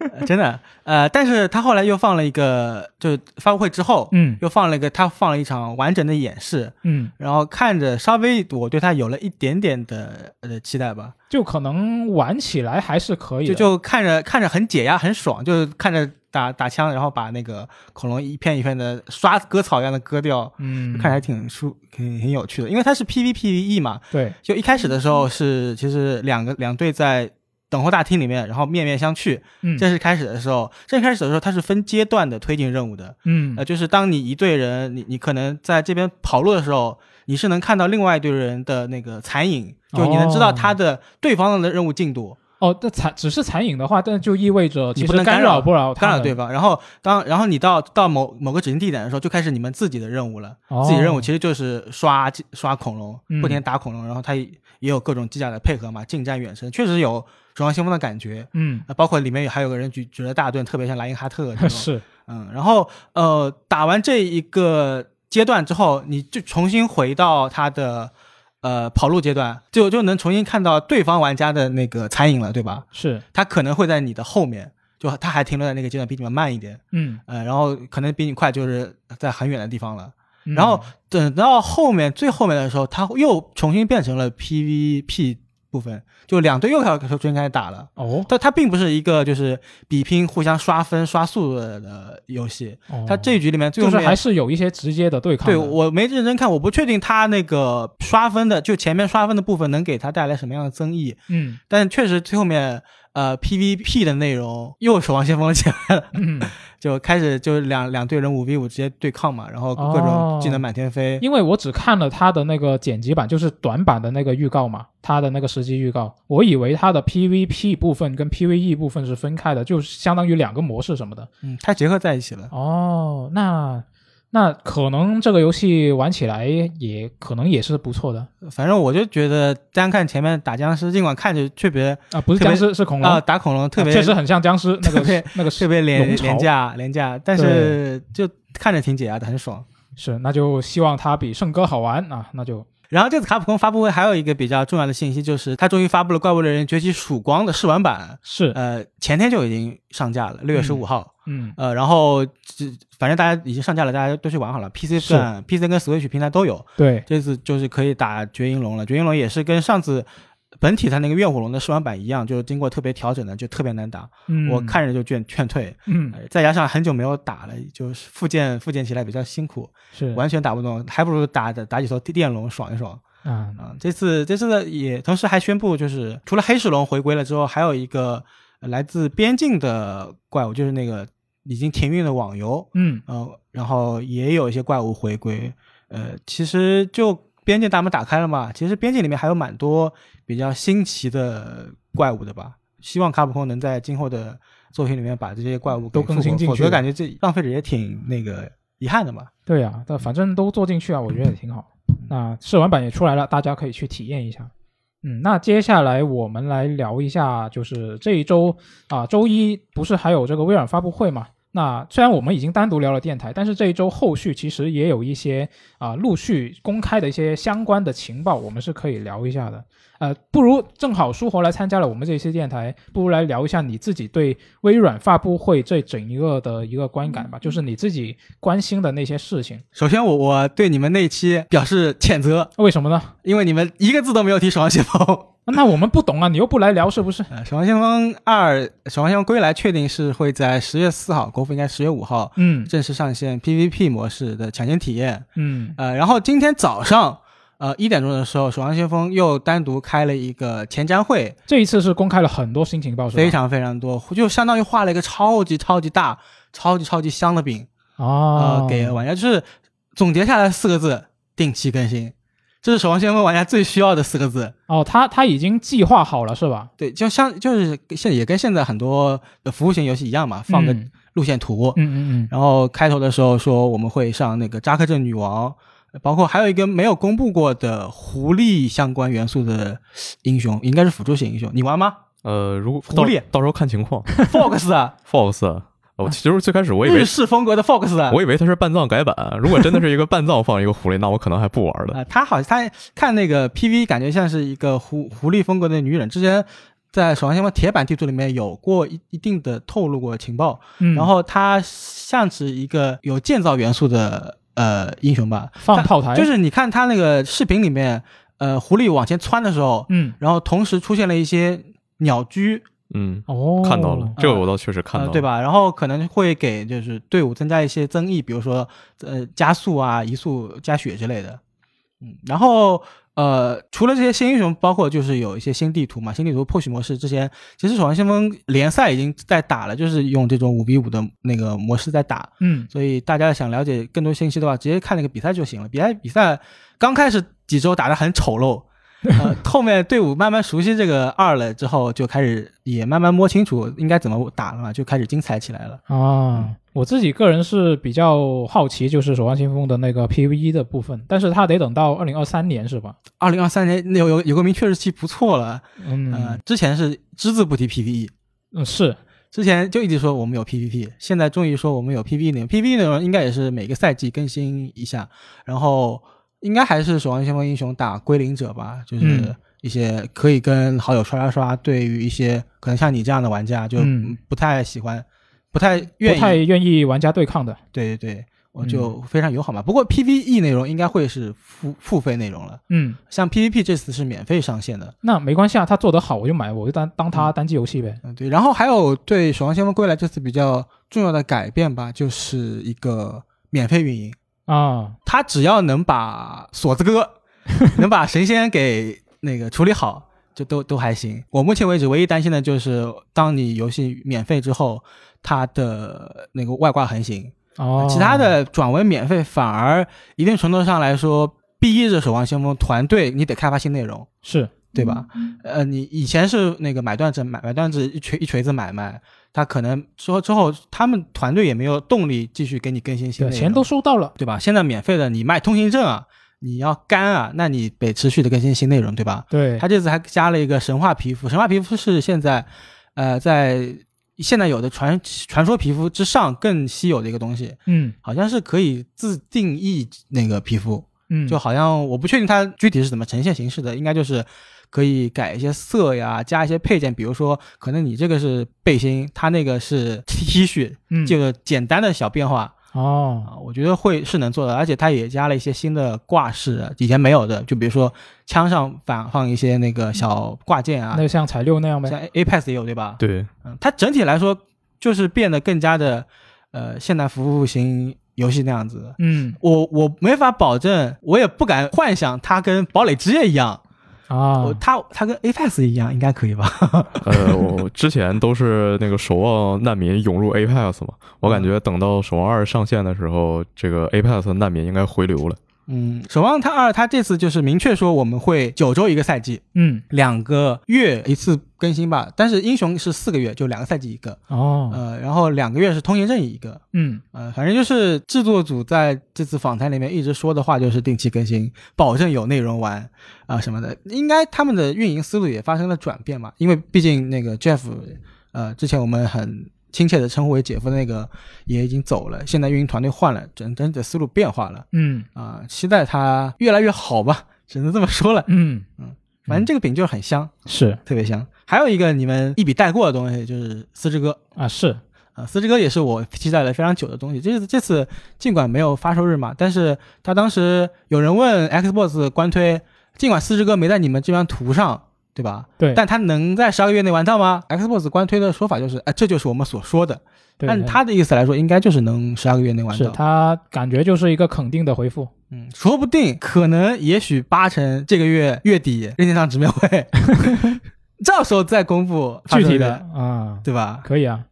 Speaker 2: 呃真的。呃，但是他后来又放了一个，就是发布会之后，
Speaker 1: 嗯
Speaker 2: 又放了一个，他放了一场完整的演示，
Speaker 1: 嗯，
Speaker 2: 然后看着稍微我对他有了一点点的呃期待吧，
Speaker 1: 就可能玩起来还是可以
Speaker 2: 就
Speaker 1: 的，
Speaker 2: 就看着看着很解压很爽，就是看着打打枪，然后把那个恐龙一片一片的刷割草一样的割掉，
Speaker 1: 嗯，
Speaker 2: 看着还挺舒挺很有趣的，因为它是 PVPVE E 嘛，
Speaker 1: 对，
Speaker 2: 就一开始的时
Speaker 1: 嗯
Speaker 2: 候是，其实两个两队在等候大厅里面，然后面面相觑。
Speaker 1: 嗯
Speaker 2: 正式开始的时候，正式开始的时候，它是分阶段的推进任务的。
Speaker 1: 嗯
Speaker 2: 呃，就是当你一队人，你你可能在这边跑路的时候，你是能看到另外一队人的那个残影，就你能知道他的对方的任务进度，
Speaker 1: 哦，这残只是残影的话，但就意味着
Speaker 2: 你
Speaker 1: 其
Speaker 2: 不
Speaker 1: 实
Speaker 2: 能干
Speaker 1: 扰
Speaker 2: 扰
Speaker 1: 不了
Speaker 2: 干
Speaker 1: 他
Speaker 2: 扰对
Speaker 1: 们，
Speaker 2: 方。然后当然后你到到某某个指定地点的时候，就开始你们自己的任务了。
Speaker 1: 哦
Speaker 2: 自己任务其实就是刷刷恐龙
Speaker 1: 嗯，
Speaker 2: 不停地打恐龙，然后它也也有各种机甲的配合嘛，近战远射，确实有守望先锋的感觉。
Speaker 1: 嗯
Speaker 2: 呃包括里面有还有个人举举着大盾，特别像莱因哈特 这种。
Speaker 1: 是
Speaker 2: 嗯，然后呃，打完这一个阶段之后，你就重新回到他的呃跑路阶段，就就能重新看到对方玩家的那个残影了，对吧？
Speaker 1: 是，
Speaker 2: 他可能会在你的后面，就他还停留在那个阶段，比你们慢一点，
Speaker 1: 嗯，
Speaker 2: 呃，然后可能比你快，就是在很远的地方了。
Speaker 1: 嗯
Speaker 2: 然后等到后面最后面的时候，他又重新变成了 PVP 部分，就两队又开始重新开始打了。
Speaker 1: 哦，
Speaker 2: 但它并不是一个就是比拼、互相刷分、刷速度的游戏。
Speaker 1: 哦
Speaker 2: 它这一局里面最
Speaker 1: 就
Speaker 2: 后
Speaker 1: 是
Speaker 2: 面、
Speaker 1: 还是有一些直接的对抗的，
Speaker 2: 对我没认真看，我不确定它那个刷分的，就前面刷分的部分能给它带来什么样的增益。
Speaker 1: 嗯
Speaker 2: 但确实最后面呃 PVP 的内容又守望先锋了起来了，
Speaker 1: 嗯，
Speaker 2: 就开始就两两队人五 v 五直接对抗嘛，然后各
Speaker 1: 哦
Speaker 2: 种技能满天飞。
Speaker 1: 因为我只看了他的那个剪辑版，就是短版的那个预告嘛，他的那个实际预告，我以为他的 PVP 部分跟 PVE 部分是分开的，就是相当于两个模式什么的。
Speaker 2: 嗯，它结合在一起了。
Speaker 1: 哦，那那可能这个游戏玩起来也可能也是不错的
Speaker 2: 反正我就觉得单看前面打僵尸，尽管看着特别
Speaker 1: 啊，不是
Speaker 2: 特别
Speaker 1: 僵尸是恐龙
Speaker 2: 啊、，打恐龙特别、
Speaker 1: 确实很像僵尸那
Speaker 2: 特别
Speaker 1: 个那个
Speaker 2: 特别廉
Speaker 1: 龙槽
Speaker 2: 廉价廉价，但是就看着挺解压的，很爽。
Speaker 1: 是，那就希望它比圣歌好玩啊，那就
Speaker 2: 然后这次卡普空发布会还有一个比较重要的信息，就是它终于发布了《怪物猎人崛起曙光》的试玩版，呃
Speaker 1: 是
Speaker 2: 呃，前天就已经上架了，六月十五号。
Speaker 1: 嗯
Speaker 2: 呃，然后这反正大家已经上架了，大家都去玩好了。PC
Speaker 1: 是
Speaker 2: 跟 PC 跟 Switch 平台都有，
Speaker 1: 对，
Speaker 2: 这次就是可以打绝影龙了。绝影龙也是跟上次本体它那个怨火龙的试玩版一样，就是经过特别调整的，就特别难打。
Speaker 1: 嗯
Speaker 2: 我看着就劝劝退，
Speaker 1: 嗯
Speaker 2: 呃再加上很久没有打了，就是复健复健起来比较辛苦，
Speaker 1: 是
Speaker 2: 完全打不动，还不如打打打几头电龙爽一爽。
Speaker 1: 啊
Speaker 2: 啊、这次这次的也同时还宣布，就是除了黑石龙回归了之后，还有一个呃来自边境的怪物，就是那个已经停运的网游，
Speaker 1: 嗯
Speaker 2: 呃，然后也有一些怪物回归。呃，其实就边境大门打开了嘛，其实边境里面还有蛮多比较新奇的怪物的吧。希望卡普空能在今后的作品里面把这些怪物
Speaker 1: 都
Speaker 2: 给
Speaker 1: 更
Speaker 2: 复活
Speaker 1: 新进
Speaker 2: 否则
Speaker 1: 去
Speaker 2: 感觉这浪费着也挺那个遗憾的嘛。
Speaker 1: 对呀、但反正都做进去啊，我觉得也挺好。那试玩版也出来了，大家可以去体验一下。嗯，那接下来我们来聊一下，就是这一周啊，周一不是还有这个微软发布会嘛？那虽然我们已经单独聊了电台，但是这一周后续其实也有一些啊陆续公开的一些相关的情报，我们是可以聊一下的。呃，不如正好舒活来参加了我们这一期电台，不如来聊一下你自己对微软发布会这整一个的一个观感吧，就是你自己关心的那些事情，
Speaker 2: 首先我我对你们那一期表示谴责，
Speaker 1: 为什么呢？
Speaker 2: 因为你们一个字都没有提《守望先锋》
Speaker 1: 那我们不懂啊，你又不来聊是不是？
Speaker 2: 呃，《守望先锋二》《守望先锋归来》确定是会在十月四号，国服应该十月五号
Speaker 1: 嗯
Speaker 2: 正式上线 PVP 模式的抢先体验。
Speaker 1: 嗯
Speaker 2: 呃，然后今天早上，呃一点钟的时候，《守望先锋》又单独开了一个前瞻会，
Speaker 1: 这一次是公开了很多新情报是吧？
Speaker 2: 非常非常多，就相当于画了一个超级超级大、超级超级香的饼啊、
Speaker 1: 哦、
Speaker 2: 呃给玩家，就是总结下来四个字：定期更新。这是《守望先锋》玩家最需要的四个字。
Speaker 1: 哦，他他已经计划好了是吧？
Speaker 2: 对，就像就是现也跟现在很多呃服务型游戏一样嘛，放个
Speaker 1: 嗯
Speaker 2: 路线图，
Speaker 1: 嗯嗯
Speaker 2: 然后开头的时候说我们会上那个扎克镇女王，呃包括还有一个没有公布过的狐狸相关元素的英雄，应该是辅助型英雄，你玩吗
Speaker 4: 呃，如果
Speaker 2: 狐
Speaker 4: 到
Speaker 2: 狸
Speaker 4: 到时候看情况。
Speaker 2: ？Fox 啊，
Speaker 4: Fox，啊我其实最开始 我以为
Speaker 2: 日式风格的 Fox 啊。
Speaker 4: 我以为它是半藏改版，如果真的是一个半藏放一个狐狸，那我可能还不玩了。
Speaker 2: 啊，他好，他看那个 PV 感觉像是一个狐狐狸风格的女人。之前在《守望先锋》铁板地图里面有过一一定的透露过情报，
Speaker 1: 嗯，
Speaker 2: 然后它像是一个有建造元素的呃英雄吧，
Speaker 1: 放炮台
Speaker 2: 就是你看它那个视频里面，呃，狐狸往前窜的时候，
Speaker 1: 嗯
Speaker 2: 然后同时出现了一些鸟居，
Speaker 4: 嗯，
Speaker 1: 哦，
Speaker 4: 看到了，这个
Speaker 2: 呃
Speaker 4: 我倒确实看到
Speaker 2: 呃，
Speaker 4: 了，
Speaker 2: 对？吧？然后可能会给就是队伍增加一些增益，比如说呃加速啊、移速、加血之类的。嗯，然后呃，除了这些新英雄，包括就是有一些新地图嘛，新地图 push 模式之前，其实《守望先锋》联赛已经在打了，就是用这种五比五的那个模式在打。
Speaker 1: 嗯
Speaker 2: 所以大家想了解更多信息的话，直接看那个比赛就行了。比赛比赛刚开始几周打得很丑陋，呃，后面队伍慢慢熟悉这个二了之后，就开始也慢慢摸清楚应该怎么打了嘛，就开始精彩起来了。
Speaker 1: 啊，
Speaker 2: 嗯
Speaker 1: 我自己个人是比较好奇，就是《守望先锋》的那个 PVE 的部分，但是它得等到二零二三年是吧？
Speaker 2: 二零二三年有有有个明确日期不错了，
Speaker 1: 嗯，
Speaker 2: 呃，之前是只字不提 E，PVE，
Speaker 1: 嗯是
Speaker 2: 之前就一直说我们有 PVP，现在终于说我们有 PVE 内容，PVE 内容应该也是每个赛季更新一下，然后应该还是《守望先锋》英雄打归零者吧，就是
Speaker 1: 嗯
Speaker 2: 一些可以跟好友刷刷刷。对于一些可能像你这样的玩家，就
Speaker 1: 嗯
Speaker 2: 不太喜欢，不太
Speaker 1: 不
Speaker 2: 愿
Speaker 1: 太嗯
Speaker 2: 意，
Speaker 1: 愿意玩家对抗的，
Speaker 2: 对对对，我就非常友好嘛。不过 PVE 内容应该会是付付费内容了，
Speaker 1: 嗯，
Speaker 2: 像 PVP 这次是免费上线的。
Speaker 1: 那没关系啊，他做得好我就买，我就当当他单机游戏呗。
Speaker 2: 嗯，对。然后还有对《守望先锋归来》这次比较重要的改变吧，就是一个免费运营。
Speaker 1: 啊，
Speaker 2: 他只要能把锁子哥 能把神仙给那个处理好，就都都还行。我目前为止唯一担心的就是，当你游戏免费之后，它的那个外挂横行，
Speaker 1: 哦，
Speaker 2: 其他的转为免费反而一定程度上来说，逼着守望先锋团队你得开发新内容。
Speaker 1: 是，
Speaker 2: 对吧？
Speaker 1: 嗯
Speaker 2: 呃，你以前是那个买断制，买买断制一锤一锤子买卖，他可能之后之后他们团队也没有动力继续给你更新新
Speaker 1: 对，
Speaker 2: 内容，
Speaker 1: 钱都收到了，
Speaker 2: 对吧？现在免费的，你卖通行证啊，你要干啊，那你得持续的更新新内容，对吧？
Speaker 1: 对
Speaker 2: 他，这次还加了一个神话皮肤，神话皮肤是现在，呃，在现在有的传传说皮肤之上更稀有的一个东西，
Speaker 1: 嗯
Speaker 2: 好像是可以自定义那个皮肤，
Speaker 1: 嗯，
Speaker 2: 就好像我不确定它具体是怎么呈现形式的，应该就是可以改一些色呀，加一些配件，比如说可能你这个是背心，它那个是 T 恤，
Speaker 1: 嗯，
Speaker 2: 这个简单的小变化
Speaker 1: 哦，
Speaker 2: 啊，我觉得会是能做的，而且它也加了一些新的挂饰，以前没有的，就比如说枪上反放一些那个小挂件
Speaker 1: 嗯
Speaker 2: 啊
Speaker 1: 那，就像彩六那样呗。
Speaker 2: 像 Apex 也有对吧？
Speaker 4: 对，
Speaker 2: 嗯，它整体来说就是变得更加的呃现代服务型游戏那样子。
Speaker 1: 嗯
Speaker 2: 我我没法保证，我也不敢幻想它跟堡垒之夜一样，
Speaker 1: 啊
Speaker 2: 我，它它跟 Apex 一样，应该可以吧？
Speaker 4: 呃，我之前都是那个守望难民涌入 Apex 嘛，我感觉等到守望二上线的时候，这个 Apex 难民应该回流了。
Speaker 2: 嗯，守望它二，它这次就是明确说我们会九周一个赛季，
Speaker 1: 嗯
Speaker 2: 两个月一次更新吧。但是英雄是四个月，就两个赛季一个，
Speaker 1: 哦，
Speaker 2: 呃，然后两个月是通行证一个，
Speaker 1: 嗯
Speaker 2: 呃，反正就是制作组在这次访谈里面一直说的话就是定期更新，保证有内容玩啊、什么的。应该他们的运营思路也发生了转变嘛，因为毕竟那个 Jeff，呃，之前我们很亲切的称呼为姐夫的那个也已经走了，现在运营团队换了，整整体的思路变化了
Speaker 1: 嗯
Speaker 2: 啊、期待它越来越好吧，只能这么说了。
Speaker 1: 嗯，
Speaker 2: 反正这个饼就是很香，
Speaker 1: 是
Speaker 2: 特别香。还有一个你们一笔带过的东西就是丝之歌，
Speaker 1: 啊是，
Speaker 2: 啊，《丝之歌》也是我期待了非常久的东西。这次这次尽管没有发售日嘛，但是他当时有人问 Xbox 官推，尽管《丝之歌》没在你们这张图上，对吧？
Speaker 1: 对，
Speaker 2: 但它能在十二个月内完到吗？Xbox 官推的说法就是，哎、这就是我们所说的。
Speaker 1: 对
Speaker 2: 按他的意思来说，应该就是能十二个月内完
Speaker 1: 是
Speaker 2: 到。
Speaker 1: 他感觉就是一个肯定的回复，
Speaker 2: 嗯，说不定，可能，也许八成这个月月底任天堂直 面会，到时候再公布发
Speaker 1: 具
Speaker 2: 售
Speaker 1: 体
Speaker 2: 日
Speaker 1: 的，啊，
Speaker 2: 对吧？
Speaker 1: 可以啊，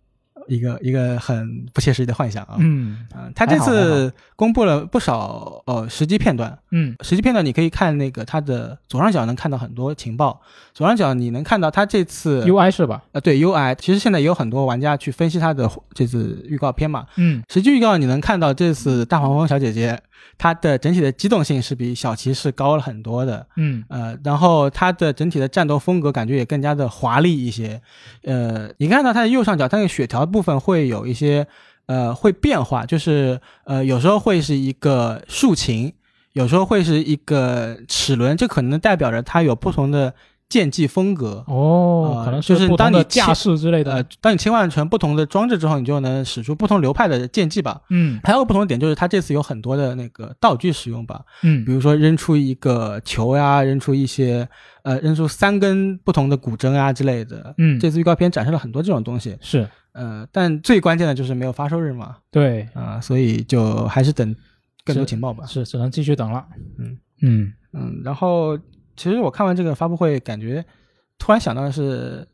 Speaker 2: 一个一个很不切实际的幻想啊。
Speaker 1: 嗯
Speaker 2: 嗯，他这次公布了不少呃实际片段，
Speaker 1: 嗯
Speaker 2: 实际片段你可以看那个它的左上角能看到很多情报，左上角你能看到它这次
Speaker 1: ，UI 是吧？
Speaker 2: 呃对 UI，其实现在也有很多玩家去分析它的这次预告片嘛。
Speaker 1: 嗯
Speaker 2: 实际预告你能看到这次大黄蜂小姐姐她的整体的机动性是比小骑士高了很多的，
Speaker 1: 嗯
Speaker 2: 呃，然后它的整体的战斗风格感觉也更加的华丽一些。呃，你看到它的右上角，它那个血条部分会有一些呃会变化，就是呃有时候会是一个竖琴，有时候会是一个齿轮，这可能代表着它有不同的剑技风格。
Speaker 1: 哦，可能
Speaker 2: 呃就是
Speaker 1: 不同
Speaker 2: 当
Speaker 1: 的
Speaker 2: 你
Speaker 1: 架
Speaker 2: 切
Speaker 1: 势之类
Speaker 2: 呃
Speaker 1: 的，，
Speaker 2: 当你切换成不同的装置之后，你就能使出不同流派的剑技吧。
Speaker 1: 嗯
Speaker 2: 还有个不同的点就是，它这次有很多的那个道具使用吧，比
Speaker 1: 嗯
Speaker 2: 如说扔出一个球呀，扔出一些呃，扔出三根不同的古筝啊之类的。
Speaker 1: 嗯，
Speaker 2: 这次预告片展示了很多这种东西，
Speaker 1: 是
Speaker 2: 呃，但最关键的就是没有发售日嘛，
Speaker 1: 对，
Speaker 2: 啊、所以就还是等更多
Speaker 1: 是
Speaker 2: 情报吧。
Speaker 1: 是只能继续等了，
Speaker 2: 嗯
Speaker 1: 嗯
Speaker 2: 嗯，然后其实我看完这个发布会，感觉突然想到的是，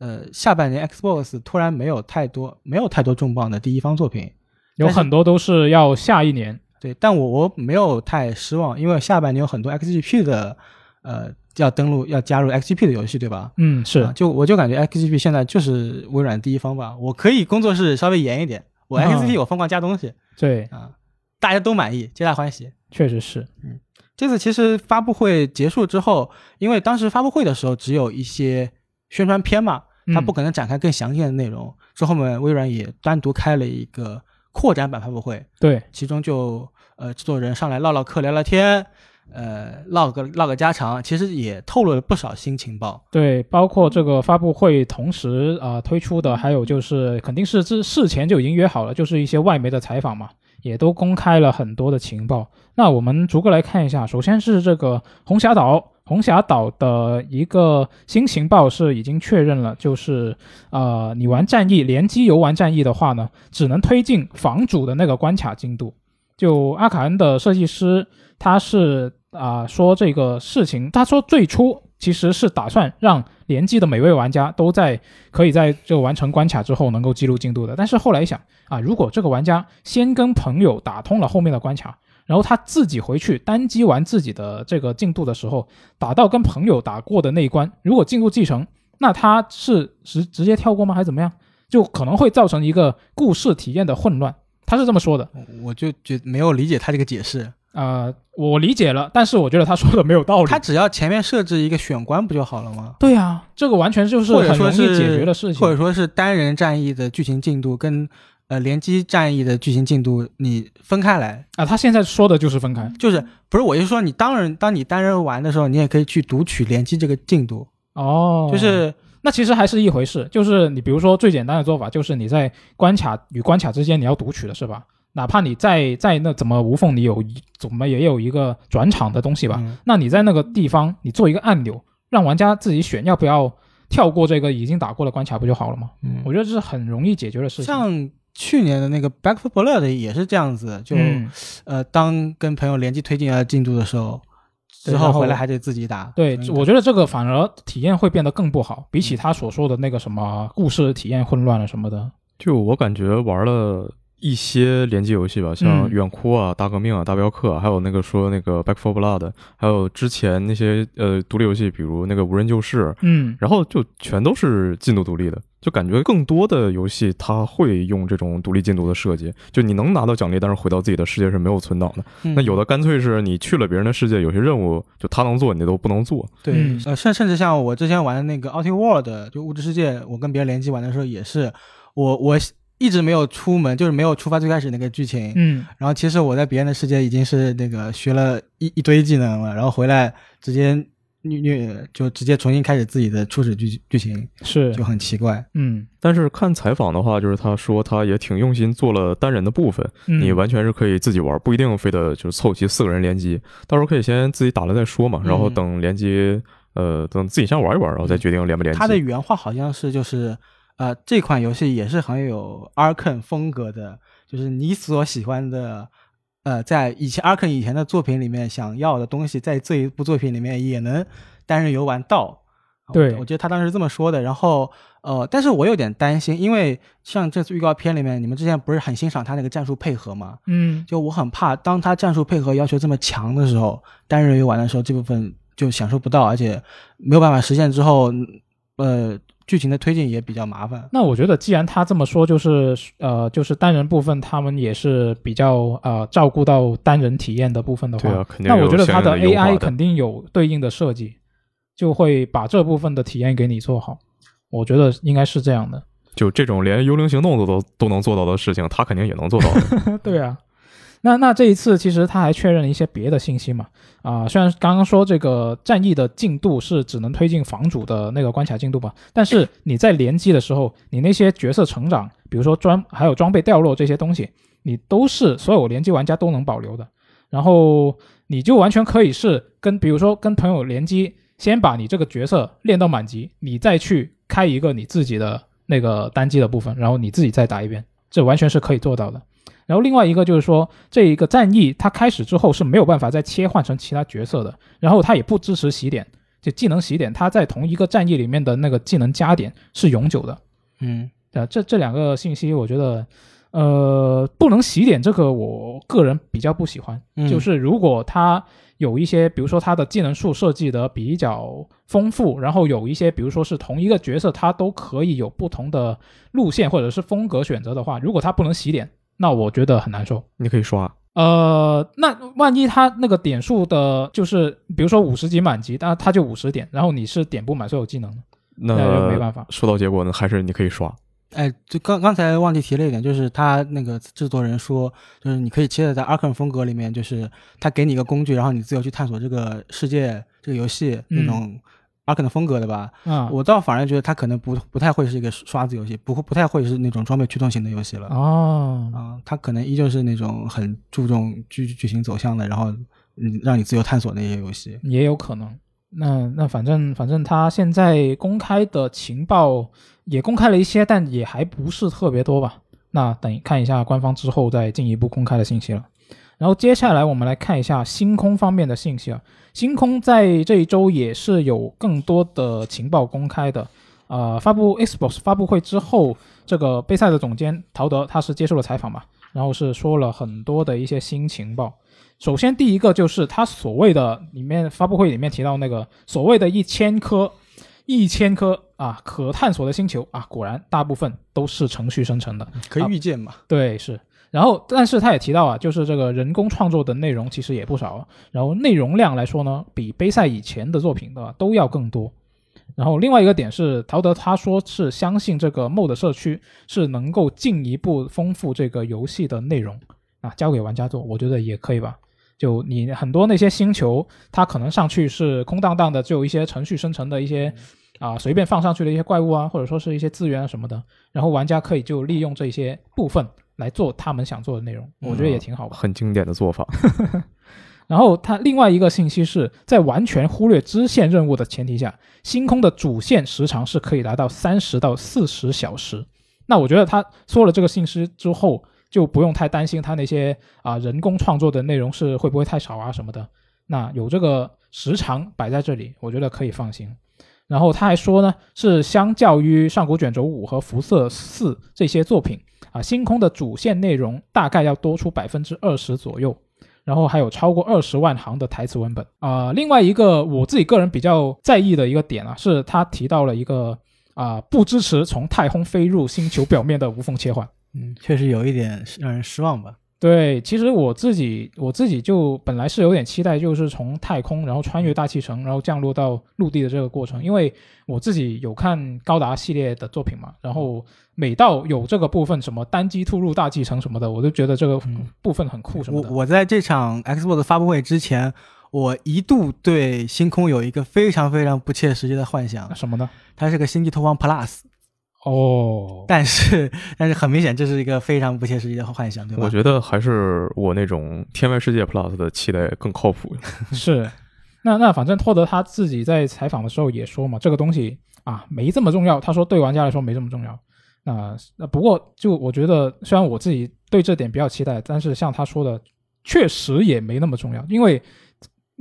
Speaker 2: 呃，下半年 Xbox 突然没有太多没有太多重磅的第一方作品，
Speaker 1: 有
Speaker 2: 但是
Speaker 1: 很多都是要下一年，
Speaker 2: 对，但我我没有太失望，因为下半年有很多 XGP 的，呃，要登录要加入 XGP 的游戏，对吧？
Speaker 1: 嗯
Speaker 2: 啊
Speaker 1: 是
Speaker 2: 就我就感觉 XGP 现在就是微软第一方吧。我可以工作室稍微严一点，我
Speaker 1: 啊
Speaker 2: XGP 我疯狂加东西
Speaker 1: 对，
Speaker 2: 啊，大家都满意，皆大欢喜。
Speaker 1: 确实是，
Speaker 2: 这次其实发布会结束之后，因为当时发布会的时候只有一些宣传片嘛，它
Speaker 1: 嗯
Speaker 2: 不可能展开更详细的内容。之后面微软也单独开了一个扩展版发布会，
Speaker 1: 对，
Speaker 2: 其中就呃制作人上来唠唠嗑、聊聊天，呃唠个唠个家常，其实也透露了不少新情报。
Speaker 1: 对，包括这个发布会同时啊、呃推出的，还有就是肯定是之事前就已经约好了，就是一些外媒的采访嘛，也都公开了很多的情报。那我们逐个来看一下，首先是这个红霞岛，红霞岛的一个新情报是已经确认了，就是呃，你玩战役联机游玩战役的话呢，只能推进房主的那个关卡进度。就阿卡恩的设计师，他是啊、说这个事情，他说最初其实是打算让联机的每位玩家都在可以在这个完成关卡之后能够记录进度的，但是后来一想啊，如果这个玩家先跟朋友打通了后面的关卡。然后他自己回去单机玩自己的这个进度的时候，打到跟朋友打过的那一关，如果进度继承，那他是直直接跳过吗？还是怎么样？就可能会造成一个故事体验的混乱。他是这么说的。
Speaker 2: 我就觉没有理解他这个解释，
Speaker 1: 呃，我理解了，但是我觉得他说的没有道理。
Speaker 2: 他只要前面设置一个选关不就好了吗？
Speaker 1: 对啊，这个完全就是
Speaker 2: 或者
Speaker 1: 很容
Speaker 2: 说
Speaker 1: 易解
Speaker 2: 是
Speaker 1: 决的事情。
Speaker 2: 或者说是单人战役的剧情进度跟呃联机战役的剧情进度你分开来，
Speaker 1: 啊，他现在说的就是分开
Speaker 2: 就是不是我就说你当然当你单人玩的时候，你也可以去读取联机这个进度，
Speaker 1: 哦，
Speaker 2: 就是
Speaker 1: 那其实还是一回事，就是你比如说最简单的做法，就是你在关卡与关卡之间你要读取的是吧？哪怕你在在那怎么无缝，你有一怎么也有一个转场的东西吧？
Speaker 2: 嗯
Speaker 1: 那你在那个地方你做一个按钮，让玩家自己选要不要跳过这个已经打过的关卡，不就好了吗？
Speaker 2: 嗯
Speaker 1: 我觉得这是很容易解决的事情。
Speaker 2: 像去年的那个《Back for Blood》也是这样子，就、
Speaker 1: 嗯
Speaker 2: 呃，当跟朋友联机推进一下进度的时候，
Speaker 1: 对
Speaker 2: 之后
Speaker 1: 然后
Speaker 2: 回来还得自己打。嗯
Speaker 1: 对
Speaker 2: 所以，
Speaker 1: 我觉得这个反而体验会变得更不好，比
Speaker 4: 嗯
Speaker 1: 起他所说的那个什么故事体验混乱了什么的，
Speaker 4: 就我感觉玩了一些联机游戏吧，像
Speaker 1: 嗯
Speaker 4: 远哭啊、大革命啊、大镖客、啊，还有那个说那个 Back for Blood，还有之前那些呃独立游戏，比如那个无人救世，
Speaker 1: 嗯，
Speaker 4: 然后就全都是进度独立的，就感觉更多的游戏它会用这种独立进度的设计，就你能拿到奖励，但是回到自己的世界是没有存档的。
Speaker 2: 嗯
Speaker 4: 那有的干脆是你去了别人的世界，有些任务就他能做，你都不能做。
Speaker 2: 对，
Speaker 1: 嗯
Speaker 2: 呃，甚甚至像我之前玩那个《Outing World》，就《物质世界》，我跟别人联机玩的时候也是，我我一直没有出门，就是没有触发最开始那个剧情。
Speaker 1: 嗯，
Speaker 2: 然后其实我在别人的世界已经是那个学了一一堆技能了，然后回来直接虐虐就直接重新开始自己的初始剧剧情，
Speaker 1: 是
Speaker 2: 就，很奇怪。
Speaker 1: 嗯，
Speaker 4: 但是看采访的话，就是他说他也挺用心做了单人的部分，
Speaker 1: 嗯
Speaker 4: 你完全是可以自己玩，不一定非得就是凑齐四个人联机，到时候可以先自己打了再说嘛，然后
Speaker 1: 嗯
Speaker 4: 等联机，呃，等自己先玩一玩，然后再决定联不联机。
Speaker 2: 他的原话好像是就是，呃，这款游戏也是很有 Arken 风格的，就是你所喜欢的，呃，在以前 Arken 以前的作品里面想要的东西，在这一部作品里面也能单人游玩到。
Speaker 1: 对
Speaker 2: 我我觉得他当时这么说的。然后，呃，但是我有点担心，因为像这次预告片里面，你们之前不是很欣赏他那个战术配合吗？
Speaker 1: 嗯，
Speaker 2: 就我很怕，当他战术配合要求这么强的时候，单人游玩的时候，这部分就享受不到，而且没有办法实现之后，呃，剧情的推进也比较麻烦。
Speaker 1: 那我觉得，既然他这么说，就是呃，就是单人部分，他们也是比较呃照顾到单人体验的部分的话，
Speaker 4: 对啊肯定
Speaker 1: 那我觉得
Speaker 4: 有
Speaker 1: 他
Speaker 4: 相应的优化
Speaker 1: AI
Speaker 4: 的
Speaker 1: 肯定有对应的设计，就会把这部分的体验给你做好。我觉得应该是这样的。
Speaker 4: 就这种连幽灵行动都都都能做到的事情，他肯定也能做到的。
Speaker 1: 对啊，那那这一次其实他还确认了一些别的信息嘛，啊、虽然刚刚说这个战役的进度是只能推进房主的那个关卡进度吧，但是你在联机的时候，你那些角色成长，比如说装还有装备掉落这些东西，你都是所有联机玩家都能保留的，然后你就完全可以是跟比如说跟朋友联机，先把你这个角色练到满级，你再去开一个你自己的那个单机的部分，然后你自己再打一遍，这完全是可以做到的。然后另外一个就是说，这一个战役它开始之后是没有办法再切换成其他角色的，然后它也不支持洗点，就技能洗点，它在同一个战役里面的那个技能加点是永久的。
Speaker 2: 嗯，
Speaker 1: 呃，这这两个信息，我觉得，呃，不能洗点这个，我个人比较不喜欢。
Speaker 2: 嗯
Speaker 1: 就是如果他有一些，比如说他的技能树设计的比较丰富，然后有一些，比如说是同一个角色，他都可以有不同的路线或者是风格选择的话，如果他不能洗点，那我觉得很难受。
Speaker 4: 你可以刷，
Speaker 1: 呃，那万一他那个点数的，就是比如说五十级满级，那他就五十点，然后你是点不满所有技能的，
Speaker 4: 那
Speaker 1: 那就没办法
Speaker 4: 说到结果呢，还是你可以刷。
Speaker 2: 哎，就刚刚才忘记提了一点，就是他那个制作人说，就是你可以期待在 Arkham 风格里面，就是他给你一个工具，然后你自由去探索这个世界、这个游戏那种 Arkham 的风格的吧。
Speaker 1: 啊、
Speaker 2: 我倒反而觉得他可能不不太会是一个刷子游戏，不会不太会是那种装备驱动型的游戏了。
Speaker 1: 哦，
Speaker 2: 啊、他可能依旧是那种很注重剧剧情走向的，然后嗯让你自由探索那些游戏。
Speaker 1: 也有可能。那那反正反正他现在公开的情报也公开了一些，但也还不是特别多吧。那等看一下官方之后再进一步公开的信息了。然后接下来我们来看一下星空方面的信息啊。星空在这一周也是有更多的情报公开的。呃，发布 Xbox 发布会之后，这个杯赛的总监陶德他是接受了采访嘛，然后是说了很多的一些新情报。首先第一个就是他所谓的里面发布会里面提到那个所谓的一千颗、一千颗啊可探索的星球啊，果然大部分都是程序生成的。
Speaker 2: 嗯可
Speaker 1: 以
Speaker 2: 以预见嘛？
Speaker 1: 对，是。然后，但是他也提到啊，就是这个人工创作的内容其实也不少啊，然后内容量来说呢，比杯赛以前的作品的都要更多。然后另外一个点是，陶德他说是相信这个 MOD 社区是能够进一步丰富这个游戏的内容啊，交给玩家做，我觉得也可以吧。就你很多那些星球，它可能上去是空荡荡的，只有一些程序生成的一些啊、随便放上去的一些怪物啊，或者说是一些资源啊什么的，然后玩家可以就利用这些部分来做他们想做的内容，我觉得也挺好吧。
Speaker 4: 很经典的做法。
Speaker 1: 然后它另外一个信息是在完全忽略支线任务的前提下，星空的主线时长是可以达到三十到四十小时。那我觉得他说了这个信息之后，就不用太担心他那些啊、人工创作的内容是会不会太少啊什么的。那有这个时长摆在这里，我觉得可以放心。然后他还说呢，是相较于《上古卷轴五》和《辐射四》这些作品啊，星空的主线内容大概要多出百分之二十左右。然后还有超过二十万行的台词文本啊、另外一个我自己个人比较在意的一个点啊，是他提到了一个啊、不支持从太空飞入星球表面的无缝切换。
Speaker 2: 嗯，确实有一点让人失望吧。
Speaker 1: 对，其实我自己我自己就本来是有点期待，就是从太空然后穿越大气层，然后降落到陆地的这个过程，因为我自己有看高达系列的作品嘛，然后每到有这个部分什么单机突入大气层什么的，我就觉得这个
Speaker 2: 嗯
Speaker 1: 部分很酷什么
Speaker 2: 我
Speaker 1: 的。
Speaker 2: 我在这场 Xbox 发布会之前，我一度对星空有一个非常非常不切实际的幻想
Speaker 1: 那，什么呢？
Speaker 2: 它是个星际拓荒 Plus，
Speaker 1: 哦，
Speaker 2: 但是但是很明显这是一个非常不切实际的幻想，对吧？
Speaker 4: 我觉得还是我那种天外世界 Plus 的期待更靠谱。
Speaker 1: 是，那那反正托德他自己在采访的时候也说嘛，这个东西啊没这么重要。他说对玩家来说没这么重要。那那不过就我觉得，虽然我自己对这点比较期待，但是像他说的，确实也没那么重要。因为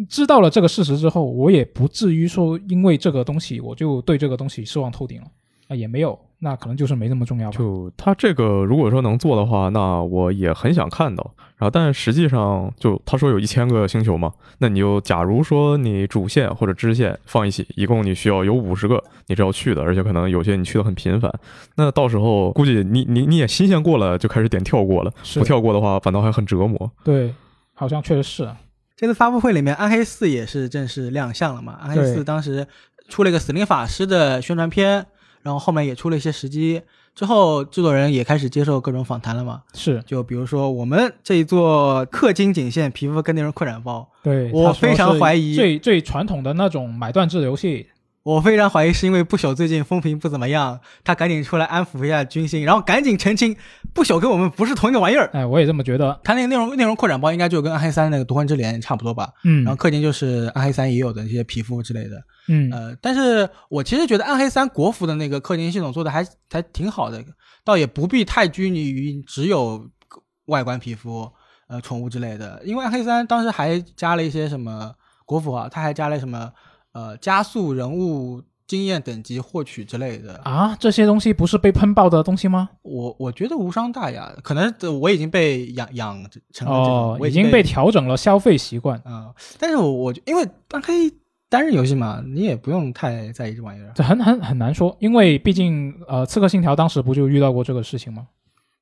Speaker 1: 知道了这个事实之后，我也不至于说因为这个东西我就对这个东西失望透顶了啊，也没有。那可能就是没那么重要吧。
Speaker 4: 就他这个如果说能做的话，那我也很想看到。然后，但实际上就他说有一千个星球嘛，那你就假如说你主线或者支线放一起，一共你需要有五十个你是要去的，而且可能有些你去的很频繁。那到时候估计你你你也新鲜过了，就开始点跳过了。
Speaker 1: 是
Speaker 4: 不跳过的话，反倒还很折磨。
Speaker 1: 对，好像确实是啊
Speaker 2: 这次发布会里面，暗黑四也是正式亮相了嘛？暗黑
Speaker 1: 对
Speaker 2: 四当时出了一个死灵法师的宣传片，然后后面也出了一些时机，之后制作人也开始接受各种访谈了嘛？
Speaker 1: 是
Speaker 2: 就比如说我们这一座氪金仅限皮肤跟内容扩展包，
Speaker 1: 对。
Speaker 2: 我
Speaker 1: 他说
Speaker 2: 非常
Speaker 1: 是
Speaker 2: 怀疑
Speaker 1: 最最传统的那种买断制的游戏，
Speaker 2: 我非常怀疑是因为不朽最近风评不怎么样，他赶紧出来安抚一下军心，然后赶紧澄清不朽跟我们不是同一个玩意儿。
Speaker 1: 哎，我也这么觉得。
Speaker 2: 他那个内容内容扩展包应该就跟暗黑三那个夺魂之镰差不多吧？
Speaker 1: 嗯，
Speaker 2: 然后氪金就是暗黑三也有的一些皮肤之类的。
Speaker 1: 嗯，
Speaker 2: 呃，但是我其实觉得暗黑三国服的那个氪金系统做的还还挺好的，倒也不必太拘泥于只有外观皮肤、呃宠物之类的，因为暗黑三当时还加了一些什么国服啊，它还加了什么呃加速人物经验等级获取之类的。
Speaker 1: 啊，这些东西不是被喷爆的东西吗？
Speaker 2: 我我觉得无伤大雅，可能呃我已经被养养成了这种，
Speaker 1: 哦，
Speaker 2: 我
Speaker 1: 已经被
Speaker 2: 被
Speaker 1: 调整了消费习惯，
Speaker 2: 嗯、但是我我因为暗黑单人游戏嘛，你也不用太在意这玩意儿。
Speaker 1: 这很很很难说，因为毕竟呃，《刺客信条》当时不就遇到过这个事情吗？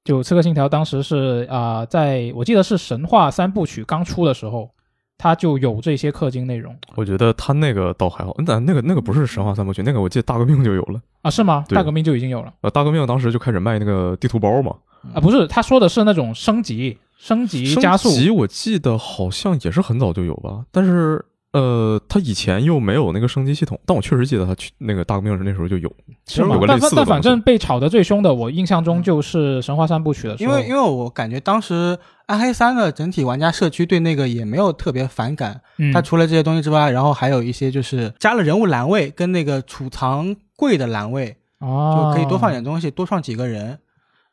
Speaker 1: 就《刺客信条》当时是啊、呃在我记得是神话三部曲刚出的时候，它就有这些氪金内容
Speaker 4: 我觉得他那个倒还好，但那个那个不是神话三部曲，那个我记得大革命就有了。
Speaker 1: 啊，是吗？
Speaker 4: 对
Speaker 1: 大革命就已经有了
Speaker 4: 呃，大革命当时就开始卖那个地图包嘛，
Speaker 1: 啊，不是，他说的是那种升级、升级
Speaker 4: 嗯升
Speaker 1: 加速，
Speaker 4: 级我记得好像也是很早就有吧，但是呃，它以前又没有那个升级系统，但我确实记得它去那个大革命时那时候就有。
Speaker 1: 是
Speaker 4: 有
Speaker 1: 吗
Speaker 4: 个？
Speaker 1: 但
Speaker 4: 类似的
Speaker 1: 但
Speaker 4: 东
Speaker 1: 反
Speaker 4: 西
Speaker 1: 正被炒得最凶的，我印象中就是神话三部曲的时
Speaker 2: 因
Speaker 1: 候，
Speaker 2: 为因为我感觉当时暗黑三的整体玩家社区对那个也没有特别反感，
Speaker 1: 嗯
Speaker 2: 它除了这些东西之外，然后还有一些就是加了人物栏位跟那个储藏柜的栏位，就
Speaker 1: 哦
Speaker 2: 可以多放点东西，多创几个人。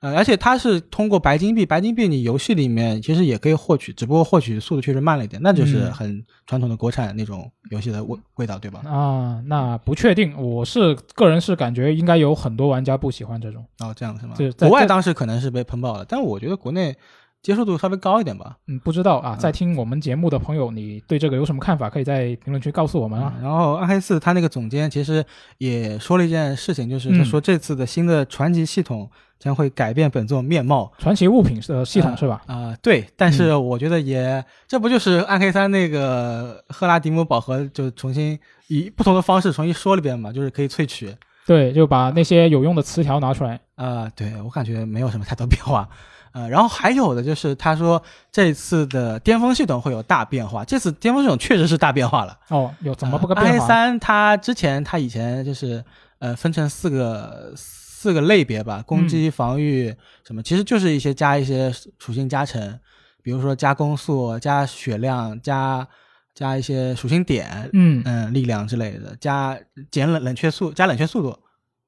Speaker 2: 呃，而且它是通过白金币，白金币你游戏里面其实也可以获取，只不过获取速度确实慢了一点，那就是
Speaker 1: 嗯
Speaker 2: 很传统的国产那种游戏的味味道，对吧？
Speaker 1: 啊，那不确定，我是个人是感觉应该有很多玩家不喜欢这种，
Speaker 2: 哦，这样是吗
Speaker 1: 对？在
Speaker 2: 国外
Speaker 1: 在
Speaker 2: 当时可能是被喷爆了，但我觉得国内接受度稍微高一点吧。
Speaker 1: 嗯，不知道啊，在听我们节目的朋友，你对这个有什么看法？可以在评论区告诉我们啊。
Speaker 2: 然后暗黑四他那个总监其实也说了一件事情，就是他
Speaker 1: 嗯
Speaker 2: 说这次的新的传奇系统将会改变本作面貌。
Speaker 1: 传奇物品的系统
Speaker 2: 呃
Speaker 1: 是吧？嗯
Speaker 2: 啊、对，但是我觉得也，这不就是暗黑三那个赫拉迪姆饱和，就重新以不同的方式重新说了一遍嘛，就是可以萃取。
Speaker 1: 对，就把那些有用的词条拿出来。
Speaker 2: 呃，对我感觉没有什么太多变化。 呃，然后还有的就是他说这次的巅峰系统会有大变化，这次巅峰系统确实是大变化了。
Speaker 1: 哦，有怎么不个
Speaker 2: 呃
Speaker 1: 变
Speaker 2: i
Speaker 1: 化？
Speaker 2: 三它之前它以前就是呃分成四个四个类别吧，攻击、防御什么，其实就是一些加一些属性加成，比如说加攻速、加血量、加加一些属性点，
Speaker 1: 嗯，
Speaker 2: 嗯，力量之类的，加减冷冷却速，加冷却速度，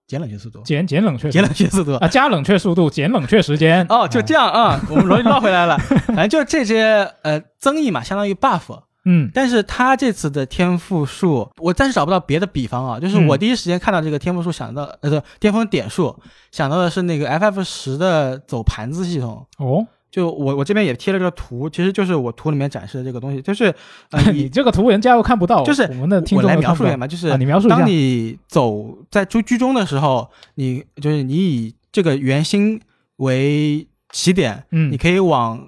Speaker 2: 减冷却速度，
Speaker 1: 减减冷却时
Speaker 2: 减冷却 速度。
Speaker 1: 啊，加冷却速度，减冷却时间。
Speaker 2: 哦，就这样啊，我们容易绕回 来了。反正就是这些呃增益嘛，相当于 buff。
Speaker 1: 嗯
Speaker 2: 但是他这次的天赋数，我暂时找不到别的比方啊。就是我
Speaker 1: 嗯
Speaker 2: 第一时间看到这个天赋数，想到呃，对，巅峰点数，想到的是那个 FF 十的走盘子系统。
Speaker 1: 哦，
Speaker 2: 就我我这边也贴了个图，其实就是我图里面展示的这个东西，就是呃
Speaker 1: 你
Speaker 2: 你。
Speaker 1: 这个图人家又看不到，
Speaker 2: 就是
Speaker 1: 我们的听
Speaker 2: 我
Speaker 1: 众
Speaker 2: 来
Speaker 1: 又
Speaker 2: 描
Speaker 1: 看
Speaker 2: 述
Speaker 1: 不
Speaker 2: 一
Speaker 1: 到
Speaker 2: 下。嘛，就是、
Speaker 1: 啊，你描述一下
Speaker 2: 当。你走在居居中的时候，你就是你以这个圆心为起点，
Speaker 1: 嗯
Speaker 2: 你，可以往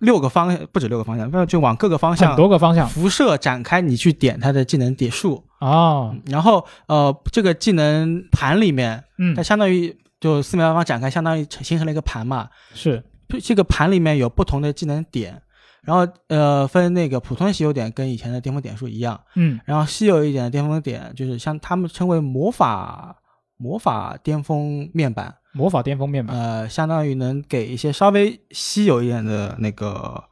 Speaker 2: 六个方向，不止六个方向，就往各个方向
Speaker 1: 很多个方向
Speaker 2: 啊辐射展开，你去点它的技能点数，
Speaker 1: 哦，
Speaker 2: 然后呃，这个技能盘里面，
Speaker 1: 嗯
Speaker 2: 它，相当于就四面八方展开，相当于成形成了一个盘嘛。
Speaker 1: 是，
Speaker 2: 就这个盘里面有不同的技能点，然后呃分那个普通稀有点跟以前的巅峰点数一样，
Speaker 1: 嗯
Speaker 2: 然后稀有一点的巅峰点就是像他们称为魔法魔法巅峰面板，
Speaker 1: 魔法巅峰面板。
Speaker 2: 呃，相当于能给一些稍微稀有一点的那个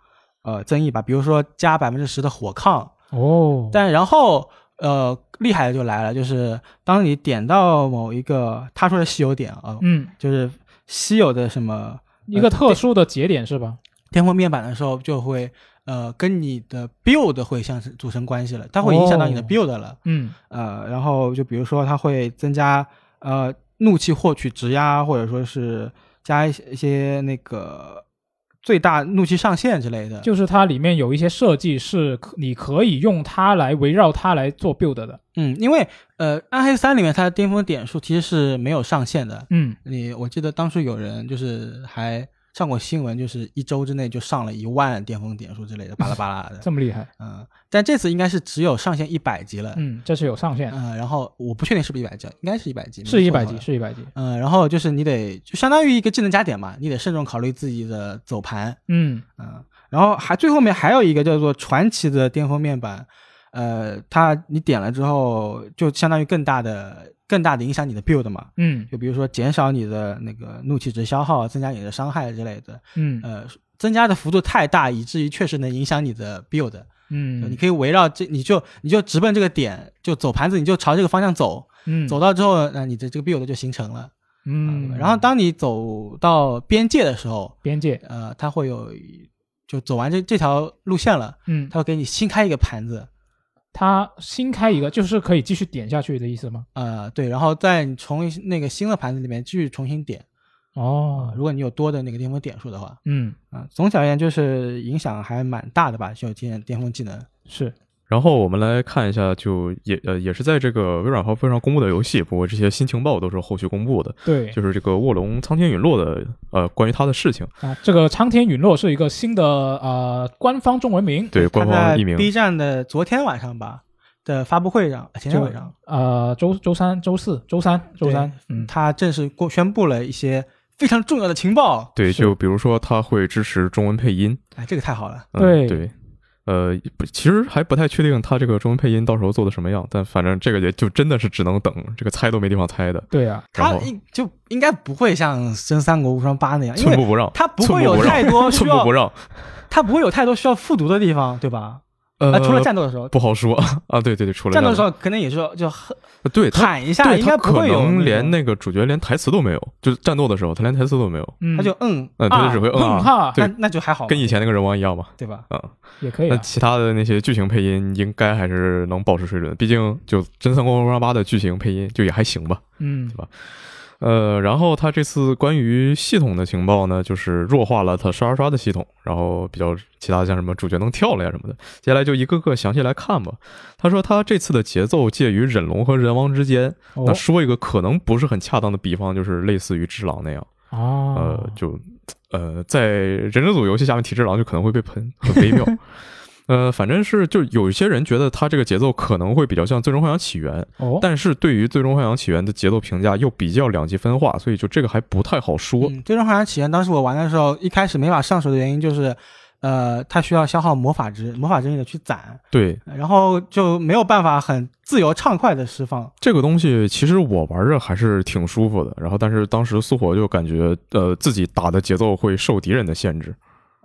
Speaker 2: 呃增益吧，比如说加百分之十的火抗。
Speaker 1: 哦，
Speaker 2: 但然后呃，厉害的就来了，就是当你点到某一个他说的稀有点啊，
Speaker 1: 嗯，
Speaker 2: 就是稀有的什么
Speaker 1: 一个特殊的节点是吧？
Speaker 2: 巅峰面板的时候，就会呃跟你的 build 会相组成关系了，它会影响到你的
Speaker 1: 哦
Speaker 2: build 了。
Speaker 1: 嗯，
Speaker 2: 呃，然后就比如说它会增加呃怒气获取值呀，或者说是加一些一些那个最大怒气上限之类的。
Speaker 1: 就是它里面有一些设计是可你可以用它来围绕它来做 build 的。
Speaker 2: 嗯，因为呃暗黑三里面它的巅峰点数其实是没有上限的，
Speaker 1: 嗯，
Speaker 2: 你我记得当初有人就是还上过新闻，就是一周之内就上了一万巅峰点数之类的，巴拉巴拉的。
Speaker 1: 这么厉害。
Speaker 2: 嗯，但这次应该是只有上限一百级了。
Speaker 1: 嗯，这是有上限的，
Speaker 2: 嗯，然后我不确定是不是一百级，应该是一百级，
Speaker 1: 是
Speaker 2: 没
Speaker 1: 一
Speaker 2: 错
Speaker 1: 百
Speaker 2: 的
Speaker 1: 级，
Speaker 2: 话。
Speaker 1: 是一百级。
Speaker 2: 嗯，然后就是你得就相当于一个技能加点嘛，你得慎重考虑自己的走盘。
Speaker 1: 嗯，
Speaker 2: 嗯，然后还最后面还有一个叫做传奇的巅峰面板，呃，它你点了之后就相当于更大的更大的影响你的 build 嘛。
Speaker 1: 嗯
Speaker 2: 就比如说减少你的那个怒气值消耗，增加你的伤害之类的，
Speaker 1: 嗯
Speaker 2: 呃，增加的幅度太大，以至于确实能影响你的 build。就你
Speaker 1: 嗯
Speaker 2: 可以围绕这，你就你就直奔这个点，就走盘子，你就朝这个方向走，
Speaker 1: 嗯，
Speaker 2: 走到之后，那你的这个 build 就形成了。啊对吧
Speaker 1: 嗯，
Speaker 2: 然后当你走到边界的时候，
Speaker 1: 边界，
Speaker 2: 呃，它会有就走完这这条路线了，
Speaker 1: 嗯，
Speaker 2: 它会给你新开一个盘子，
Speaker 1: 它新开一个，就是可以继续点下去的意思吗？
Speaker 2: 呃，对，然后再你从那个新的盘子里面继续重新点，
Speaker 1: 哦，
Speaker 2: 如果你有多的那个巅峰点数的话。
Speaker 1: 嗯，
Speaker 2: 啊，总体而言就是影响还蛮大的吧，就今年巅峰技能。
Speaker 1: 是，
Speaker 4: 然后我们来看一下，就也呃也是在这个微软发布会上公布的游戏，不过这些新情报都是后续公布的，
Speaker 1: 对
Speaker 4: 就是这个《卧龙苍天陨落》的呃关于它的事情，
Speaker 1: 啊，这个苍天陨落是一个新的呃官方中文名，
Speaker 4: 对官
Speaker 2: 它在
Speaker 4: 方译名
Speaker 2: B 站的昨天晚上吧的发布会上，呃前天晚上，
Speaker 1: 呃，周周三、周四、周三、周三，嗯，
Speaker 2: 他正式公宣布了一些非常重要的情报。
Speaker 4: 对，
Speaker 1: 是
Speaker 4: 就比如说它会支持中文配音，
Speaker 2: 哎，这个太好了。
Speaker 4: 嗯、
Speaker 1: 对
Speaker 4: 对，呃，不，其实还不太确定它这个中文配音到时候做的什么样，但反正这个也就真的是只能等，这个猜都没地方猜的，
Speaker 1: 对啊，
Speaker 4: 然
Speaker 2: 他
Speaker 4: 后
Speaker 2: 应就应该不会像《真三国无双八》那样，因
Speaker 4: 寸
Speaker 2: 为
Speaker 4: 步不让，
Speaker 2: 他不会
Speaker 4: 寸步
Speaker 2: 有
Speaker 4: 不让
Speaker 2: 太多需
Speaker 4: 寸步
Speaker 2: 要
Speaker 4: 不，让，
Speaker 2: 他不会有太多需要复读的地方，对吧？
Speaker 4: 呃
Speaker 2: 啊，，除了战斗的时候，
Speaker 4: 不好说啊，对对对，除了
Speaker 2: 战斗的时
Speaker 4: 上，
Speaker 2: 候可能也是要就喊
Speaker 4: 对它
Speaker 2: 喊一下，
Speaker 4: 对
Speaker 2: 应该
Speaker 4: 他
Speaker 2: 不
Speaker 4: 可
Speaker 2: 会有
Speaker 4: 能连
Speaker 2: 那
Speaker 4: 那个主角连台词都没有，就是战斗的时候他连台词都没有，
Speaker 1: 嗯，
Speaker 2: 种，他就嗯
Speaker 4: 嗯，他就只会嗯
Speaker 1: 碰
Speaker 4: 啊，
Speaker 1: 哈
Speaker 4: 对
Speaker 2: 那那就还好嘛，
Speaker 4: 跟以前那个人王一样嘛。
Speaker 2: 对吧？
Speaker 1: 也可以
Speaker 4: 那
Speaker 1: 啊，
Speaker 4: 其他的那些剧情配音应该还是能保持水准，毕竟就《真三国无双八》的剧情配音就也还行吧。
Speaker 1: 嗯，
Speaker 4: 呃，然后它这次关于系统的情报呢，就是弱化了它刷刷刷的系统，然后比较其他像什么主角能跳了呀什么的。接下来就一个个详细来看吧。他说他这次的节奏介于忍龙和人王之间，那
Speaker 1: 哦
Speaker 4: 说一个可能不是很恰当的比方，就是类似于只狼那样，
Speaker 1: 哦
Speaker 4: 呃，，就呃，在忍者组游戏下面提只狼就可能会被喷，很微 妙。呃，反正是就有一些人觉得他这个节奏可能会比较像《最终幻想起源》，
Speaker 1: 哦，
Speaker 4: 但是对于《最终幻想起源》的节奏评价又比较两极分化，所以就这个还不太好说。
Speaker 2: 嗯最终幻想起源当时我玩的时候，一开始没法上手的原因就是，呃，它需要消耗魔法值，魔法值你得去攒，
Speaker 4: 对
Speaker 2: 然后就没有办法很自由畅快的释放。
Speaker 4: 这个东西，其实我玩着还是挺舒服的。然后，但是当时苏火就感觉，呃，自己打的节奏会受敌人的限制，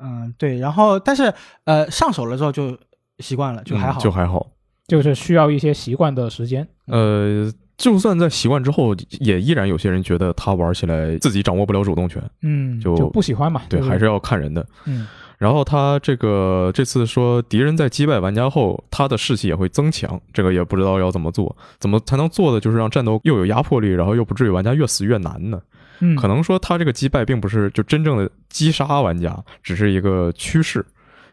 Speaker 2: 嗯，对。然后但是呃，上手了之后就习惯了，就还好。
Speaker 4: 嗯就还好。
Speaker 1: 就是需要一些习惯的时间。
Speaker 2: 嗯
Speaker 4: 呃，就算在习惯之后，也依然有些人觉得他玩起来自己掌握不了主动权，
Speaker 1: 嗯，
Speaker 4: 就
Speaker 1: 不喜欢嘛。
Speaker 4: 对，
Speaker 1: 不
Speaker 4: 还是要看人的。
Speaker 1: 嗯
Speaker 4: 然后他这个这次说，敌人在击败玩家后，他的士气也会增强。这个也不知道要怎么做，怎么才能做的就是让战斗又有压迫力，然后又不至于玩家越死越难呢？
Speaker 1: 嗯，
Speaker 4: 可能说他这个击败并不是就真正的击杀玩家，只是一个趋势。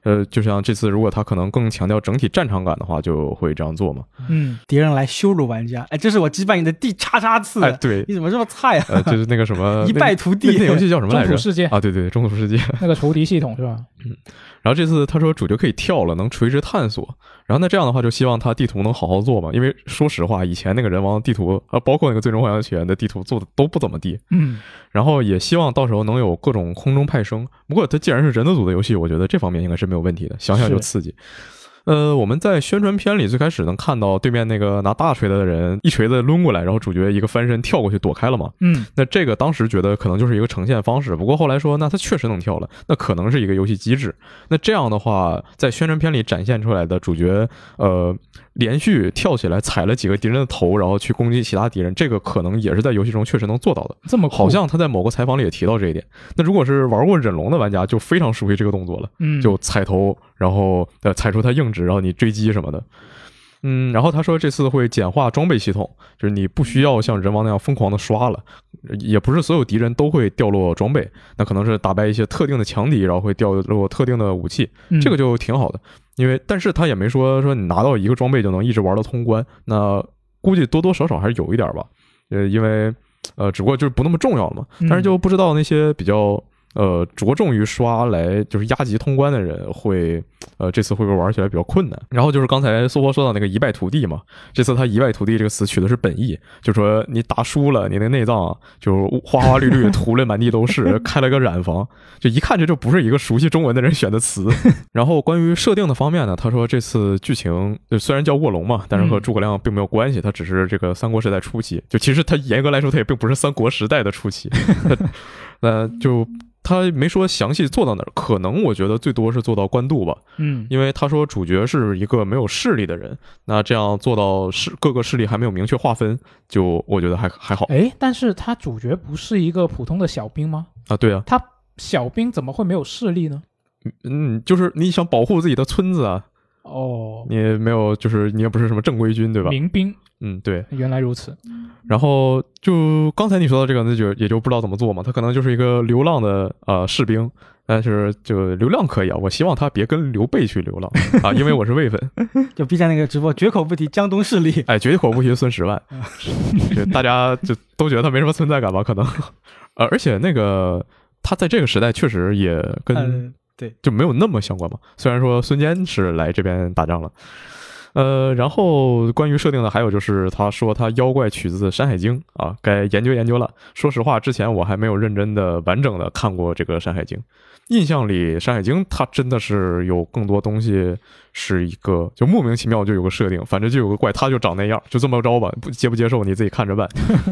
Speaker 4: 呃，就像这次如果他可能更强调整体战场感的话，就会这样做嘛。
Speaker 1: 嗯
Speaker 2: 敌人来羞辱玩家，哎，这是我击败你的第叉叉次，
Speaker 4: 哎，对，
Speaker 2: 你怎么这么菜啊？
Speaker 4: 呃，就是那个什么
Speaker 2: 一败涂
Speaker 4: 那
Speaker 2: 地。
Speaker 4: 那游戏叫什么来
Speaker 1: 中
Speaker 4: 着
Speaker 1: 土？世界
Speaker 4: 啊，对对，中土世界。
Speaker 1: 那个仇敌系统是吧？
Speaker 4: 然后这次他说主角可以跳了，能垂直探索。然后那这样的话，就希望他地图能好好做嘛，因为说实话，以前那个人王地图，呃，包括那个最终幻想起源的地图做的都不怎么地。
Speaker 1: 嗯，
Speaker 4: 然后也希望到时候能有各种空中派生。不过它既然是人的组的游戏，我觉得这方面应该是没有问题的，想想就是刺激。呃，我们在宣传片里最开始能看到对面那个拿大锤的人一锤子抡过来，然后主角一个翻身跳过去躲开了嘛。
Speaker 1: 嗯，
Speaker 4: 那这个当时觉得可能就是一个呈现方式，不过后来说，那它确实能跳了，那可能是一个游戏机制。那这样的话，在宣传片里展现出来的主角，呃，连续跳起来踩了几个敌人的头，然后去攻击其他敌人，这个可能也是在游戏中确实能做到的。
Speaker 1: 这么酷
Speaker 4: 好像他在某个采访里也提到这一点。那如果是玩过忍龙的玩家，就非常熟悉这个动作了，
Speaker 1: 嗯
Speaker 4: 就踩头，然后呃踩出他硬直，然后你追击什么的。嗯，然后他说这次会简化装备系统，就是你不需要像人王那样疯狂的刷了，也不是所有敌人都会掉落装备，那可能是打败一些特定的强敌，然后会掉落特定的武器，这个
Speaker 1: 就
Speaker 4: 就挺好的。因为，但是他也没说说你拿到一个装备就能一直玩到通关，那估计多多少少还是有一点吧。呃，因为呃，只不过就是不那么重要了嘛。但是就不知道那些比较呃着重于刷来就是压级通关的人会呃这次会不会玩起来比较困难。然后就是刚才苏波说到那个一败涂地嘛，这次他一败涂地这个词取的是本意，就说你打输了，你那内脏啊就花花绿绿涂了满地都是，开了个染房，就一看这就不是一个熟悉中文的人选的词。然后关于设定的方面呢，他说这次剧情呃虽然叫卧龙嘛，但是
Speaker 1: 嗯
Speaker 4: 和诸葛亮并没有关系，它只是这个三国时代初期。就其实它严格来说，它也并不是三国时代的初期， 那就。他没说详细做到哪儿，可能我觉得最多是做到官渡吧，
Speaker 1: 嗯
Speaker 4: 因为他说主角是一个没有势力的人，那这样做到势各个势力还没有明确划分，就我觉得还还好
Speaker 1: 哎，但是他主角不是一个普通的小兵吗？
Speaker 4: 啊。对啊，
Speaker 1: 小兵怎么会没有势力呢？
Speaker 4: 嗯，就是你想保护自己的村子啊，
Speaker 1: 哦，
Speaker 4: 你也没有就是你也不是什么正规军对吧？
Speaker 1: 民兵
Speaker 4: 嗯，对。
Speaker 1: 原来如此。
Speaker 4: 然后就刚才你说到这个，那就也就不知道怎么做嘛。他可能就是一个流浪的呃士兵，但是就流浪可以啊，我希望他别跟刘备去流浪 啊，因为我是魏粉，
Speaker 2: 就 B 站那个直播，绝口不提江东势力。
Speaker 4: 哎，绝口不提孙十万，就大家就都觉得他没什么存在感吧？可能，呃，而且那个他在这个时代确实也跟
Speaker 2: 嗯，
Speaker 4: 就没有那么相关嘛。虽然说孙坚是来这边打仗了，呃，然后关于设定呢，还有就是他说他妖怪取自《山海经》啊，该研究研究了。说实话，之前我还没有认真的完整的看过这个《山海经》，印象里《山海经》它真的是有更多东西是一个就莫名其妙就有个设定，反正就有个怪，他就长那样，就这么着吧，不接不接受你自己看着办。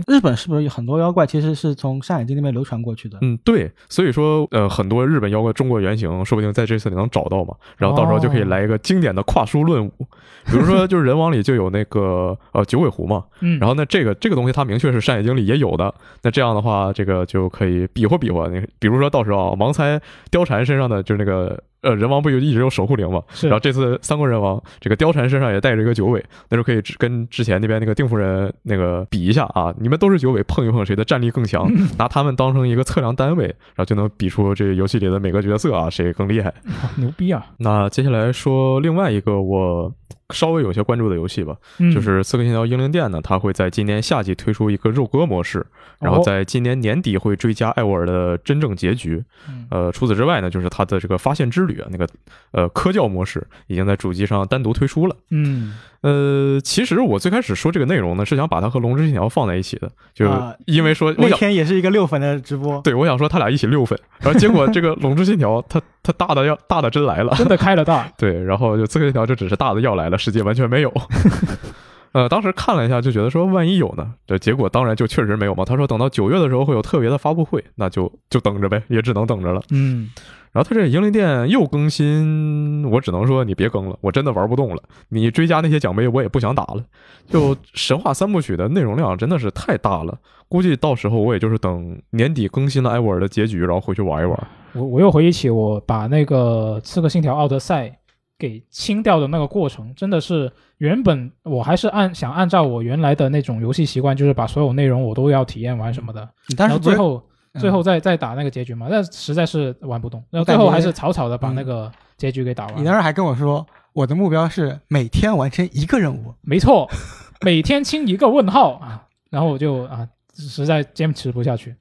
Speaker 2: 日本是不是有很多妖怪其实是从《山海经》那边流传过去的？
Speaker 4: 嗯，对，所以说，呃，很多日本妖怪中国原型，说不定在这次里能找到嘛，然后到时候就可以
Speaker 1: 哦
Speaker 4: 来一个经典的跨书论武，比 如说就是人王里就有那个呃九尾狐嘛，
Speaker 1: 嗯，
Speaker 4: 然后那这个这个东西它明确是山野经里也有的，那这样的话，这个就可以比划比划，那比如说到时候啊，盲猜貂蝉身上的就是那个呃，人王不有一直有守护灵嘛？
Speaker 1: 是
Speaker 4: 然后这次三国人王这个貂蝉身上也带着一个九尾，那时候可以只跟之前那边那个定夫人那个比一下啊，你们都是九尾，碰一碰谁的战力更强，拿他们当成一个测量单位，然后就能比出这游戏里的每个角色啊谁更厉害。
Speaker 1: 牛逼啊！
Speaker 4: 那接下来说另外一个我稍微有些关注的游戏吧，
Speaker 1: 嗯，
Speaker 4: 就是《刺客信条：英灵殿》呢，它会在今年夏季推出一个肉鸽模式，然
Speaker 1: 哦
Speaker 4: 后在今年年底会追加艾沃尔的真正结局。
Speaker 1: 嗯
Speaker 4: 呃，除此之外呢，就是它的这个发现之旅啊，那个呃科教模式已经在主机上单独推出了。
Speaker 1: 嗯，
Speaker 4: 呃，其实我最开始说这个内容呢，是想把它和《龙之信条》放在一起的，就
Speaker 2: 啊
Speaker 4: 因为说我
Speaker 2: 那
Speaker 4: 想。
Speaker 2: 天也是一个六粉的直播，
Speaker 4: 对，我想说他俩一起六分，然后结果这个《龙之信条》它它大的要大的真来了，
Speaker 1: 真的开了大，
Speaker 4: 对，然后就刺客信条就只是大的要来了，世界完全没有。 呃，当时看了一下，就觉得说万一有呢？这结果当然就确实没有嘛。他说等到九月的时候会有特别的发布会，那就就等着呗，也只能等着了。
Speaker 1: 嗯，
Speaker 4: 然后他这英灵殿又更新，我只能说你别更了，我真的玩不动了。你追加那些奖杯，我也不想打了。就神话三部曲的内容量真的是太大了，估计到时候我也就是等年底更新了艾沃尔的结局，然后回去玩一玩。
Speaker 1: 我我又回忆起我把那个《刺客信条：奥德赛》给清掉的那个过程，真的是原本我还是按想按照我原来的那种游戏习惯，就是把所有内容我都要体验完什么的，
Speaker 2: 你
Speaker 1: 然
Speaker 2: 当
Speaker 1: 后
Speaker 2: 时
Speaker 1: 最
Speaker 2: 不是
Speaker 1: 后
Speaker 2: 嗯
Speaker 1: 最后再再打那个结局嘛，但实在是玩不动，然后
Speaker 2: 我
Speaker 1: 最
Speaker 2: 感
Speaker 1: 后
Speaker 2: 觉
Speaker 1: 还是草草的把那个结局给打
Speaker 2: 嗯你当
Speaker 1: 完。
Speaker 2: 时还跟我说，我的目标是每天完成一个任务，
Speaker 1: 没错，每天清一个问号啊，然后我就啊实在坚持不下去。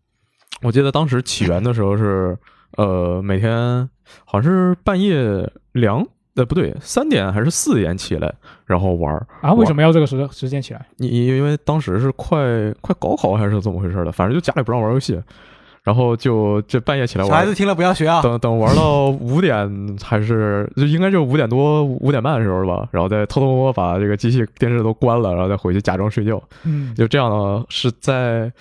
Speaker 4: 我记得当时起源的时候是，呃，每天好像是半夜两，呃，不对，三点还是四点起来，然后玩儿。
Speaker 1: 啊，为什么要这个时时间起来？
Speaker 4: 你你因为当时是快快高考还是怎么回事的，反正就家里不让玩游戏，然后就这半夜起来
Speaker 2: 小
Speaker 4: 玩
Speaker 2: 孩
Speaker 4: 儿
Speaker 2: 子。听了不要学啊。
Speaker 4: 等等玩到五点还是就应该就五点多五点半的时候吧，然后再偷偷摸摸把这个机器电视都关了，然后再回去假装睡觉。
Speaker 1: 嗯，
Speaker 4: 就这样呢，是在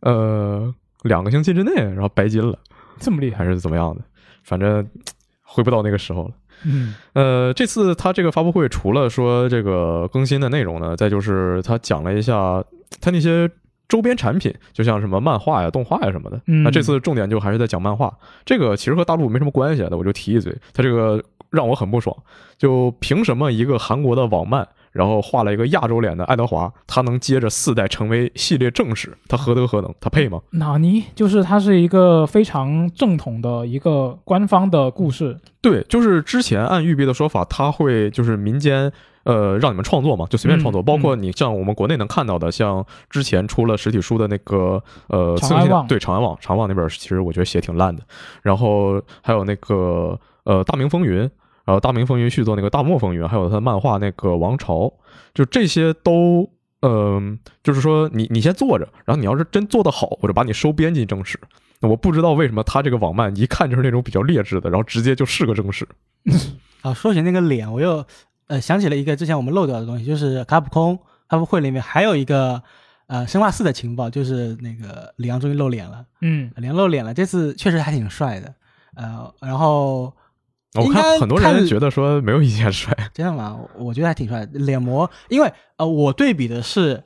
Speaker 4: 呃两个星期之内，然后白金了。
Speaker 1: 这么厉害？
Speaker 4: 还是怎么样的，反正回不到那个时候了。
Speaker 1: 嗯
Speaker 4: 呃，这次他这个发布会除了说这个更新的内容呢，再就是他讲了一下他那些周边产品，就像什么漫画呀、动画呀什么的。
Speaker 1: 嗯
Speaker 4: 那这次重点就还是在讲漫画，这个其实和大陆没什么关系的，啊我就提一嘴，他这个让我很不爽，就凭什么一个韩国的网漫？然后画了一个亚洲脸的爱德华，他能接着四代成为系列正史，他何德何能？他配吗？
Speaker 1: 纳尼就是它是一个非常正统的一个官方的故事，
Speaker 4: 对，就是之前按育碧的说法，他会就是民间呃让你们创作嘛，就随便创作，
Speaker 1: 嗯
Speaker 4: 包括你像我们国内能看到的，像之前出了实体书的那个呃
Speaker 1: 长
Speaker 4: 刺客信
Speaker 1: 安
Speaker 4: 条
Speaker 1: 望
Speaker 4: 对长安望长安望那本儿其实我觉得写挺烂的，然后还有那个呃大明风云。然后《大明风云》续作那个《大漠风云》，还有他的漫画那个《王朝》，就这些都，嗯、就是说你你先坐着，然后你要是真做得好，我就把你收编进正史。那我不知道为什么他这个网漫一看就是那种比较劣质的，然后直接就是个正史。
Speaker 2: 啊，说起那个脸，我又呃想起了一个之前我们漏掉的东西，就是卡普空发布会里面还有一个呃生化四的情报，就是那个里昂终于露脸了，
Speaker 1: 嗯，
Speaker 2: 里昂露脸了，这次确实还挺帅的，呃，然后
Speaker 4: 我
Speaker 2: 应该
Speaker 4: 看很多人
Speaker 2: 看
Speaker 4: 觉得说没有以前帅，
Speaker 2: 真的吗？呃我我觉得还挺帅的，脸模，因为呃我对比的是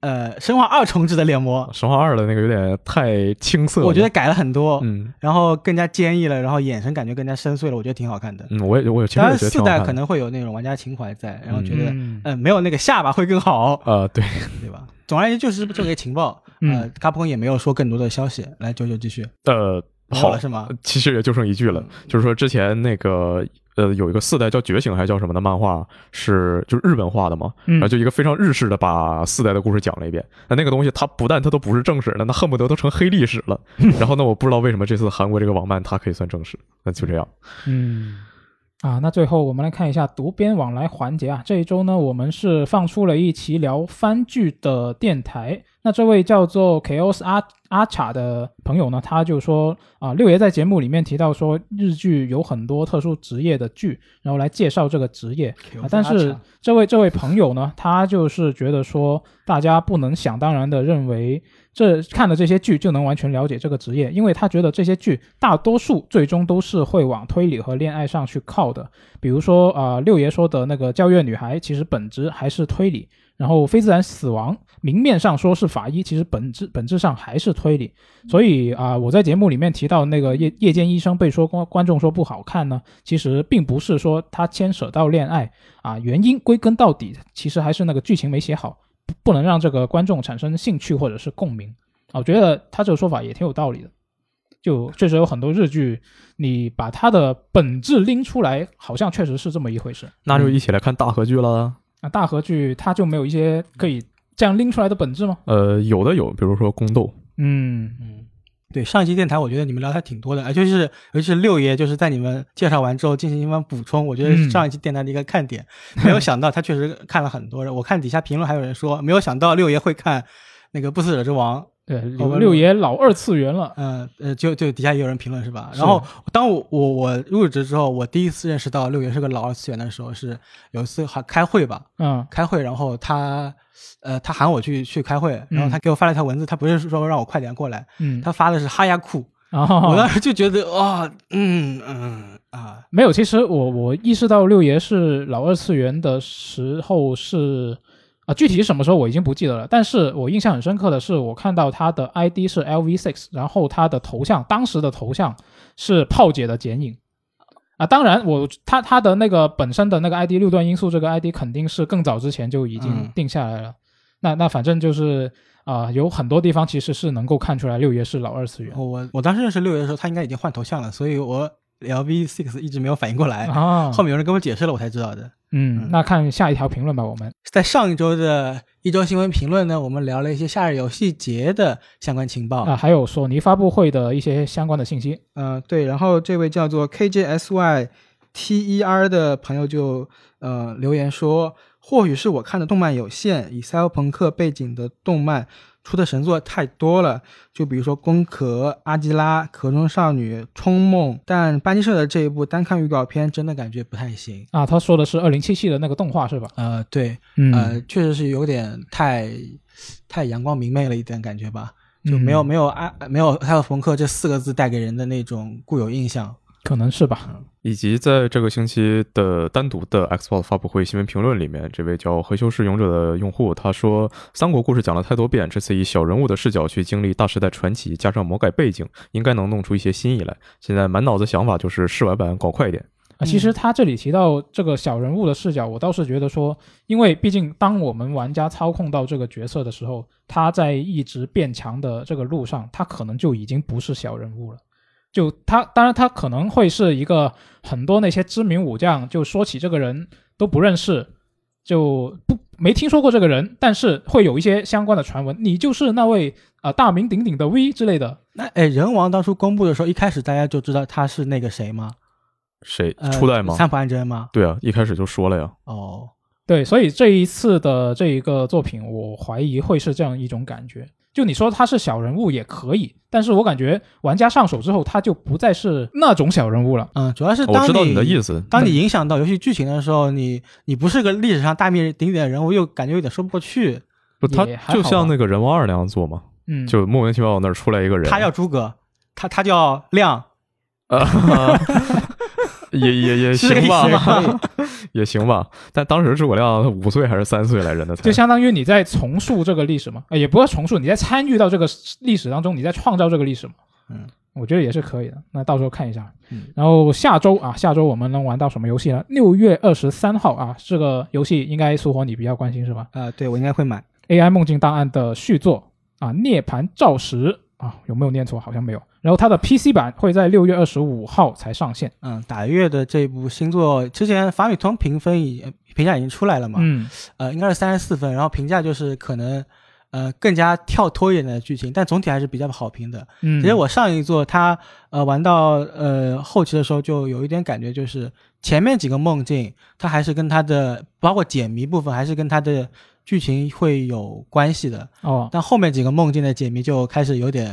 Speaker 2: 呃生化二重置的脸模
Speaker 4: 《神话二》的那个有点太青涩了。
Speaker 2: 我觉得，改了很多，
Speaker 4: 嗯
Speaker 2: 然后更加坚毅了，然后眼神感觉更加深邃了，我觉得挺好看的。
Speaker 4: 嗯，我也我也其实
Speaker 2: 当
Speaker 4: 也
Speaker 2: 然，
Speaker 4: 觉得
Speaker 2: 四
Speaker 4: 挺好
Speaker 2: 代
Speaker 4: 看的。
Speaker 2: 可能会有那种玩家情怀在，然后觉得，嗯、
Speaker 1: 嗯
Speaker 2: 没有那个下巴会更好，
Speaker 4: 呃，对，
Speaker 2: 对吧？总而言之，就是这个情报。呃
Speaker 1: 嗯，
Speaker 2: 卡普空也没有说更多的消息。来，九九继续，
Speaker 4: 呃，
Speaker 2: 没有
Speaker 4: 好
Speaker 2: 了，是嗯吗？
Speaker 4: 其实也就剩一句了，就是说之前那个呃有一个四代叫《觉醒》还是叫什么的漫画，是就是日本画的嘛，
Speaker 1: 嗯
Speaker 4: 然后就一个非常日式的把四代的故事讲了一遍。那那个东西它不但它都不是正史的，那恨不得都成黑历史了。
Speaker 2: 嗯
Speaker 4: 然后呢，我不知道为什么这次韩国这个网漫它可以算正史，那就这样。
Speaker 1: 嗯，啊，那最后我们来看一下读编往来环节啊。这一周呢，我们是放出了一期聊番剧的电台。那这位叫做 Chaos 阿阿查的朋友呢，他就说啊，六爷在节目里面提到说，啊日剧有很多特殊职业的剧，然后来介绍这个职业。啊，但是这位这位朋友呢，他就是觉得说，大家不能想当然的认为这看了这些剧就能完全了解这个职业，因为他觉得这些剧大多数最终都是会往推理和恋爱上去靠的。比如说啊、呃六爷说的那个《教育女孩》，其实本质还是推理。然后非自然死亡明面上说是法医，其实本质本质上还是推理。所以啊、我在节目里面提到那个夜夜间医生被说观观众说不好看呢，其实并不是说他牵扯到恋爱啊，原因归根到底其实还是那个剧情没写好，不不能让这个观众产生兴趣或者是共鸣。啊，我觉得他这个说法也挺有道理的。就确实有很多日剧，你把它的本质拎出来，好像确实是这么一回事。
Speaker 4: 那就一起来看大合剧了。
Speaker 1: 那大和剧它就没有一些可以这样拎出来的本质吗？
Speaker 4: 呃，有的有，比如说宫斗，
Speaker 1: 嗯，
Speaker 2: 嗯，对，上一期电台我觉得你们聊的还挺多的，而且是尤其是六爷，就是在你们介绍完之后进行一番补充，我觉得是上一期电台的一个看点。没有想到他确实看了很多人，我看底下评论还有人说，没有想到六爷会看那个《不死者之王》，
Speaker 1: 对，
Speaker 2: 我
Speaker 1: 六
Speaker 2: 们
Speaker 1: 六爷老二次元了。
Speaker 2: 嗯呃，就就底下也有人评论是吧？然后当我我我入职之后，我第一次认识到六爷是个老二次元的时候，是有一次还开会吧，
Speaker 1: 嗯
Speaker 2: 开会，然后他呃他喊我去去开会，然后他给我发了一条文字，他不是说让我快点过来，
Speaker 1: 嗯，啊
Speaker 2: 他发的是哈亚库，
Speaker 1: 然后
Speaker 2: 我当时就觉得啊、嗯嗯啊，
Speaker 1: 没有，其实我我意识到六爷是老二次元的时候是啊，具体是什么时候我已经不记得了，但是我印象很深刻的是，我看到他的 ID 是 LV six，然后他的头像当时的头像是炮姐的剪影。啊，当然我，他他的那个本身的那个 ID 六段音素这个 ID 肯定是更早之前就已经
Speaker 2: 嗯
Speaker 1: 定下来了。那那反正就是啊、有很多地方其实是能够看出来六爷是老二次元
Speaker 2: 我我当时认识六爷的时候，他应该已经换头像了，所以我 LV Six 一直没有反应过来，
Speaker 1: 啊。
Speaker 2: 哎后面有人跟我解释了，我才知道的。
Speaker 1: 嗯，那看下一条评论吧，我们。
Speaker 2: 在上一周的一周新闻评论呢，我们聊了一些夏日游戏节的相关情报。
Speaker 1: 啊、还有索尼发布会的一些相关的信息。
Speaker 2: 呃，对，然后这位叫做 KJSY T E R 的朋友就呃留言说，或许是我看的动漫有限，以赛博朋克背景的动漫出的神作太多了，就比如说《宫壳》《阿基拉》《壳中少女》《冲梦》，但班级社的这一部单看预告片真的感觉不太行。
Speaker 1: 啊，他说的是二零七七的那个动画是吧？
Speaker 2: 呃，对，
Speaker 1: 嗯
Speaker 2: 呃，确实是有点太太阳光明媚了一点感觉吧，就没有、
Speaker 1: 嗯
Speaker 2: 没有啊没有赛博朋克这四个字带给人的那种固有印象。
Speaker 1: 可能是吧。
Speaker 4: 以及在这个星期的单独的 Xbox 发布会新闻评论里面，这位叫黑修士勇者的用户他说，三国故事讲了太多遍，这次以小人物的视角去经历大时代传奇，加上魔改背景，应该能弄出一些新意来。现在满脑子想法就是试玩版搞快一点。
Speaker 1: 啊，其实他这里提到这个小人物的视角，我倒是觉得说，因为毕竟当我们玩家操控到这个角色的时候，他在一直变强的这个路上，他可能就已经不是小人物了。就他，当然他可能会是一个很多那些知名武将，就说起这个人都不认识，就不没听说过这个人，但是会有一些相关的传闻，你就是那位啊、呃大名鼎鼎的 V 之类的，
Speaker 2: 那哎，人王当初公布的时候，一开始大家就知道他是那个谁吗？
Speaker 4: 谁
Speaker 2: 呃、
Speaker 4: 初代吗？
Speaker 2: 三浦安真吗？
Speaker 4: 对啊，一开始就说了呀。
Speaker 2: 哦，
Speaker 1: 对，所以这一次的这一个作品，我怀疑会是这样一种感觉。就你说他是小人物也可以，但是我感觉玩家上手之后，他就不再是那种小人物了。
Speaker 2: 嗯，主要是当
Speaker 4: 哦我知道你的意
Speaker 2: 思。
Speaker 4: 思，
Speaker 2: 当你影响到游戏剧情的时候，你你不是个历史上大名鼎鼎的人物，又感觉有点说不过去。
Speaker 4: 不，他
Speaker 1: 也还
Speaker 4: 就
Speaker 1: 好
Speaker 4: 像
Speaker 1: 吧
Speaker 4: 那个人王二那样做嘛，
Speaker 1: 嗯，
Speaker 4: 就莫名其妙那儿出来一个人，
Speaker 2: 他叫诸葛，他他叫亮，
Speaker 4: 啊， 也也也
Speaker 2: 是这个
Speaker 4: 行
Speaker 2: 意思
Speaker 4: 吧，
Speaker 2: 吗？
Speaker 4: 也行吧。但当时诸葛亮五岁还是三岁来着？那才
Speaker 1: 就相当于你在重塑这个历史嘛，呃也不是重塑，你在参与到这个历史当中，你在创造这个历史嘛。
Speaker 2: 嗯，
Speaker 1: 我觉得也是可以的。那到时候看一下。
Speaker 2: 嗯
Speaker 1: 然后下周啊，下周我们能玩到什么游戏呢？六月二十三号啊，这个游戏应该苏活你比较关心是吧？
Speaker 2: 呃，对我应该会买。
Speaker 1: AI 梦境档案的续作啊，《涅槃照石》啊，有没有念错？好像没有。然后它的 PC 版会在六月二十五号才上线。
Speaker 2: 嗯，打月的这部新作，之前法米通评分已呃评价已经出来了嘛？
Speaker 1: 嗯，
Speaker 2: 呃，应该是三十四分，然后评价就是可能呃更加跳脱一点的剧情，但总体还是比较好评的。
Speaker 1: 嗯
Speaker 2: 其实我上一座它呃玩到呃后期的时候，就有一点感觉，就是前面几个梦境，它还是跟它的包括解谜部分，还是跟它的剧情会有关系的。
Speaker 1: 哦
Speaker 2: 但后面几个梦境的解谜就开始有点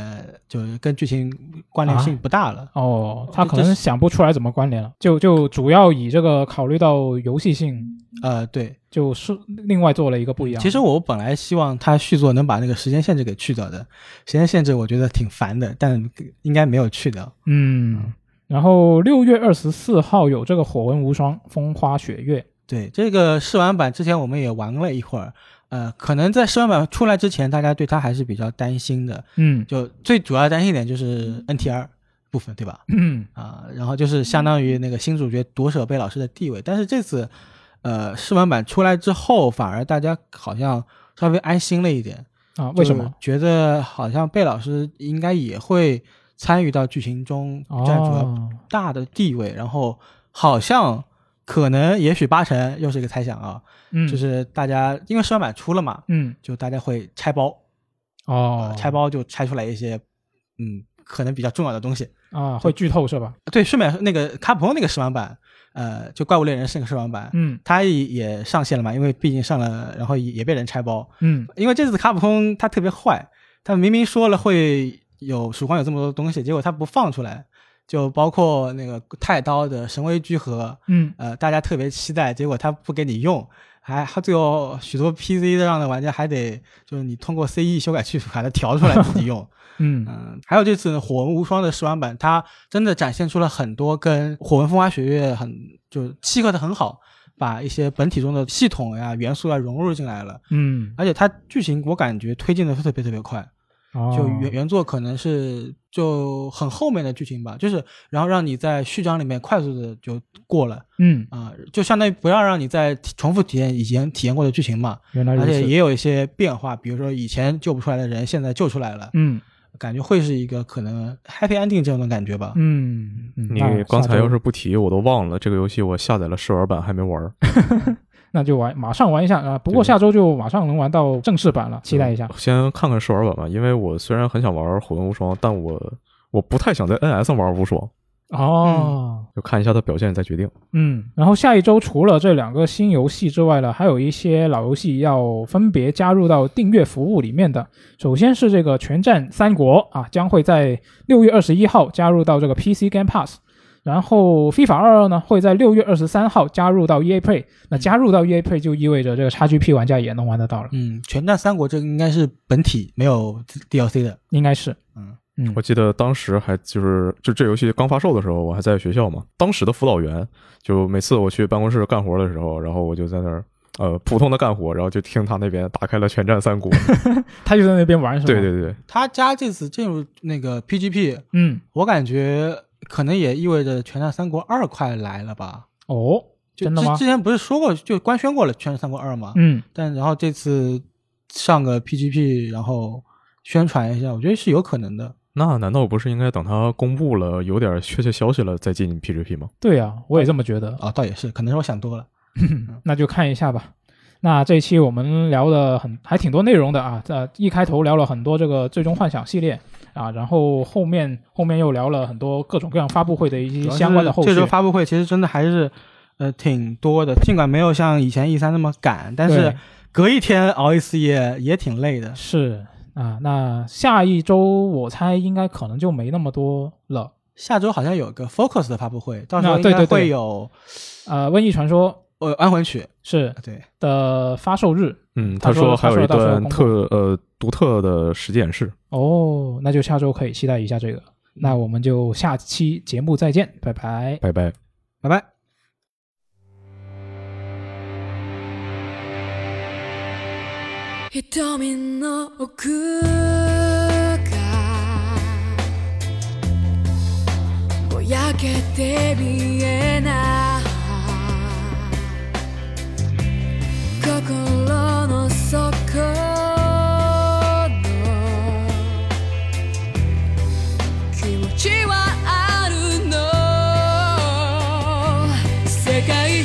Speaker 2: 就是跟剧情关联性不大了。
Speaker 1: 哦，他可
Speaker 2: 这
Speaker 1: 能
Speaker 2: 是
Speaker 1: 想不出来怎么关联了，就就主要以这个考虑到游戏性，
Speaker 2: 呃，对，
Speaker 1: 就是另外做了一个不一样的。
Speaker 2: 其实我本来希望它续作能把那个时间限制给去掉的，时间限制我觉得挺烦的，但应该没有去掉。
Speaker 1: 嗯，然后六月二十四号有这个《火纹无双》《风花雪月》。
Speaker 2: 对，这个试玩版之前我们也玩了一会儿，呃，可能在试玩版出来之前，大家对它还是比较担心的。
Speaker 1: 嗯
Speaker 2: 就最主要担心一点就是 NTR 部分，对吧？
Speaker 1: 嗯
Speaker 2: 啊，然后就是相当于那个新主角夺舍贝老师的地位。但是这次，呃，试玩版出来之后，反而大家好像稍微安心了一点。
Speaker 1: 啊，为什
Speaker 2: 就
Speaker 1: 么？
Speaker 2: 觉得好像贝老师应该也会参与到剧情中占主要
Speaker 1: 哦，
Speaker 2: 大的地位，然后好像可能也许八成又是一个猜想啊，
Speaker 1: 嗯，
Speaker 2: 就是大家因为试玩版出了嘛，
Speaker 1: 嗯
Speaker 2: 就大家会拆包，啊
Speaker 1: 哦，
Speaker 2: 拆包就拆出来一些嗯可能比较重要的东西。
Speaker 1: 啊，会剧透是吧？
Speaker 2: 对，顺便说那个卡普空那个试玩版，呃，就怪物猎人是个试玩版，
Speaker 1: 嗯
Speaker 2: 它也也上线了嘛，因为毕竟上了，然后也也被人拆包，
Speaker 1: 嗯
Speaker 2: 因为这次卡普空它特别坏，它明明说了会有曙光有这么多东西，结果它不放出来，就包括那个太刀的神威居合，
Speaker 1: 嗯
Speaker 2: 呃，大家特别期待，结果它不给你用，还还最后许多 PC 上的玩家还得就是你通过 CE 修改去把它调出来自己用，
Speaker 1: 嗯
Speaker 2: 嗯，还有这次《火纹无双》的试玩版，它真的展现出了很多跟《火纹风花雪月很》就是契合的很好，把一些本体中的系统呀、元素啊融入进来了。
Speaker 1: 嗯，
Speaker 2: 而且它剧情我感觉推进的特别特别快，就
Speaker 1: 哦
Speaker 2: 原原作可能是就很后面的剧情吧，就是然后让你在序章里面快速的就过了
Speaker 1: 嗯，
Speaker 2: 啊、就相当于不要让你再重复体验以前体验过的剧情嘛，
Speaker 1: 原来如
Speaker 2: 而且
Speaker 1: 此。
Speaker 2: 也有一些变化，比如说以前救不出来的人现在救出来了，
Speaker 1: 嗯
Speaker 2: 感觉会是一个可能 happy ending 这样的感觉吧。
Speaker 1: 嗯，嗯
Speaker 4: 你
Speaker 1: 那
Speaker 4: 刚
Speaker 1: 下
Speaker 4: 才
Speaker 1: 周
Speaker 4: 要是不提，我都忘了这个游戏我下载了试玩版还没玩儿。
Speaker 1: 那就玩，马上玩一下啊！不过
Speaker 4: 对
Speaker 1: 下周就马上能玩到正式版了，期待一下
Speaker 4: 嗯。先看看试玩版吧，因为我虽然很想玩《火纹无双》，但我我不太想在 NS 上玩无双，
Speaker 1: 哦，
Speaker 4: 就看一下它表现再决定。
Speaker 1: 嗯，然后下一周除了这两个新游戏之外呢，还有一些老游戏要分别加入到订阅服务里面的。首先是这个《全战三国》啊，将会在六月二十一号加入到这个 PC Game Pass。然后《FIFA 二二》呢，会在六月二十三号加入到 EA Play。那加入到 EA Play 就意味着这个 XGP 玩家也能玩得到了，
Speaker 2: 嗯，全战三国这个应该是本体没有 DLC 的。
Speaker 1: 应该是。
Speaker 2: 嗯
Speaker 1: 嗯
Speaker 4: 我记得当时还就是就这游戏刚发售的时候，我还在学校嘛。当时的辅导员就每次我去办公室干活的时候，然后我就在那儿呃普通的干活，然后就听他那边打开了《全战三国》。
Speaker 1: 他就在那边玩是吗？
Speaker 4: 对，对对，
Speaker 2: 他加这次进入那个 PGP，
Speaker 1: 嗯，
Speaker 2: 我感觉可能也意味着《全战三国二》快来了吧？
Speaker 1: 哦，
Speaker 2: 就
Speaker 1: 真的
Speaker 2: 之
Speaker 1: 吗
Speaker 2: 之前不是说过，就官宣过了《全战三国二》嘛？
Speaker 1: 嗯，
Speaker 2: 但然后这次上个 PGP，然后宣传一下，我觉得是有可能的。
Speaker 4: 那难道不是应该等它公布了有点确切消息了再进 PGP 吗？
Speaker 1: 对啊，我也这么觉得。
Speaker 2: 啊、倒也是，可能是我想多了。
Speaker 1: 那就看一下吧。那这期我们聊了很还挺多内容的啊，呃，一开头聊了很多这个《最终幻想》系列啊，然后后面后面又聊了很多各种各样发布会的一些相关的后续
Speaker 2: 这。周发布会其实真的还是呃挺多的，尽管没有像以前 E 三那么赶，但
Speaker 1: 对
Speaker 2: 是隔一天熬一次夜也挺累的。
Speaker 1: 是啊，那下一周我猜应该可能就没那么多了。
Speaker 2: 下周好像有个 Focus 的发布会，到时
Speaker 1: 啊
Speaker 2: 候应
Speaker 1: 对对
Speaker 2: 该
Speaker 1: 对
Speaker 2: 会有
Speaker 1: 呃，《瘟疫传说
Speaker 2: 呃安魂曲，》
Speaker 1: 是
Speaker 2: 对，
Speaker 1: 的发售日
Speaker 4: 嗯，
Speaker 1: 他
Speaker 4: 他
Speaker 1: 说
Speaker 4: 说还有
Speaker 1: 他
Speaker 4: 一
Speaker 1: 说到时候
Speaker 4: 段
Speaker 1: 公布
Speaker 4: 特呃独特的实际演示。
Speaker 1: 哦，那就下周可以期待一下这个。那我们就下期节目再见，拜拜。
Speaker 4: 拜拜。
Speaker 2: 拜拜。
Speaker 5: 瞳の奥がぼやけて見えない心の底の気持ちはあるの世界を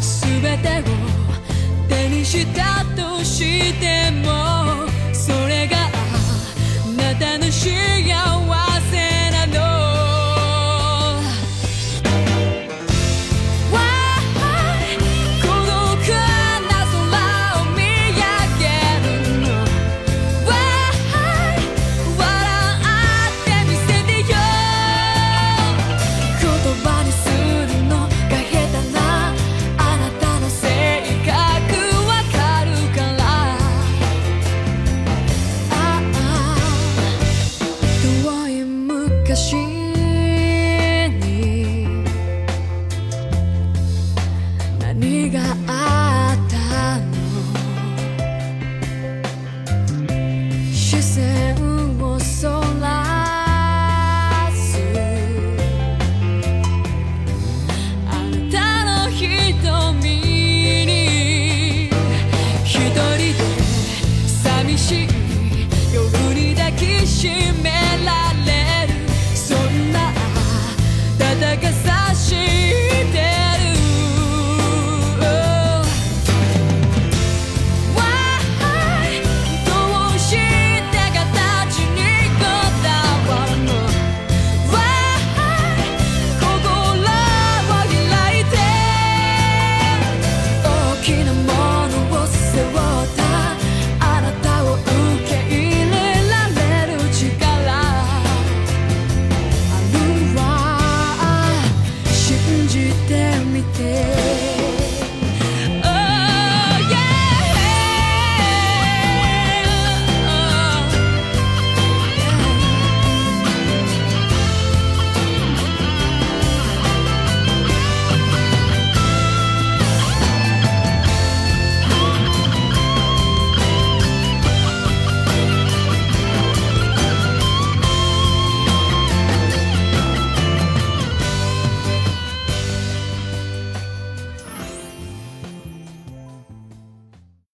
Speaker 5: 全てを手にしたとしてもそれがあなたの幸せなのしい夜に抱きしめられるそんな戦い Oh,